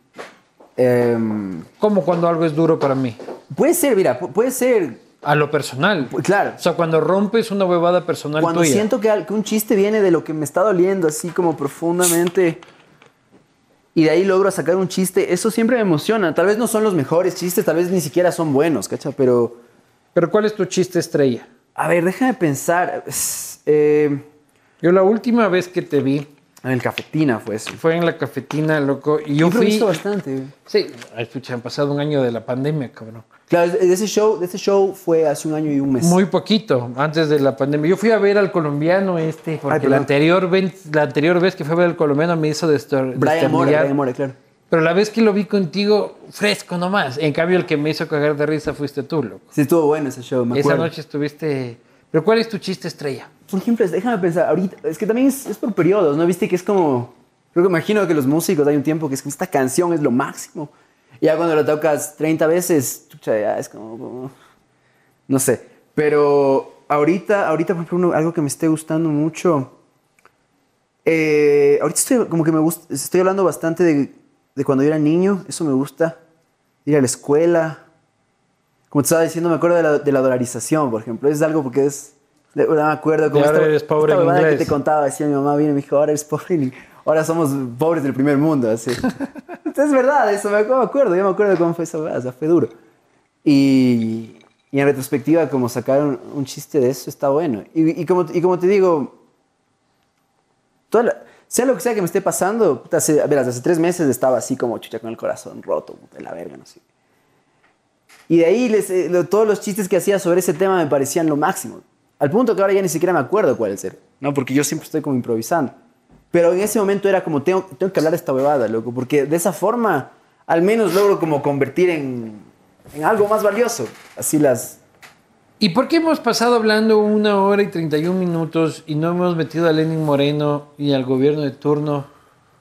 [SPEAKER 3] Em,
[SPEAKER 1] Como cuando algo es duro para mí.
[SPEAKER 3] puede ser, mira, pu- puede ser.
[SPEAKER 1] A lo personal.
[SPEAKER 3] pu- Pues Claro.
[SPEAKER 1] O sea, cuando rompes una huevada personal
[SPEAKER 3] Cuando
[SPEAKER 1] tuya.
[SPEAKER 3] siento que, al- que un chiste viene de lo que me está doliendo, así como profundamente, y de ahí logro sacar un chiste, eso siempre me emociona. Tal vez no son los mejores chistes, tal vez ni siquiera son buenos, ¿cacha? Pero,
[SPEAKER 1] Pero ¿cuál es tu chiste estrella?
[SPEAKER 3] a ver, déjame pensar. Es, eh,
[SPEAKER 1] Yo la última vez que te vi
[SPEAKER 3] en el cafetina fue eso.
[SPEAKER 1] fue en la cafetina, loco. Y yo fui...
[SPEAKER 3] Improviso bastante.
[SPEAKER 1] Sí, escucha, han pasado un año de la pandemia, cabrón.
[SPEAKER 3] Claro, de ese show, de ese show fue hace un año y un mes.
[SPEAKER 1] Muy poquito, antes de la pandemia. Yo fui a ver al colombiano este, porque la
[SPEAKER 3] perdón.
[SPEAKER 1] anterior, vez, la anterior vez que fui a ver al colombiano me hizo destor-
[SPEAKER 3] Brian Mora,
[SPEAKER 1] destornillar.
[SPEAKER 3] Brian Mora, claro.
[SPEAKER 1] Pero la vez que lo vi contigo, fresco nomás. En cambio, el que me hizo cagar de risa fuiste tú, loco.
[SPEAKER 3] Sí, estuvo bueno ese show, me
[SPEAKER 1] Esa
[SPEAKER 3] acuerdo.
[SPEAKER 1] noche estuviste... ¿Pero cuál es tu chiste estrella?
[SPEAKER 3] Por ejemplo, es- déjame pensar, ahorita, es que también es, es por periodos, ¿no? Viste que es como, creo que imagino que los músicos hay un tiempo que es como esta canción es lo máximo. Y ya cuando lo tocas 30 veces, chucha, ya es como, como- No sé. Pero ahorita, ahorita, por ejemplo, uno- algo que me esté gustando mucho. eh, ahorita estoy como que me gusta. Estoy hablando bastante de, de cuando yo era niño. Eso me gusta. Ir a la escuela. Como te estaba diciendo, me acuerdo de la, de la dolarización, por ejemplo. Es algo porque es. de- no me acuerdo como
[SPEAKER 5] Y ahora eres pobre en
[SPEAKER 3] huevada
[SPEAKER 5] inglés.
[SPEAKER 3] que te contaba, decía mi mamá, viene, me dijo, ahora eres pobre en ing- Ahora somos pobres del primer mundo, así. Entonces, es verdad, eso me ac- me acuerdo. Yo me acuerdo cómo fue esa huevada, o sea, fue duro. Y, y en retrospectiva, como sacar un, un chiste de eso está bueno. Y, y como, y como te digo, toda la- sea lo que sea que me esté pasando, puta, hace, verás, hace tres meses estaba así como chucha con el corazón roto, puta, de la verga, no sé. Y de ahí les, eh, lo- todos los chistes que hacía sobre ese tema me parecían lo máximo. Al punto que ahora ya ni siquiera me acuerdo cuál es el, ¿no? Porque yo siempre estoy como improvisando. Pero en ese momento era como, tengo, tengo que hablar de esta bebada, loco, porque de esa forma al menos logro como convertir en, en algo más valioso. Así las...
[SPEAKER 1] ¿Y por qué hemos pasado hablando una hora y 31 minutos y no hemos metido a Lenin Moreno y al gobierno de turno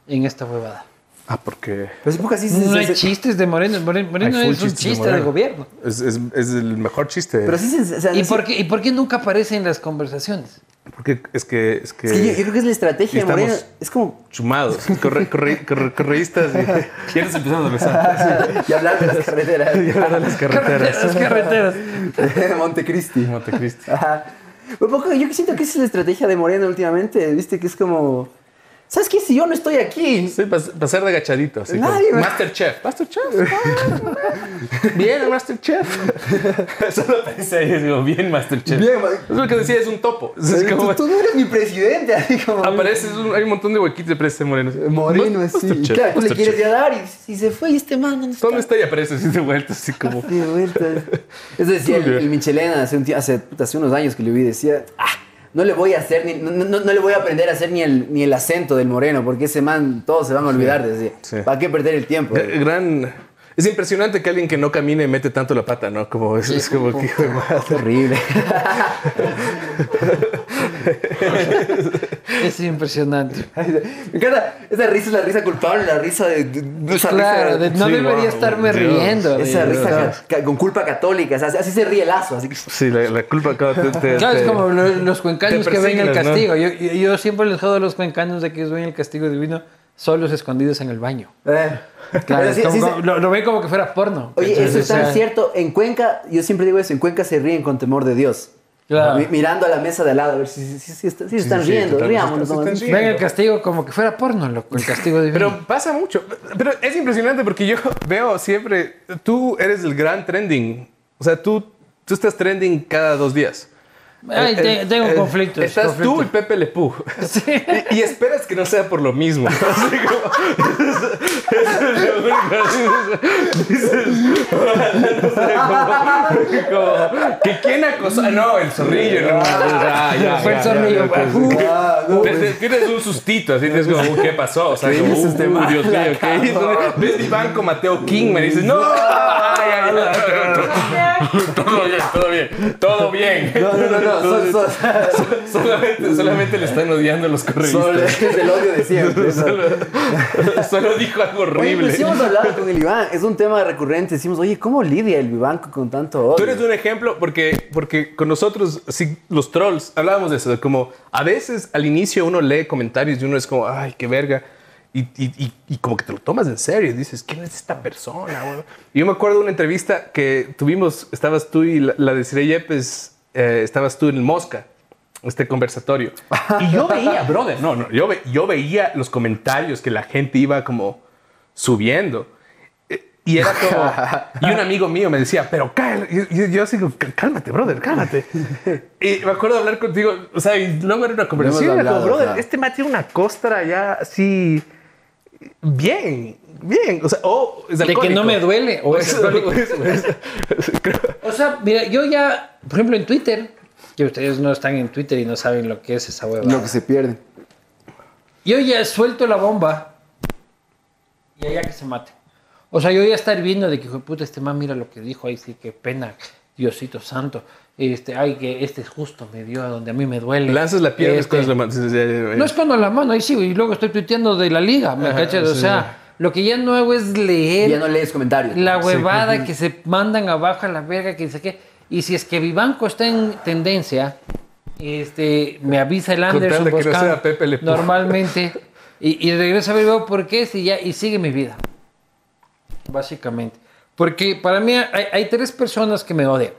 [SPEAKER 1] en esta huevada?
[SPEAKER 2] Ah, porque
[SPEAKER 3] Pero es porque así se-
[SPEAKER 1] No
[SPEAKER 3] se-
[SPEAKER 1] hay
[SPEAKER 3] se-
[SPEAKER 1] chistes de Moreno. Moreno, Moreno
[SPEAKER 2] Hay full
[SPEAKER 1] es un
[SPEAKER 2] chistes de
[SPEAKER 1] chiste de,
[SPEAKER 2] Moreno.
[SPEAKER 1] gobierno.
[SPEAKER 2] es, es- es el mejor chiste.
[SPEAKER 3] Pero sí se- se- se-
[SPEAKER 1] ¿Y por, qué, ¿Y por qué nunca aparece en las conversaciones?
[SPEAKER 2] Porque es que... Es que,
[SPEAKER 3] Es que yo, yo creo que es la estrategia, de
[SPEAKER 2] Estamos-
[SPEAKER 3] Moreno. Es como...
[SPEAKER 2] Chumados, corre, corre, corre- correístas. y- Ya nos empezamos a besar.
[SPEAKER 3] Y hablar de las carreteras.
[SPEAKER 2] Y hablar de las carreteras.
[SPEAKER 1] Las carreteras.
[SPEAKER 3] de Montecristi.
[SPEAKER 2] Montecristi.
[SPEAKER 3] Ajá. Un poco, yo siento que esa es la estrategia de Moreno últimamente, viste, que es como... ¿Sabes qué? Si yo no estoy aquí...
[SPEAKER 2] Sí, pas- pasar de agachadito. Así como,
[SPEAKER 3] Nadie me-
[SPEAKER 2] Masterchef. Masterchef. bien, Masterchef. Solo pensé ahí, digo, bien, Masterchef.
[SPEAKER 3] Bien, ma-
[SPEAKER 2] es lo que decía, es un topo. Es como-
[SPEAKER 3] Tú, tú no eres mi presidente, así como...
[SPEAKER 2] aparece, es un- hay un montón de huequitos de presa Moreno.
[SPEAKER 3] Moreno, así. Y
[SPEAKER 2] Masterchef,
[SPEAKER 3] Claro, tú le quieres
[SPEAKER 2] Masterchef.
[SPEAKER 3] ya dar y, si se fue y este man... ¿dónde está?
[SPEAKER 2] ¿Dónde está? Y aparece así de vuelta, así como...
[SPEAKER 3] De vuelta. Eso decía el, el Michelena hace, un tie- hace, puta, hace unos años que le vi, decía, "Ah, no le voy a hacer, ni, no, no- no le voy a aprender a hacer ni el, ni el acento del moreno, porque ese man todos se van a olvidar, decía.
[SPEAKER 2] sí.
[SPEAKER 3] ¿Para qué perder el tiempo?
[SPEAKER 1] Eh,
[SPEAKER 2] G- Gran... Es impresionante que alguien que no camine mete tanto la pata, ¿no? Como es, es como que... hijo de madre.
[SPEAKER 3] Terrible.
[SPEAKER 1] Es impresionante.
[SPEAKER 3] Me encanta, esa risa es la risa culpable, la risa de... de- esa
[SPEAKER 1] Claro,
[SPEAKER 3] risa-
[SPEAKER 1] de- no
[SPEAKER 2] Sí,
[SPEAKER 1] debería
[SPEAKER 2] wow,
[SPEAKER 1] estarme
[SPEAKER 2] Dios.
[SPEAKER 1] riendo. de-
[SPEAKER 3] Esa risa ca- ca- con culpa católica, o sea, así se ríe el lazo, así que...
[SPEAKER 2] Sí, la, la culpa acaba... Te, te-
[SPEAKER 1] Claro, es
[SPEAKER 2] te-
[SPEAKER 1] como lo- los cuencanos
[SPEAKER 2] te
[SPEAKER 1] que ven el
[SPEAKER 2] persignas, ¿no?
[SPEAKER 1] castigo. Yo, yo- yo siempre les jodo a los cuencanos de que ellos ven el castigo divino solos escondidos en el baño.
[SPEAKER 3] eh.
[SPEAKER 1] Claro,
[SPEAKER 3] Pero
[SPEAKER 1] es
[SPEAKER 3] sí-
[SPEAKER 1] como-
[SPEAKER 3] sí se-
[SPEAKER 1] como- lo, lo ven como que fuera porno.
[SPEAKER 3] Oye, eso
[SPEAKER 1] Entonces,
[SPEAKER 3] es tan
[SPEAKER 1] o sea,
[SPEAKER 3] cierto. En Cuenca, yo siempre digo eso, en Cuenca se ríen con temor de Dios.
[SPEAKER 1] Claro.
[SPEAKER 3] Mi- mirando a la mesa de al lado, a ver si, si, si- si está- si están
[SPEAKER 2] sí, sí,
[SPEAKER 3] riendo,
[SPEAKER 2] total,
[SPEAKER 3] riámonos.
[SPEAKER 2] sí están-
[SPEAKER 3] nomás.
[SPEAKER 2] sí
[SPEAKER 1] Ven el castigo como que fuera porno, loco, el castigo divino.
[SPEAKER 2] Pero pasa mucho. Pero es impresionante porque yo veo siempre, tú eres el gran trending. O sea, tú, tú estás trending cada dos días.
[SPEAKER 1] Ay,
[SPEAKER 2] El-
[SPEAKER 1] te-
[SPEAKER 2] el-
[SPEAKER 1] tengo
[SPEAKER 2] el-
[SPEAKER 1] conflictos.
[SPEAKER 2] eh, Estás tú y
[SPEAKER 1] conflictos.
[SPEAKER 2] Pepe Lepú. Y, y esperas que no sea por lo mismo. Así como- Dices, no sé, como- como, que quién acosó. Ah, No, el zorrillo, no. Ah, ya,
[SPEAKER 1] Fue el
[SPEAKER 2] ya, ya,
[SPEAKER 1] zorrillo,
[SPEAKER 2] ya, ya,
[SPEAKER 1] guau.
[SPEAKER 2] ya.
[SPEAKER 3] Ah, no,
[SPEAKER 2] Te- te- Tienes un sustito, así tienes como, "Uh, ¿qué pasó? O sea, como,
[SPEAKER 3] hizo este
[SPEAKER 2] "Uh,
[SPEAKER 3] mal?
[SPEAKER 2] Dios mío, ¿qué hizo? Ves mi banco Mateo King, me dices, no, ay, ay, ay, todo bien, todo bien, todo bien.
[SPEAKER 3] No, no, no, no, son, son,
[SPEAKER 2] Solamente, solamente le están odiando a los
[SPEAKER 3] son-
[SPEAKER 2] correístas.
[SPEAKER 3] es el odio de siempre. ¿no?
[SPEAKER 2] Solo, solo dijo algo
[SPEAKER 3] Oye, pero
[SPEAKER 2] horrible.
[SPEAKER 3] sí hemos hablado con el Iván, es un tema recurrente. Decimos, oye, ¿cómo lidia el Vivanco con tanto odio?
[SPEAKER 2] Tú eres un ejemplo porque, porque con nosotros, sí, los trolls, hablábamos de eso, de como a veces al inicio uno lee comentarios y uno es como, ay, qué verga. Y, y- y- y como que te lo tomas en serio y dices, ¿quién es esta persona? güey? Y yo me acuerdo de una entrevista que tuvimos, estabas tú y la, la de Cire Yepes, eh, estabas tú en el Mosca, este conversatorio. Y yo veía, brother, no, no, yo, ve- yo veía los comentarios que la gente iba como subiendo. E, Y era como. y un amigo mío me decía, pero cal Y yo, yo así, como, "Cá- cálmate, brother, cálmate. y me acuerdo hablar contigo, o sea, y luego era una conversación.
[SPEAKER 3] hemos
[SPEAKER 2] era como,
[SPEAKER 3] hablado,
[SPEAKER 2] brother,
[SPEAKER 3] ajá.
[SPEAKER 2] este man tiene una costra ya así. Bien, bien. O sea, o es
[SPEAKER 1] De que
[SPEAKER 2] alcohólico.
[SPEAKER 1] no me duele. O, es alcohólico. o sea, mira, yo ya, por ejemplo, en Twitter, que ustedes no están en Twitter y no saben lo que es esa huevada.
[SPEAKER 3] Lo que se pierde.
[SPEAKER 1] Yo ya suelto la bomba y allá que se mate. O sea, yo ya estar viendo de que, hijo de puta, este man mira lo que dijo, ahí sí, qué pena, Diosito santo. Este, ay, que este es justo, me dio a donde a mí me duele.
[SPEAKER 2] Lanzas la piedra,
[SPEAKER 1] Este,
[SPEAKER 2] escondes la mano.
[SPEAKER 1] No es cuando la mano, ahí sí, y luego estoy tuiteando de la liga, ¿me cachas? O sea, Lo que ya no hago es leer
[SPEAKER 3] Ya no lees comentarios.
[SPEAKER 1] la huevada que se mandan abajo a la verga, que dice que. Y si es que Vivanco está en tendencia, este, me avisa el
[SPEAKER 2] tal
[SPEAKER 1] Anderson
[SPEAKER 2] de que no
[SPEAKER 1] Boscan,
[SPEAKER 2] sea Pepe Le Pew.
[SPEAKER 1] normalmente. y, y regreso a ver veo por qué si ya, y sigue mi vida. Básicamente. Porque para mí hay, hay tres personas que me odian.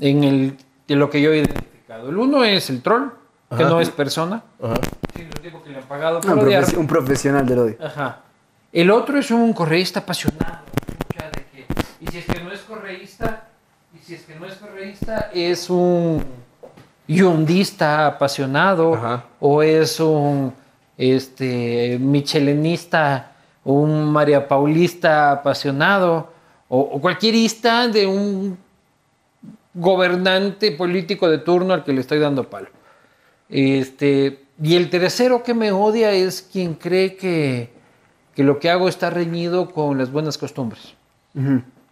[SPEAKER 1] En el, de lo que yo he identificado. El uno es el troll, que no es persona. Sí, los digo que le han pagado por
[SPEAKER 3] Un,
[SPEAKER 2] pues,
[SPEAKER 1] odiar.
[SPEAKER 3] profe- un profesional del odio.
[SPEAKER 1] Ajá. El otro es un correísta apasionado. pucha, de que- y si es que no es correísta, y si es que no es correísta, es un yundista apasionado,
[SPEAKER 2] Ajá.
[SPEAKER 1] o es un este michelenista, un María Paulista apasionado, o, o cualquierista de un gobernante político de turno al que le estoy dando palo. Este, y el tercero que me odia es quien cree que, que lo que hago está reñido con las buenas costumbres,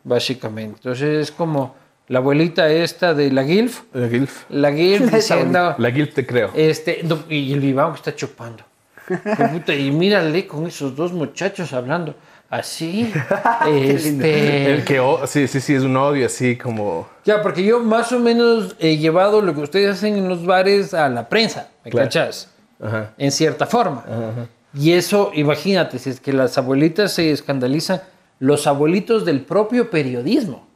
[SPEAKER 1] básicamente. Entonces es como la abuelita esta de la GILF,
[SPEAKER 2] La GILF.
[SPEAKER 1] la GILF
[SPEAKER 3] Esa
[SPEAKER 1] diciendo,
[SPEAKER 2] La GILF te creo.
[SPEAKER 1] este, no, y el Vivao que está chupando. Qué puta, y mírale con esos dos muchachos hablando así. este,
[SPEAKER 2] El que, o- sí, sí, sí, es un odio así como...
[SPEAKER 1] Ya, porque yo más o menos he llevado lo que ustedes hacen en los bares a la prensa, ¿me
[SPEAKER 2] Claro.
[SPEAKER 1] cachas?
[SPEAKER 2] Ajá.
[SPEAKER 1] En cierta forma. Y eso, imagínate, si es que las abuelitas se escandalizan, los abuelitos del propio periodismo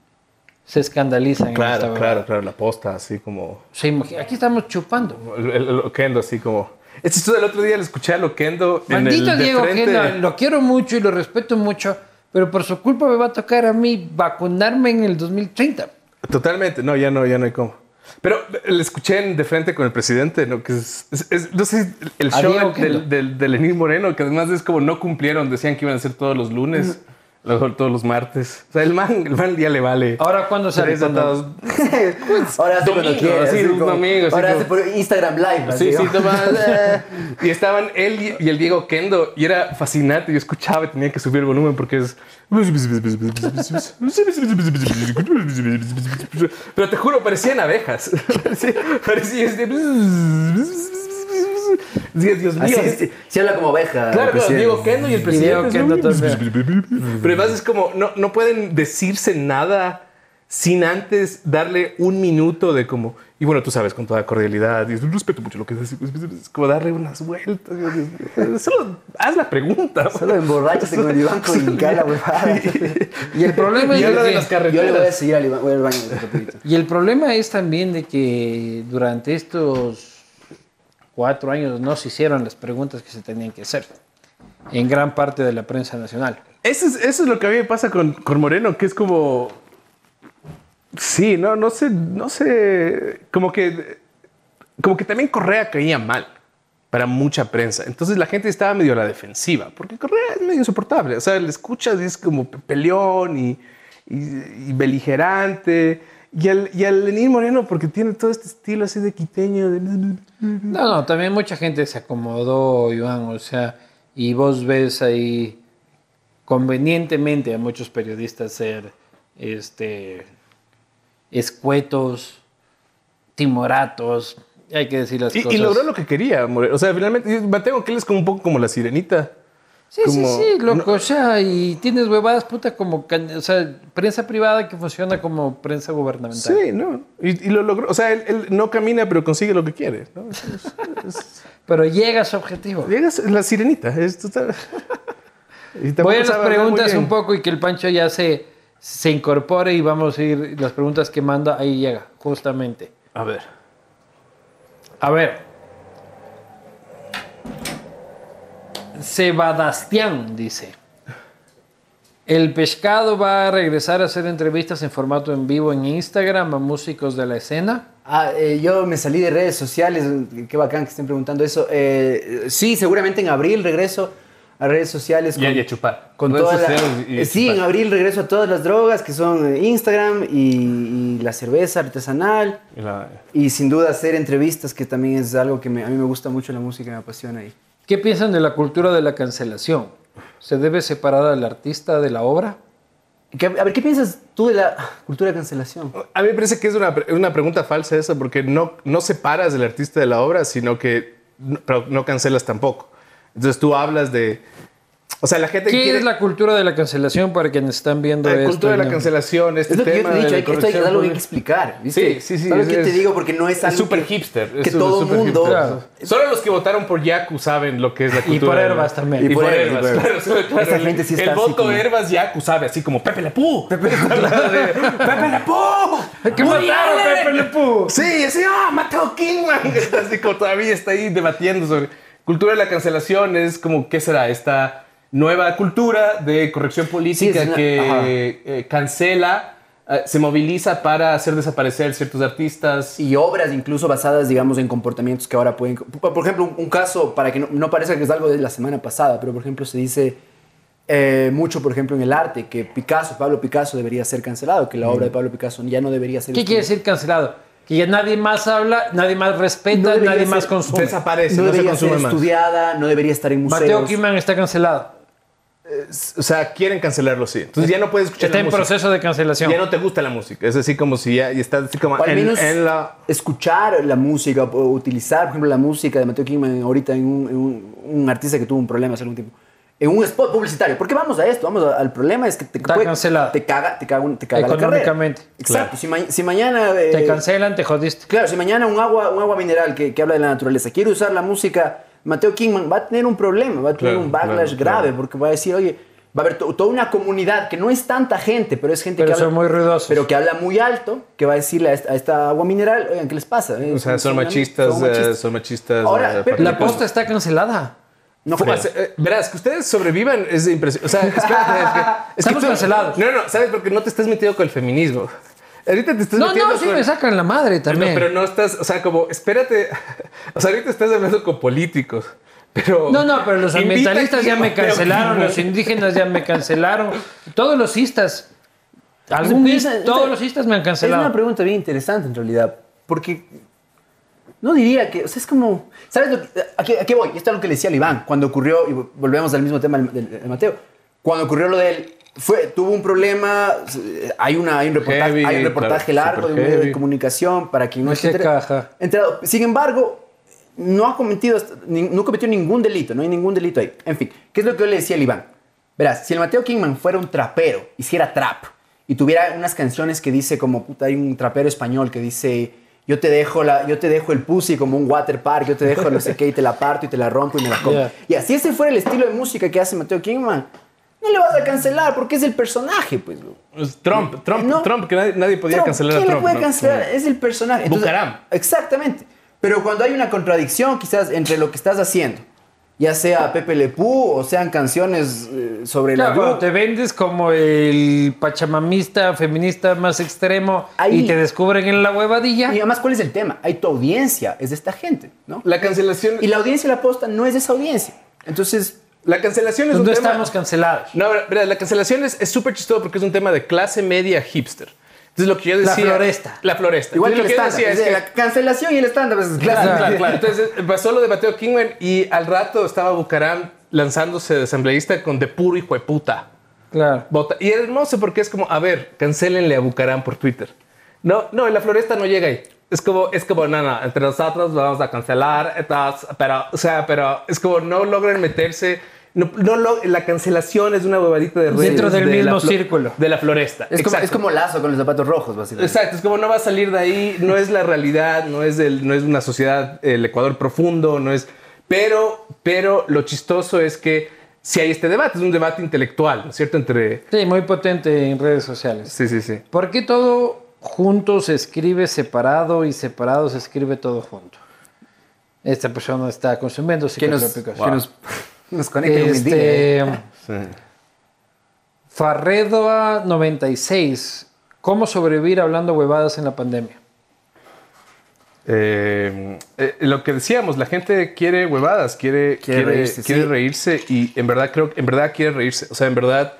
[SPEAKER 1] se escandalizan. en esta
[SPEAKER 2] Claro,
[SPEAKER 1] huevada.
[SPEAKER 2] claro, claro. La posta así como...
[SPEAKER 1] O sea, imagi- aquí estamos chupando.
[SPEAKER 2] El, el- el Loquendo así como... Es chistoso, el otro día le escuché a Loquendo en el
[SPEAKER 1] Maldito
[SPEAKER 2] de
[SPEAKER 1] Diego
[SPEAKER 2] frente.
[SPEAKER 1] Gena, lo quiero mucho y lo respeto mucho, pero por su culpa me va a tocar a mí vacunarme en el 2030.
[SPEAKER 2] Totalmente, no, ya no, ya no hay cómo. Pero le escuché en- de frente con el presidente, ¿no? Que es, es- es- no sé, el
[SPEAKER 1] A
[SPEAKER 2] show
[SPEAKER 1] Diego
[SPEAKER 2] del, del, del- de Lenín Moreno, que además es como no cumplieron, decían que iban a ser todos los lunes,
[SPEAKER 1] Mm.
[SPEAKER 2] los- todos los martes. O sea, el man, el man ya le vale.
[SPEAKER 1] Ahora, ¿cuándo sale?
[SPEAKER 2] Tres atados.
[SPEAKER 3] Ahora hace cuando
[SPEAKER 2] domingo,
[SPEAKER 3] quieras.
[SPEAKER 2] así,
[SPEAKER 3] así
[SPEAKER 2] un
[SPEAKER 3] como-
[SPEAKER 2] domingo, así
[SPEAKER 3] Ahora hace
[SPEAKER 2] como-
[SPEAKER 3] por Instagram Live.
[SPEAKER 2] Sí,
[SPEAKER 3] así,
[SPEAKER 2] sí,
[SPEAKER 3] ¿no?
[SPEAKER 2] nomás, eh. Y estaban él y y el Diego Kendo, y era fascinante. Yo escuchaba y tenía que subir el volumen porque es. Pero te juro, parecían abejas. Sí, Parecía este. Sí, Dios mío. este
[SPEAKER 3] Así, sí, sí habla como oveja.
[SPEAKER 2] Claro,
[SPEAKER 3] el
[SPEAKER 2] claro, Diego
[SPEAKER 3] presidente.
[SPEAKER 2] Kendo y el
[SPEAKER 1] Diego
[SPEAKER 2] presidente.
[SPEAKER 1] Kendo
[SPEAKER 2] Pero además es como, no, no pueden decirse nada sin antes darle un minuto de como, y bueno, tú sabes, con toda cordialidad, y respeto mucho lo que es, es como darle unas vueltas. Dios mío. Solo haz la pregunta.
[SPEAKER 3] Solo emborráchate con el Iván con la huevada.
[SPEAKER 1] Y el problema
[SPEAKER 2] Y
[SPEAKER 1] es
[SPEAKER 2] habla de
[SPEAKER 1] que-
[SPEAKER 2] las
[SPEAKER 3] Yo le voy a
[SPEAKER 2] carreteras.
[SPEAKER 3] seguir al Iván. Voy al baño. un ratito.
[SPEAKER 1] Y el problema es también de que durante estos cuatro años no se hicieron las preguntas que se tenían que hacer en gran parte de la prensa nacional.
[SPEAKER 2] Eso es, eso es lo que a mí me pasa con, con Moreno, que es como. Sí, no, no sé, no sé. Como que. Como que también Correa caía mal para mucha prensa. Entonces la gente estaba medio a la defensiva, porque Correa es medio insoportable. O sea, le escuchas y es como pe- peleón y, y- y beligerante. Y al, y al Lenín Moreno, porque tiene todo este estilo así de quiteño. de-
[SPEAKER 1] No, no, también mucha gente se acomodó, Iván, o sea, y vos ves ahí convenientemente a muchos periodistas ser este escuetos, timoratos, hay que decir las
[SPEAKER 2] Y,
[SPEAKER 1] cosas.
[SPEAKER 2] y logró lo que quería, Moreno. O sea, finalmente, Mateo que él es como un poco como la sirenita.
[SPEAKER 1] Sí,
[SPEAKER 2] Como-
[SPEAKER 1] sí, sí, loco, o sea, y tienes huevadas puta como, can- o sea, prensa privada que funciona como prensa gubernamental.
[SPEAKER 2] Sí, no. Y, y lo logró. O sea, él, él no camina, pero consigue lo que quiere. ¿no?
[SPEAKER 1] Pero llega a su objetivo.
[SPEAKER 2] Llegas la sirenita. Es total. Y tampoco
[SPEAKER 1] Voy a las
[SPEAKER 2] sabe hablar muy
[SPEAKER 1] preguntas
[SPEAKER 2] bien.
[SPEAKER 1] un poco y que el Pancho ya se, se incorpore y vamos a ir, las preguntas que manda, ahí llega, justamente.
[SPEAKER 2] A ver.
[SPEAKER 1] A ver. Sebastián dice. El pescado va a regresar a hacer entrevistas en formato en vivo en Instagram a músicos de la escena.
[SPEAKER 3] Ah, eh, yo me salí de redes sociales, qué bacán que estén preguntando eso. Eh, sí, seguramente en abril regreso a redes sociales.
[SPEAKER 2] Y- y a chupar.
[SPEAKER 3] Con
[SPEAKER 2] Redes
[SPEAKER 3] todas las-
[SPEAKER 2] sociales y- y
[SPEAKER 3] eh, sí,
[SPEAKER 2] chupar.
[SPEAKER 3] en abril regreso a todas las drogas que son eh, Instagram y, y la cerveza artesanal.
[SPEAKER 2] Y la-
[SPEAKER 3] Y sin duda hacer entrevistas, que también es algo que me- a mí me gusta mucho la música, me apasiona ahí.
[SPEAKER 1] ¿Qué piensan de la cultura de la cancelación? ¿Se debe separar al artista de la obra?
[SPEAKER 3] ¿Qué- a ver, ¿qué piensas tú de la cultura de cancelación?
[SPEAKER 2] A mí me parece que es una, pre- una pregunta falsa esa, porque no, no separas del artista de la obra, sino que no, pero no cancelas tampoco. Entonces tú hablas de, O sea, la gente que
[SPEAKER 1] ¿Qué
[SPEAKER 2] quiere
[SPEAKER 1] es la cultura de la cancelación para quienes están viendo
[SPEAKER 2] la
[SPEAKER 1] esto?
[SPEAKER 2] cultura de la
[SPEAKER 1] ¿no?
[SPEAKER 2] cancelación, este
[SPEAKER 3] Es lo que yo
[SPEAKER 2] tema
[SPEAKER 3] te he dicho,
[SPEAKER 2] de
[SPEAKER 3] hay
[SPEAKER 2] la
[SPEAKER 3] que- esto hay que
[SPEAKER 2] corrección
[SPEAKER 3] darlo que
[SPEAKER 2] política.
[SPEAKER 3] explicar, ¿viste?
[SPEAKER 2] Sí, sí, sí,
[SPEAKER 3] ¿Sabes
[SPEAKER 2] es-
[SPEAKER 3] qué te
[SPEAKER 2] es-
[SPEAKER 3] digo? Porque no es
[SPEAKER 2] Es
[SPEAKER 3] algo
[SPEAKER 2] súper
[SPEAKER 3] que-
[SPEAKER 2] hipster.
[SPEAKER 3] que
[SPEAKER 2] es su-
[SPEAKER 3] todo
[SPEAKER 2] súper
[SPEAKER 3] mundo-
[SPEAKER 2] hipster.
[SPEAKER 1] Claro.
[SPEAKER 2] Solo los que votaron por Yaku saben lo que es la
[SPEAKER 1] Y
[SPEAKER 2] cultura.
[SPEAKER 1] por
[SPEAKER 2] de-
[SPEAKER 1] Herbas también.
[SPEAKER 2] Y, por
[SPEAKER 3] Herbas,
[SPEAKER 2] Herbas.
[SPEAKER 3] y por
[SPEAKER 2] Claro,
[SPEAKER 3] Herbas.
[SPEAKER 2] claro, claro.
[SPEAKER 3] Esa gente sí está
[SPEAKER 2] El
[SPEAKER 3] así
[SPEAKER 2] voto
[SPEAKER 3] como-
[SPEAKER 2] Herbas Yaku sabe, así como Pepe Lepú. Pepe Lepú.
[SPEAKER 1] ¡Que mataron a Pepe Le Pew!
[SPEAKER 2] Sí, así, ah, mató a Kingman. Así como todavía está ahí debatiendo sobre. Cultura de la cancelación es como, ¿qué será? Esta nueva cultura de corrección política
[SPEAKER 3] es una- ajá.
[SPEAKER 2] que eh, cancela, eh, se moviliza para hacer desaparecer ciertos artistas.
[SPEAKER 3] y obras incluso basadas, digamos, en comportamientos que ahora pueden... Por ejemplo, un- un caso, para que no, no parezca que es algo de la semana pasada, pero por ejemplo se dice eh, mucho, por ejemplo, en el arte, que Picasso, Pablo Picasso debería ser cancelado,
[SPEAKER 2] Mm.
[SPEAKER 3] que la obra de Pablo Picasso ya no debería ser...
[SPEAKER 1] ¿Qué quiere decir cancelado? Que ya nadie más habla, nadie más
[SPEAKER 3] No
[SPEAKER 1] respeta,
[SPEAKER 3] debería
[SPEAKER 1] nadie
[SPEAKER 3] ser-
[SPEAKER 1] más consume.
[SPEAKER 2] Desaparece,
[SPEAKER 3] No
[SPEAKER 2] no, se
[SPEAKER 3] debería ser
[SPEAKER 2] consume más.
[SPEAKER 3] estudiada, no debería estar en
[SPEAKER 1] Mateo
[SPEAKER 3] museos.
[SPEAKER 1] Kiman está cancelado.
[SPEAKER 2] O sea, quieren cancelarlo, sí. Entonces ya no puedes escuchar
[SPEAKER 1] Está
[SPEAKER 2] la
[SPEAKER 1] en
[SPEAKER 2] música.
[SPEAKER 1] proceso de cancelación.
[SPEAKER 2] Ya no te gusta la música. Es así como si ya y estás así como
[SPEAKER 3] O al
[SPEAKER 2] en,
[SPEAKER 3] menos
[SPEAKER 2] en la...
[SPEAKER 3] escuchar la música, o utilizar, por ejemplo, la música de Mateo Kingman ahorita en un, en un- un artista que tuvo un problema hace algún tiempo. En un spot publicitario. Porque vamos a esto, vamos a- al problema es que te,
[SPEAKER 1] Está cancelado.
[SPEAKER 3] te caga, te caga, un- te caga la carrera.
[SPEAKER 1] Económicamente.
[SPEAKER 3] Exacto. Si, ma- si mañana... eh,
[SPEAKER 1] Te cancelan, te jodiste.
[SPEAKER 3] Claro, si mañana un agua, un agua mineral que, que habla de la naturaleza quiere usar la música, Mateo Kingman va a tener un problema, va a tener
[SPEAKER 2] Claro,
[SPEAKER 3] un backlash
[SPEAKER 2] claro,
[SPEAKER 3] grave,
[SPEAKER 2] claro.
[SPEAKER 3] porque va a decir, oye, va a haber to- toda una comunidad que no es tanta gente, pero es gente
[SPEAKER 1] Pero
[SPEAKER 3] que habla...
[SPEAKER 1] son muy ruidosos.
[SPEAKER 3] Pero que habla muy alto, que va a decirle a est- a esta, agua mineral, oigan, ¿qué les pasa? Eh,
[SPEAKER 2] O sea, son
[SPEAKER 3] una-
[SPEAKER 2] machistas, eh, son machistas.
[SPEAKER 3] Ahora,
[SPEAKER 2] eh,
[SPEAKER 3] pero-
[SPEAKER 1] La posta está cancelada.
[SPEAKER 3] No
[SPEAKER 2] Fue-
[SPEAKER 3] creo.
[SPEAKER 2] hace- eh, verás, que ustedes sobrevivan es impresionante. O sea, espérate, es que- es que
[SPEAKER 1] Estamos
[SPEAKER 2] tú-
[SPEAKER 1] cancelados.
[SPEAKER 2] No, no, ¿sabes? Porque no te estás metido con el feminismo. Ahorita te estás
[SPEAKER 1] No,
[SPEAKER 2] metiendo
[SPEAKER 1] no, sí
[SPEAKER 2] con-
[SPEAKER 1] me sacan la madre
[SPEAKER 2] No,
[SPEAKER 1] también.
[SPEAKER 2] pero no estás, o sea, como, espérate. O sea, ahorita estás hablando con políticos. Pero
[SPEAKER 1] No, no, pero los
[SPEAKER 2] Invita
[SPEAKER 1] ambientalistas
[SPEAKER 2] aquí
[SPEAKER 1] ya
[SPEAKER 2] a
[SPEAKER 1] me
[SPEAKER 2] Mateo
[SPEAKER 1] cancelaron,
[SPEAKER 2] Quimón.
[SPEAKER 1] los indígenas ya me cancelaron, todos los istas, algún
[SPEAKER 3] Entonces,
[SPEAKER 1] is-
[SPEAKER 3] entonces,
[SPEAKER 1] todos los istas me han
[SPEAKER 3] Es
[SPEAKER 1] cancelado.
[SPEAKER 3] una pregunta bien interesante en realidad, porque no diría que, o sea, es como, ¿sabes lo que- a, qué, a qué voy? Y esto es lo que le decía al Iván cuando ocurrió, y volvemos al mismo tema del, del- del Mateo, cuando ocurrió lo de él, fue, tuvo un problema, eh, hay, una, hay un reportaje,
[SPEAKER 2] Heavy,
[SPEAKER 3] hay un reportaje
[SPEAKER 2] claro,
[SPEAKER 3] largo de un
[SPEAKER 2] súper
[SPEAKER 3] medio de
[SPEAKER 2] heavy.
[SPEAKER 3] comunicación para quien no
[SPEAKER 1] No se
[SPEAKER 3] esté enter-
[SPEAKER 1] caja.
[SPEAKER 3] enterado. Sin embargo, no ha cometido, hasta- ni- no cometió ningún delito, no hay ningún delito ahí. En fin, ¿qué es lo que yo le decía al Iván? Verás, si el Mateo Kingman fuera un trapero, hiciera trap y tuviera unas canciones que dice como, puta, hay un trapero español que dice, yo te dejo, la, yo te dejo el pussy como un water park, yo te dejo no sé qué y te la parto y te la rompo y me la como.
[SPEAKER 1] Yeah.
[SPEAKER 3] Y así ese fuera el estilo de música que hace Mateo Kingman, no le vas a cancelar porque es el personaje, pues. ¿no?
[SPEAKER 2] Trump, Trump,
[SPEAKER 3] No.
[SPEAKER 2] Trump, que nadie, nadie podía
[SPEAKER 3] Trump,
[SPEAKER 2] cancelar a
[SPEAKER 3] ¿Quién
[SPEAKER 2] Trump.
[SPEAKER 3] le puede
[SPEAKER 2] ¿no?
[SPEAKER 3] cancelar? Es el personaje.
[SPEAKER 2] Bucaram.
[SPEAKER 3] Exactamente. Pero cuando hay una contradicción, quizás, entre lo que estás haciendo, ya sea Pepe Le Pew o sean canciones eh, sobre
[SPEAKER 1] Claro,
[SPEAKER 3] la
[SPEAKER 1] cuando
[SPEAKER 3] Gru-
[SPEAKER 1] te vendes como el pachamamista, feminista más extremo
[SPEAKER 3] Ahí.
[SPEAKER 1] y te descubren en la huevadilla,
[SPEAKER 3] Y además, ¿cuál es el tema? Hay tu audiencia, es de esta gente, ¿no?
[SPEAKER 2] La cancelación,
[SPEAKER 3] Y la audiencia de la posta no es de esa audiencia. Entonces,
[SPEAKER 2] la cancelación es
[SPEAKER 1] pues no
[SPEAKER 2] un tema...
[SPEAKER 1] estamos cancelados.
[SPEAKER 2] No, ver- verás, la cancelación es es súper chistoso porque es un tema de clase media hipster. Entonces lo que yo
[SPEAKER 1] La
[SPEAKER 2] decía...
[SPEAKER 1] floresta.
[SPEAKER 2] La floresta.
[SPEAKER 3] igual que el
[SPEAKER 2] Entonces, lo
[SPEAKER 3] estándar.
[SPEAKER 2] que yo decía
[SPEAKER 3] es
[SPEAKER 2] es
[SPEAKER 3] de
[SPEAKER 2] que...
[SPEAKER 3] La cancelación y el estándar. es
[SPEAKER 2] Claro,
[SPEAKER 3] claro.
[SPEAKER 2] claro, claro. Entonces pasó lo de Mateo Kingman y al rato estaba Bucaram lanzándose de asambleísta con de puro hijo de puta.
[SPEAKER 1] Claro.
[SPEAKER 2] Bota- Y era hermoso porque es como, a ver, cancelenle a Bucaram por Twitter. No, no, en la floresta no llega ahí. Es como, es como, no, no, entre nosotros vamos a cancelar, estas, pero, o sea, pero es como no logran meterse. No, no lo- la cancelación es una huevadita de redes.
[SPEAKER 1] Dentro del
[SPEAKER 2] de la
[SPEAKER 1] mismo
[SPEAKER 2] flo-
[SPEAKER 1] círculo.
[SPEAKER 2] De la floresta.
[SPEAKER 3] Es como,
[SPEAKER 2] Exacto.
[SPEAKER 3] es como lazo con los zapatos rojos, básicamente.
[SPEAKER 2] Exacto, es como no va a salir de ahí, no es la realidad, no es, el, no es una sociedad, el Ecuador profundo, no es... Pero, pero lo chistoso es que si hay este debate, es un debate intelectual, ¿no es cierto? Entre...
[SPEAKER 1] Sí, muy potente en redes sociales.
[SPEAKER 2] Sí, sí, sí.
[SPEAKER 1] ¿Por qué todo junto se escribe separado y separado se escribe todo junto? Esta persona está consumiendo
[SPEAKER 3] Que nos,
[SPEAKER 1] psicotrópicos.
[SPEAKER 3] que nos, nos conecta en un día, ¿eh?
[SPEAKER 1] Este, Farredoa 96. ¿Cómo sobrevivir hablando huevadas en la pandemia?
[SPEAKER 2] Eh, eh, lo que decíamos, la gente quiere huevadas, quiere,
[SPEAKER 3] Quiere
[SPEAKER 2] quiere, quiere
[SPEAKER 3] reírse,
[SPEAKER 2] reírse,
[SPEAKER 3] sí.
[SPEAKER 2] y en verdad creo, en verdad quiere reírse. O sea, en verdad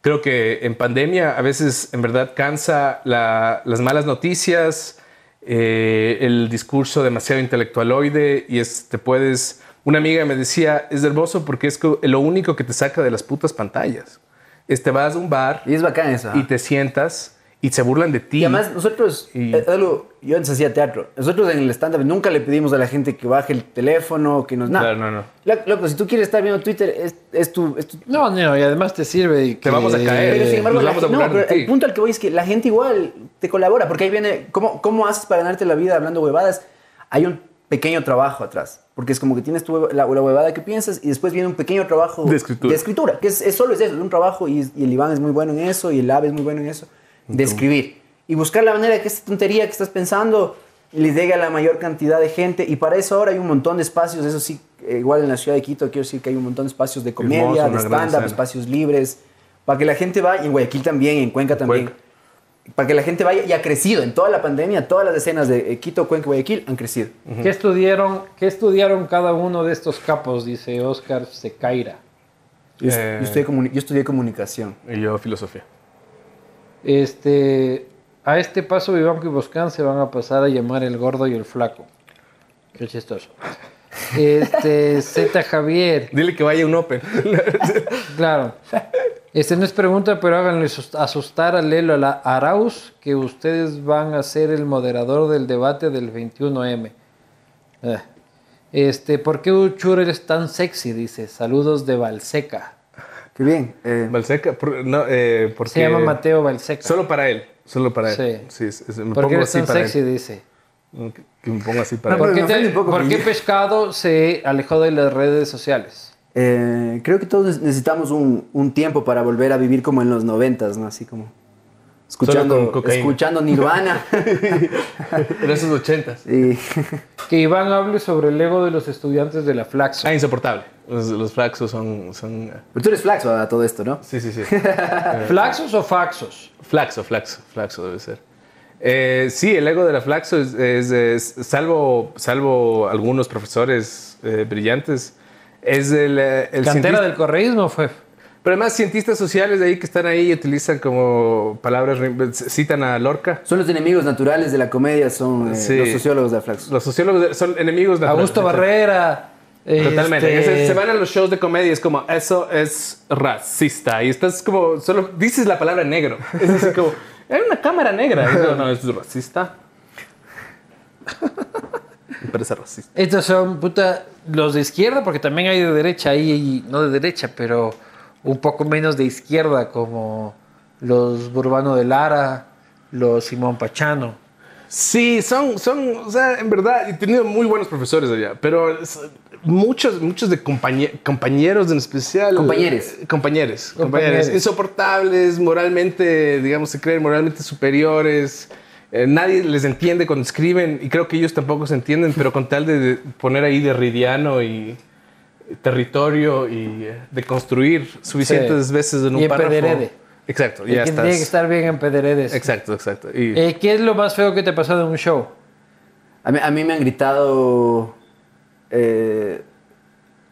[SPEAKER 2] creo que en pandemia a veces en verdad cansa la- las malas noticias, eh, el discurso demasiado intelectualoide y es, te puedes. Una amiga me decía es hermoso porque es co- lo único que te saca de las putas pantallas. Este vas a un bar
[SPEAKER 3] Y es bacán eso. ajá.
[SPEAKER 2] y te sientas y se burlan de ti.
[SPEAKER 3] Ah. Y además, nosotros,
[SPEAKER 2] y-
[SPEAKER 3] eh, algo- yo antes hacía teatro. Nosotros en el stand-up nunca le pedimos a la gente que baje el teléfono, que nos. nada.
[SPEAKER 2] Claro, no, no.
[SPEAKER 3] Lo- Loco, si tú quieres estar viendo Twitter, es, es tu. es tu-
[SPEAKER 1] No, no, y además te sirve. y que-
[SPEAKER 2] vamos a caer.
[SPEAKER 3] Pero sin embargo,
[SPEAKER 2] Eh, nos
[SPEAKER 3] la
[SPEAKER 2] vamos a
[SPEAKER 3] gen- no,
[SPEAKER 2] burlar de
[SPEAKER 3] pero
[SPEAKER 2] ti.
[SPEAKER 3] el punto al que voy es que la gente igual te colabora, porque ahí viene. ¿Cómo, cómo haces para ganarte la vida hablando huevadas? Hay un pequeño trabajo atrás, porque es como que tienes tu hueva- la, la huevada que piensas y después viene un pequeño trabajo
[SPEAKER 2] De escritura.
[SPEAKER 3] que es, es solo es eso, es un trabajo y, y el Iván es muy bueno en eso y el Ave es muy bueno en eso, de escribir. Y buscar la manera que esta tontería que estás pensando les llegue a la mayor cantidad de gente y para eso ahora hay un montón de espacios, eso sí, eh, igual en la ciudad de Quito quiero decir que hay un montón de espacios de
[SPEAKER 2] Hermoso, una
[SPEAKER 3] comedia, de
[SPEAKER 2] gran
[SPEAKER 3] stand-up,
[SPEAKER 2] escena.
[SPEAKER 3] espacios libres, para que la gente vaya, y en Guayaquil también, y en Cuenca también,
[SPEAKER 2] Cuenca.
[SPEAKER 3] para que la gente vaya y ha crecido en toda la pandemia, todas las escenas de eh, Quito, Cuenca, Guayaquil han crecido.
[SPEAKER 1] ¿Qué estudiaron, ¿Qué estudiaron cada uno de estos capos? Dice Oscar Secaira.
[SPEAKER 3] Yo, est-
[SPEAKER 2] Eh.
[SPEAKER 3] yo estudié, comuni- yo estudié comunicación.
[SPEAKER 2] Y yo, filosofía.
[SPEAKER 1] Este, a este paso Vivanco y Boscán se van a pasar a llamar el gordo y el flaco. Qué chistoso. Este, Z Javier,
[SPEAKER 2] Dile que vaya a un Open.
[SPEAKER 1] claro. Este no es pregunta, pero háganle sus- asustar a Lelo a la Arauz que ustedes van a ser el moderador del debate del 21M. Eh. Este, ¿por qué Uchur eres tan sexy? Dice, saludos de Valseca.
[SPEAKER 3] Qué bien. eh,
[SPEAKER 2] Balseca, por- no, eh, porque.
[SPEAKER 1] Se llama Mateo Valseca.
[SPEAKER 2] Solo para él. Solo para él.
[SPEAKER 1] Sí.
[SPEAKER 2] Sí. es- es- me
[SPEAKER 1] ¿Por qué
[SPEAKER 2] pongo
[SPEAKER 1] eres
[SPEAKER 2] así
[SPEAKER 1] tan
[SPEAKER 2] para
[SPEAKER 1] sexy?
[SPEAKER 2] él.
[SPEAKER 1] Dice.
[SPEAKER 2] Que me pongo así para
[SPEAKER 3] No,
[SPEAKER 2] él.
[SPEAKER 1] ¿Por
[SPEAKER 3] pero
[SPEAKER 1] qué,
[SPEAKER 3] me ofende
[SPEAKER 1] te-
[SPEAKER 3] un poco,
[SPEAKER 1] por qué
[SPEAKER 3] porque-
[SPEAKER 1] Pescado se alejó de las redes sociales?
[SPEAKER 3] eh, creo que todos necesitamos un, un tiempo para volver a vivir como en los noventas, ¿no? Así como escuchando,
[SPEAKER 2] con cocaína.
[SPEAKER 3] escuchando Nirvana.
[SPEAKER 2] Pero esos ochentas.
[SPEAKER 3] y,
[SPEAKER 1] Que Iván hable sobre el ego de los estudiantes de la Flaxo.
[SPEAKER 2] Ah, insoportable. Los, los flaxos son. son eh,
[SPEAKER 3] pero tú eres flaxo a todo esto, ¿no?
[SPEAKER 2] sí, sí, sí.
[SPEAKER 1] ¿Flaxos o faxos?
[SPEAKER 2] Flaxo, flaxo, flaxo debe ser. Eh, sí, el ego de la flaxo es, es- es- salvo, salvo algunos profesores eh, brillantes, es el, eh, el
[SPEAKER 1] ¿Cantera
[SPEAKER 2] cientista-
[SPEAKER 1] del correísmo fue?
[SPEAKER 2] Pero además cientistas sociales de ahí que están ahí y utilizan como palabras, rim- citan a Lorca.
[SPEAKER 3] Son los enemigos naturales de la comedia, son eh,
[SPEAKER 2] Sí.
[SPEAKER 3] los sociólogos de Flaxo.
[SPEAKER 2] Los sociólogos de- son enemigos de
[SPEAKER 1] Augusto Barrera.
[SPEAKER 2] Totalmente.
[SPEAKER 1] este,
[SPEAKER 2] Se, se van a los shows de comedia y es como, eso es racista. Y estás como, solo dices la palabra negro. Es así como, hay una cámara negra. Y yo, no, es racista. Me parece racista.
[SPEAKER 1] Estos son, puta, los de izquierda, porque también hay de derecha ahí, y no de derecha, pero un poco menos de izquierda, como los Burbano de Lara, los Simón Pachano.
[SPEAKER 2] Sí, son, son, o sea, en verdad, he tenido muy buenos profesores allá, pero es- muchos, muchos de compañe- compañeros en especial.
[SPEAKER 3] Compañeres.
[SPEAKER 2] Eh, Compañeros.
[SPEAKER 1] Compañeres.
[SPEAKER 2] Compañeros. Insoportables, moralmente, digamos, se creen moralmente superiores. Eh, nadie les entiende cuando escriben y creo que ellos tampoco se entienden, pero con tal de de poner ahí de ridiano y territorio y eh, de construir suficientes
[SPEAKER 1] Sí.
[SPEAKER 2] veces en un
[SPEAKER 1] Y en
[SPEAKER 2] párrafo.
[SPEAKER 1] Pederede.
[SPEAKER 2] Exacto,
[SPEAKER 1] Y
[SPEAKER 2] ya
[SPEAKER 1] que tiene que
[SPEAKER 2] estás.
[SPEAKER 1] estar bien en Pederedes.
[SPEAKER 2] Exacto, exacto. Y-
[SPEAKER 1] Eh, ¿Qué es lo más feo que te ha pasado en un show?
[SPEAKER 3] A mí, a mí me han gritado eh,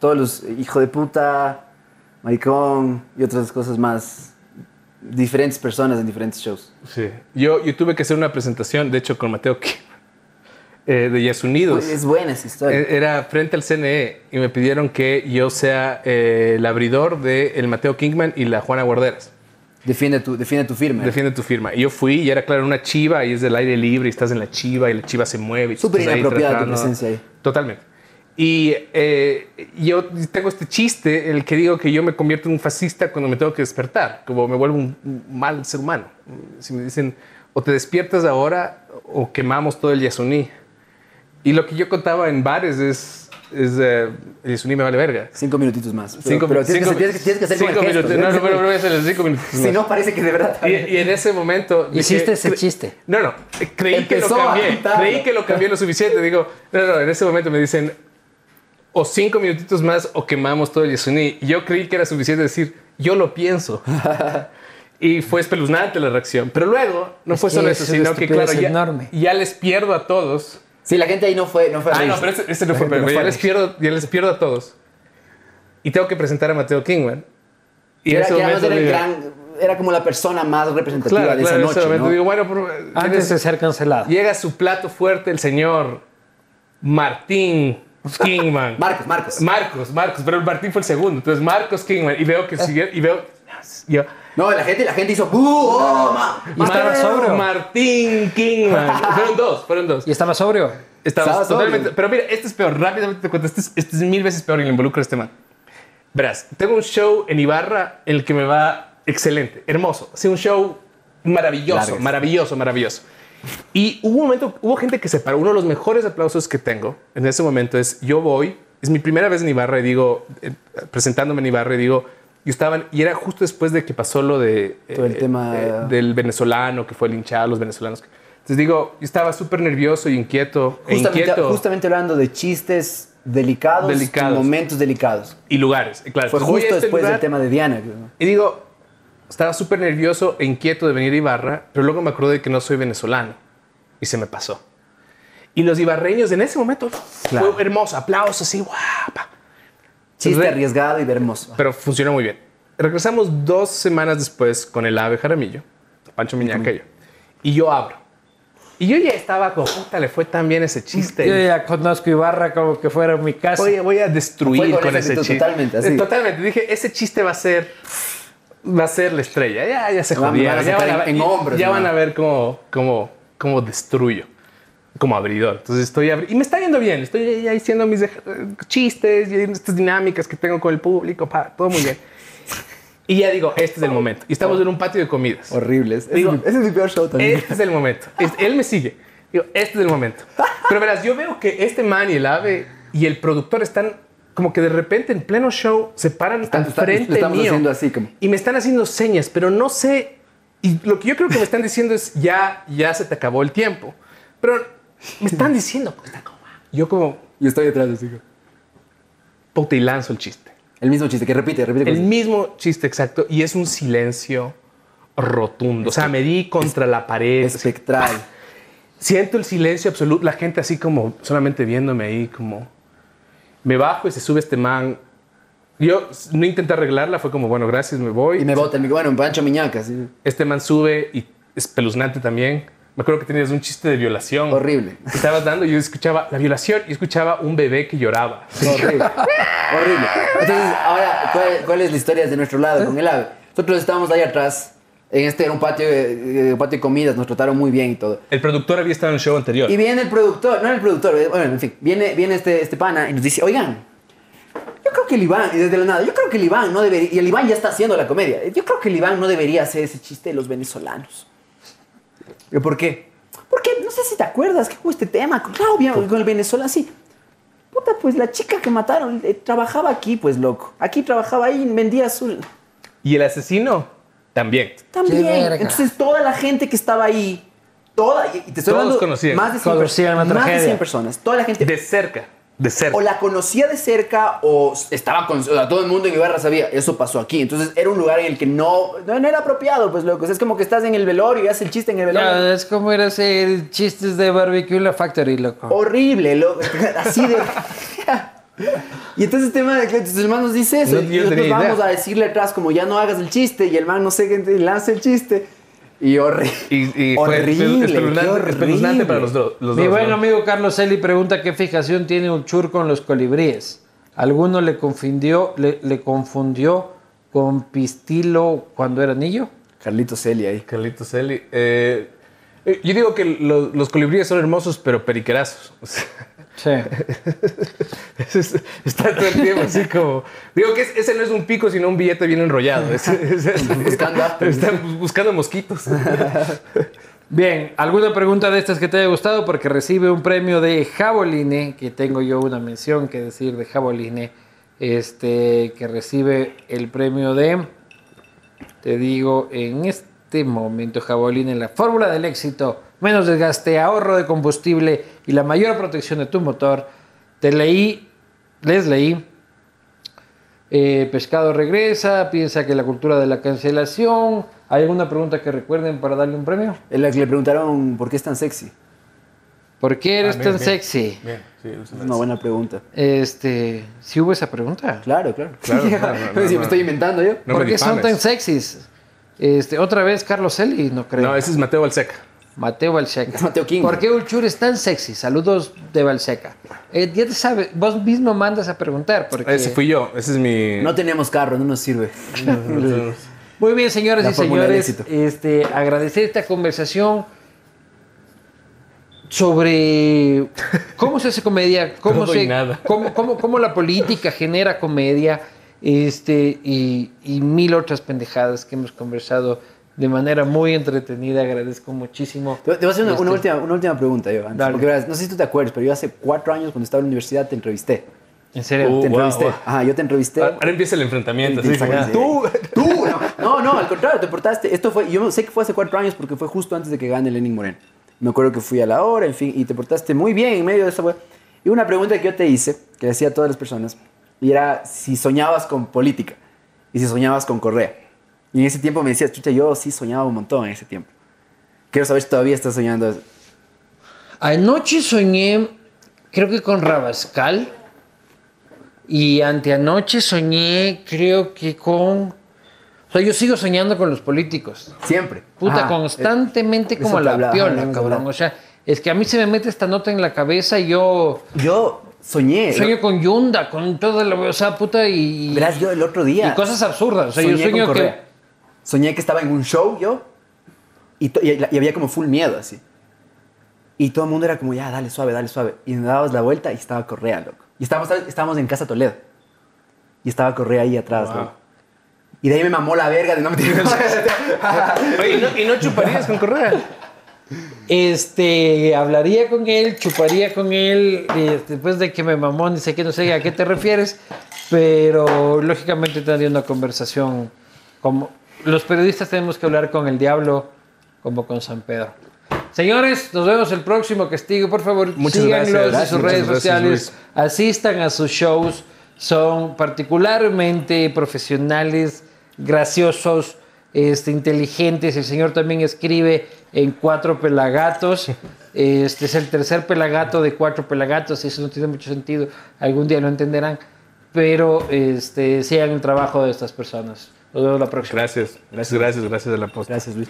[SPEAKER 3] todos los hijo de puta, maricón y otras cosas más. Diferentes personas en diferentes shows.
[SPEAKER 2] Sí. Yo, yo tuve que hacer una presentación, de hecho, con Mateo Kim, eh, de Yes Unidos.
[SPEAKER 3] Es buena esa historia.
[SPEAKER 2] Eh, Era frente al CNE y me pidieron que yo sea eh, el abridor de el Mateo Kingman y la Juana Guarderas.
[SPEAKER 3] defiende, tu, defiende tu firma.
[SPEAKER 2] Defiende tu firma. Y yo fui y era, claro, una chiva y es del aire libre y estás en la chiva y la chiva se mueve. y tú
[SPEAKER 3] Súper
[SPEAKER 2] estás ahí
[SPEAKER 3] inapropiada tu
[SPEAKER 2] tratando.
[SPEAKER 3] presencia ahí.
[SPEAKER 2] Totalmente. Y eh, yo tengo este chiste en el que digo que yo me convierto en un fascista cuando me tengo que despertar, como me vuelvo un un mal ser humano. Si me dicen, o te despiertas ahora o quemamos todo el Yasuní. Y lo que yo contaba en bares es, es eh, el Yasuní me vale verga.
[SPEAKER 3] Cinco minutitos más. Pero,
[SPEAKER 2] Cinco-
[SPEAKER 3] pero tienes,
[SPEAKER 2] cinco-
[SPEAKER 3] que, tienes que- tienes que hacer con el
[SPEAKER 2] cinco
[SPEAKER 3] gesto,
[SPEAKER 2] minutos. No, no,
[SPEAKER 3] tienes que-
[SPEAKER 2] pero- pero voy a hacer los cinco minutos.
[SPEAKER 3] Si no, parece que de verdad.
[SPEAKER 2] Y, y en ese momento. dije-
[SPEAKER 1] Hiciste ese chiste.
[SPEAKER 2] No, no. eh, Creí que
[SPEAKER 3] Empezó
[SPEAKER 2] lo
[SPEAKER 3] a
[SPEAKER 2] cambié.
[SPEAKER 3] agitarlo.
[SPEAKER 2] Creí que lo cambié lo suficiente. Digo, no, no. En ese momento me dicen o cinco minutitos más o quemamos todo el Yasuní. Y Yo creí que era suficiente decir, yo lo pienso. Y fue espeluznante la reacción. Pero luego, no
[SPEAKER 1] Es
[SPEAKER 2] fue
[SPEAKER 1] que
[SPEAKER 2] solo
[SPEAKER 1] es
[SPEAKER 2] eso,
[SPEAKER 1] una
[SPEAKER 2] sino que,
[SPEAKER 1] estupidez
[SPEAKER 2] claro, ya,
[SPEAKER 1] enorme.
[SPEAKER 2] ya les pierdo a todos.
[SPEAKER 3] Sí, la gente ahí no fue. No fue a
[SPEAKER 2] Ah, no,
[SPEAKER 3] reírse.
[SPEAKER 2] pero ese, ese no
[SPEAKER 3] La
[SPEAKER 2] fue
[SPEAKER 3] gente
[SPEAKER 2] peor.
[SPEAKER 3] no
[SPEAKER 2] Ya
[SPEAKER 3] fue a
[SPEAKER 2] les,
[SPEAKER 3] reírse.
[SPEAKER 2] pierdo, ya les pierdo a todos. Y tengo que presentar a Mateo Kingman. Y en
[SPEAKER 3] Era,
[SPEAKER 2] ese
[SPEAKER 3] que además
[SPEAKER 2] momento
[SPEAKER 3] era, el
[SPEAKER 2] digo-
[SPEAKER 3] gran, era como la persona más representativa
[SPEAKER 2] Claro,
[SPEAKER 3] de
[SPEAKER 2] claro, en
[SPEAKER 3] esa
[SPEAKER 2] ese
[SPEAKER 3] noche.
[SPEAKER 2] momento
[SPEAKER 3] ¿no?
[SPEAKER 2] digo, bueno, pero
[SPEAKER 1] Antes
[SPEAKER 2] eres-
[SPEAKER 1] de ser cancelado.
[SPEAKER 2] llega su plato fuerte el señor Martín Kingman.
[SPEAKER 3] Marcos, Marcos. Eh.
[SPEAKER 2] Marcos, Marcos, pero el Martín fue el segundo. Entonces Marcos Kingman y veo que sigue y veo más. Yo,
[SPEAKER 3] No, la gente, la gente hizo. "Bú, oh, ma".
[SPEAKER 1] Y estaba sobrio.
[SPEAKER 2] Martín Kingman. fueron dos, fueron dos.
[SPEAKER 1] Y estaba sobrio.
[SPEAKER 2] Estabas
[SPEAKER 3] Estabas
[SPEAKER 2] totalmente.
[SPEAKER 3] sobrio.
[SPEAKER 2] Pero mira, este es peor. Rápidamente te cuento. Este es, este es mil veces peor y le involucro a este man. Verás, tengo un show en Ibarra en el que me va excelente, hermoso. Ha sido un show maravilloso,
[SPEAKER 3] Largas.
[SPEAKER 2] maravilloso, maravilloso. Y hubo un momento, hubo gente que se paró. Uno de los mejores aplausos que tengo en ese momento es: yo voy, es mi primera vez en Ibarra y digo, eh, presentándome en Ibarra y digo, yo estaban, y era justo después de que pasó lo de. eh,
[SPEAKER 3] Todo el tema-
[SPEAKER 2] del venezolano que fue linchado, los venezolanos. Entonces digo, yo estaba súper nervioso y inquieto, e
[SPEAKER 3] Justamente,
[SPEAKER 2] inquieto
[SPEAKER 3] justamente hablando de chistes delicados,
[SPEAKER 2] Delicados.
[SPEAKER 3] momentos delicados.
[SPEAKER 2] y lugares. Y Claro,
[SPEAKER 3] Fue
[SPEAKER 2] entonces voy a
[SPEAKER 3] justo
[SPEAKER 2] este
[SPEAKER 3] después
[SPEAKER 2] lugar
[SPEAKER 3] del tema de Diana. creo, ¿no?
[SPEAKER 2] Y digo, estaba súper nervioso e inquieto de venir a Ibarra, pero luego me acordé que no soy venezolano y se me pasó. Y los ibarreños en ese momento
[SPEAKER 3] Claro.
[SPEAKER 2] fue hermoso, aplausos así, guapa.
[SPEAKER 3] Chiste
[SPEAKER 2] Re-
[SPEAKER 3] arriesgado y hermoso.
[SPEAKER 2] Pues Pero funcionó muy bien. Regresamos dos semanas después con el ave Jaramillo, Pancho Miñaca y yo. Y yo abro. Y yo ya estaba como, puta, le fue tan bien ese chiste.
[SPEAKER 1] Yo ya conozco Ibarra como que fuera mi casa.
[SPEAKER 2] voy, voy a
[SPEAKER 3] Fue
[SPEAKER 2] destruir
[SPEAKER 3] con
[SPEAKER 2] con, ese
[SPEAKER 3] esa actitud,
[SPEAKER 2] chiste.
[SPEAKER 3] totalmente, así.
[SPEAKER 2] Eh, Totalmente. Dije, ese chiste va a ser. Va a ser la estrella. Ya, ya se
[SPEAKER 3] Me van- me van a
[SPEAKER 2] jodieron. Ya,
[SPEAKER 3] sacar
[SPEAKER 2] van a, ver-
[SPEAKER 3] en- en hombros,
[SPEAKER 2] ya
[SPEAKER 3] ¿no?
[SPEAKER 2] van a ver cómo, cómo, cómo destruyo. Como abridor. Entonces estoy abri- Y me está yendo bien. Estoy ya haciendo mis eh, chistes y estas dinámicas que tengo con el público. pa, todo muy bien. Y ya digo, este es el momento. Y
[SPEAKER 3] Ah.
[SPEAKER 2] estamos en un patio de comidas.
[SPEAKER 3] Horribles. Ese,
[SPEAKER 2] Digo,
[SPEAKER 3] es mi- ese es mi peor show también.
[SPEAKER 2] Este es el momento. Es- él me sigue. Digo, este es el momento. Pero verás, yo veo que este man y el ave y el productor están como que de repente en pleno show se paran al
[SPEAKER 3] está-
[SPEAKER 2] frente
[SPEAKER 3] lo estamos
[SPEAKER 2] mío
[SPEAKER 3] haciendo así como.
[SPEAKER 2] y me están haciendo señas, pero no sé. Y lo que yo creo que me están diciendo es ya, ya se te acabó el tiempo. Pero me están diciendo, pues, está como- yo como
[SPEAKER 3] Y estoy detrás de chico.
[SPEAKER 2] puta y lanzo el chiste.
[SPEAKER 3] El mismo chiste, que repite, repite.
[SPEAKER 2] El mismo chiste exacto y es un silencio rotundo. O sea, me di contra la pared. así,
[SPEAKER 3] espectral.
[SPEAKER 2] siento el silencio absoluto, la gente así como solamente viéndome ahí, como me bajo y se sube este man. Yo s- no intenté arreglarla, fue como, bueno, gracias, me voy.
[SPEAKER 3] Y me bota el micro. Bueno, en Pancho Miñaca, sí.
[SPEAKER 2] Este man sube y espeluznante también. Me acuerdo que tenías un chiste de violación.
[SPEAKER 3] Horrible.
[SPEAKER 2] Que Estabas dando y yo escuchaba la violación y escuchaba un bebé que lloraba.
[SPEAKER 3] Horrible. Horrible. Entonces, ahora, ¿cuál, cuál es la historia de nuestro lado con el ave? Nosotros estábamos ahí atrás. En este era un patio, eh, eh, patio de comidas. Nos trataron muy bien y todo.
[SPEAKER 2] El productor había estado en el show anterior.
[SPEAKER 3] Y viene el productor, no era el productor, eh, bueno, en fin, viene, viene este, este pana y nos dice, oigan, yo creo que el Iván, y desde la nada, yo creo que el Iván no debería, y el Iván ya está haciendo la comedia, yo creo que el Iván no debería hacer ese chiste de los venezolanos. Yo, ¿Por qué? Porque, no sé si te acuerdas, que hubo este tema, con, claro, bien, con el Venezuela, sí. Puta, pues la chica que mataron eh, trabajaba aquí, pues loco. Aquí trabajaba ahí, vendía azul.
[SPEAKER 2] Y el asesino también.
[SPEAKER 3] También.
[SPEAKER 1] Qué verga.
[SPEAKER 3] Entonces toda la gente que estaba ahí, toda, y y te estoy
[SPEAKER 2] Todos
[SPEAKER 3] hablando
[SPEAKER 2] conocían.
[SPEAKER 3] más de 100
[SPEAKER 1] Conocían la
[SPEAKER 3] personas, más de
[SPEAKER 1] tragedia.
[SPEAKER 3] 100 personas, toda la gente
[SPEAKER 2] De cerca. De cerca.
[SPEAKER 3] o la conocía de cerca o estaba con o sea, todo el mundo en Ibarra sabía, eso pasó aquí. Entonces era un lugar en el que no no, no era apropiado, pues loco, O sea, es como que estás en el velorio y haces el chiste en el velorio.
[SPEAKER 1] Ya, es como era hacer chistes de barbecue en la factory, loco.
[SPEAKER 3] Horrible, loco, así de Y entonces este man, entonces el man nos dice eso.
[SPEAKER 2] No,
[SPEAKER 3] y
[SPEAKER 2] yo
[SPEAKER 3] nosotros
[SPEAKER 2] tenía
[SPEAKER 3] vamos
[SPEAKER 2] idea.
[SPEAKER 3] a decirle atrás, como ya no hagas el chiste. Y el man no sé qué y lanza el chiste. Y horrible.
[SPEAKER 2] Y, y fue
[SPEAKER 3] horrible,
[SPEAKER 2] espeluz-
[SPEAKER 3] qué
[SPEAKER 2] espeluznante, espeluznante para los,
[SPEAKER 3] horrible.
[SPEAKER 2] dos- los
[SPEAKER 1] Mi
[SPEAKER 2] dos.
[SPEAKER 1] buen
[SPEAKER 2] ¿no?
[SPEAKER 1] amigo Carlos Eli pregunta qué fijación tiene un chur con los colibríes. ¿Alguno le confundió, le, le confundió con Pistilo cuando era niño?
[SPEAKER 3] Carlitos Celia ahí.
[SPEAKER 2] Carlitos Eli. Eh, eh, yo digo que lo- los colibríes son hermosos, pero periquerazos. O sea,
[SPEAKER 1] Sí.
[SPEAKER 2] es- es- está todo el tiempo así como. Digo que es- ese no es un pico, sino un billete bien enrollado. Es- es- es-
[SPEAKER 3] Buscando after.
[SPEAKER 2] están bus- buscando mosquitos.
[SPEAKER 1] Bien, ¿alguna pregunta de estas que te haya gustado? Porque recibe un premio de Jaboline, que tengo yo una mención que decir de Jaboline, este, que recibe el premio de, te digo, en este momento Jaboline, la fórmula del éxito, menos desgaste, ahorro de combustible y la mayor protección de tu motor. Te leí, les leí, eh, Pescado regresa, piensa que la cultura de la cancelación. ¿Hay alguna pregunta que recuerden para darle un premio?
[SPEAKER 3] En la que le preguntaron por qué es tan sexy.
[SPEAKER 1] ¿Por qué eres
[SPEAKER 2] Ah, bien,
[SPEAKER 1] tan
[SPEAKER 2] bien.
[SPEAKER 1] sexy?
[SPEAKER 2] Bien, sí, lo
[SPEAKER 3] Es una buena pregunta.
[SPEAKER 1] Este, si hubo esa pregunta.
[SPEAKER 3] Claro, claro.
[SPEAKER 2] Claro, claro, no, no,
[SPEAKER 3] Sí,
[SPEAKER 2] no.
[SPEAKER 3] me estoy inventando yo.
[SPEAKER 2] No
[SPEAKER 1] ¿Por
[SPEAKER 2] me
[SPEAKER 1] qué son tan
[SPEAKER 2] difames.
[SPEAKER 1] sexys? Este, otra vez Carlos Eli, no creo.
[SPEAKER 2] No, ese es Mateo Balseca.
[SPEAKER 1] Mateo Balseca.
[SPEAKER 3] Es Mateo King.
[SPEAKER 1] ¿Por qué Ulchur es tan sexy? Saludos de Balseca. Eh, ya te sabes, vos mismo mandas a preguntar. Porque
[SPEAKER 2] Ese fui yo. Ese es mi.
[SPEAKER 3] No tenemos carro, no nos sirve.
[SPEAKER 1] Muy bien, señoras
[SPEAKER 3] La
[SPEAKER 1] y
[SPEAKER 3] fórmula del
[SPEAKER 1] señores,
[SPEAKER 3] éxito.
[SPEAKER 1] este, agradecer esta conversación sobre cómo se hace comedia, cómo,
[SPEAKER 2] Todo y
[SPEAKER 1] se,
[SPEAKER 2] nada.
[SPEAKER 1] cómo, cómo- cómo la política genera comedia este, y, y mil otras pendejadas que hemos conversado de manera muy entretenida. Agradezco muchísimo.
[SPEAKER 3] Te, te voy a hacer una, una
[SPEAKER 1] Este,
[SPEAKER 3] última, una última pregunta, yo. antes,
[SPEAKER 1] Dale.
[SPEAKER 3] porque verás, no sé si tú te acuerdas, pero yo hace cuatro años cuando estaba en la universidad te entrevisté.
[SPEAKER 1] En serio.
[SPEAKER 2] Uh,
[SPEAKER 3] te
[SPEAKER 2] guau,
[SPEAKER 3] entrevisté.
[SPEAKER 2] guau.
[SPEAKER 3] Ajá, yo te entrevisté.
[SPEAKER 2] Ah, Ahora empieza el enfrentamiento. así,
[SPEAKER 3] Exactamente.
[SPEAKER 2] Tú,
[SPEAKER 3] Tú, no, no, no, al contrario, te portaste. Esto fue, yo sé que fue hace cuatro años porque fue justo antes de que gane Lenin Moreno. Me acuerdo que fui a la hora, en fin, y te portaste muy bien en medio de esa wea. Y una pregunta que yo te hice, que le hacía a todas las personas, y era si soñabas con política y si soñabas con Correa. Y en ese tiempo me decías, chucha, yo sí soñaba un montón en ese tiempo. Quiero saber si todavía estás soñando. eso.
[SPEAKER 1] Anoche soñé, creo que con Rabascal. Y anteanoche soñé, creo que con. O sea, yo sigo soñando con los políticos.
[SPEAKER 3] Siempre.
[SPEAKER 1] Puta,
[SPEAKER 3] Ajá.
[SPEAKER 1] constantemente
[SPEAKER 3] eso
[SPEAKER 1] como
[SPEAKER 3] te
[SPEAKER 1] la
[SPEAKER 3] hablaba,
[SPEAKER 1] piola,
[SPEAKER 3] ajá, hemos
[SPEAKER 1] cabrón.
[SPEAKER 3] hablado.
[SPEAKER 1] O sea, es que a mí se me mete esta nota en la cabeza y yo
[SPEAKER 3] Yo soñé.
[SPEAKER 1] sueño con Yunda, con toda la. O sea, puta, y.
[SPEAKER 3] Verás, yo el otro día.
[SPEAKER 1] y cosas absurdas. O sea, yo
[SPEAKER 3] Soñé con
[SPEAKER 1] sueño que.
[SPEAKER 3] Correa. Soñé que estaba en un show yo y, to- y- y había como full miedo así. Y todo el mundo era como, ya, dale suave, dale suave. Y nos dabas la vuelta y estaba Correa, loco. Y estábamos, ¿sabes? estábamos en Casa Toledo. Y estaba Correa ahí atrás,
[SPEAKER 2] Wow.
[SPEAKER 3] loco. Y de ahí me mamó la verga de no me
[SPEAKER 2] Oye, ¿y no- ¿y no chuparías con Correa?
[SPEAKER 1] Este, hablaría con él, chuparía con él, eh, después de que me mamó, ni sé qué, no sé a qué te refieres, pero lógicamente tendría una conversación como... Los periodistas tenemos que hablar con el diablo como con San Pedro. Señores, nos vemos el próximo castigo. Por favor,
[SPEAKER 2] Muchas
[SPEAKER 1] síganlos
[SPEAKER 2] gracias,
[SPEAKER 1] en sus
[SPEAKER 2] muchas
[SPEAKER 1] redes
[SPEAKER 2] gracias,
[SPEAKER 1] sociales.
[SPEAKER 2] Luis.
[SPEAKER 1] Asistan a sus shows. Son particularmente profesionales, graciosos, este, inteligentes. El señor también escribe en Cuatro Pelagatos. Este es el tercer pelagato de Cuatro Pelagatos. Eso no tiene mucho sentido. Algún día lo entenderán. Pero este, sigan el trabajo de estas personas. Nos vemos la próxima.
[SPEAKER 2] Gracias, gracias, gracias, gracias a la posta.
[SPEAKER 3] Gracias, Luis.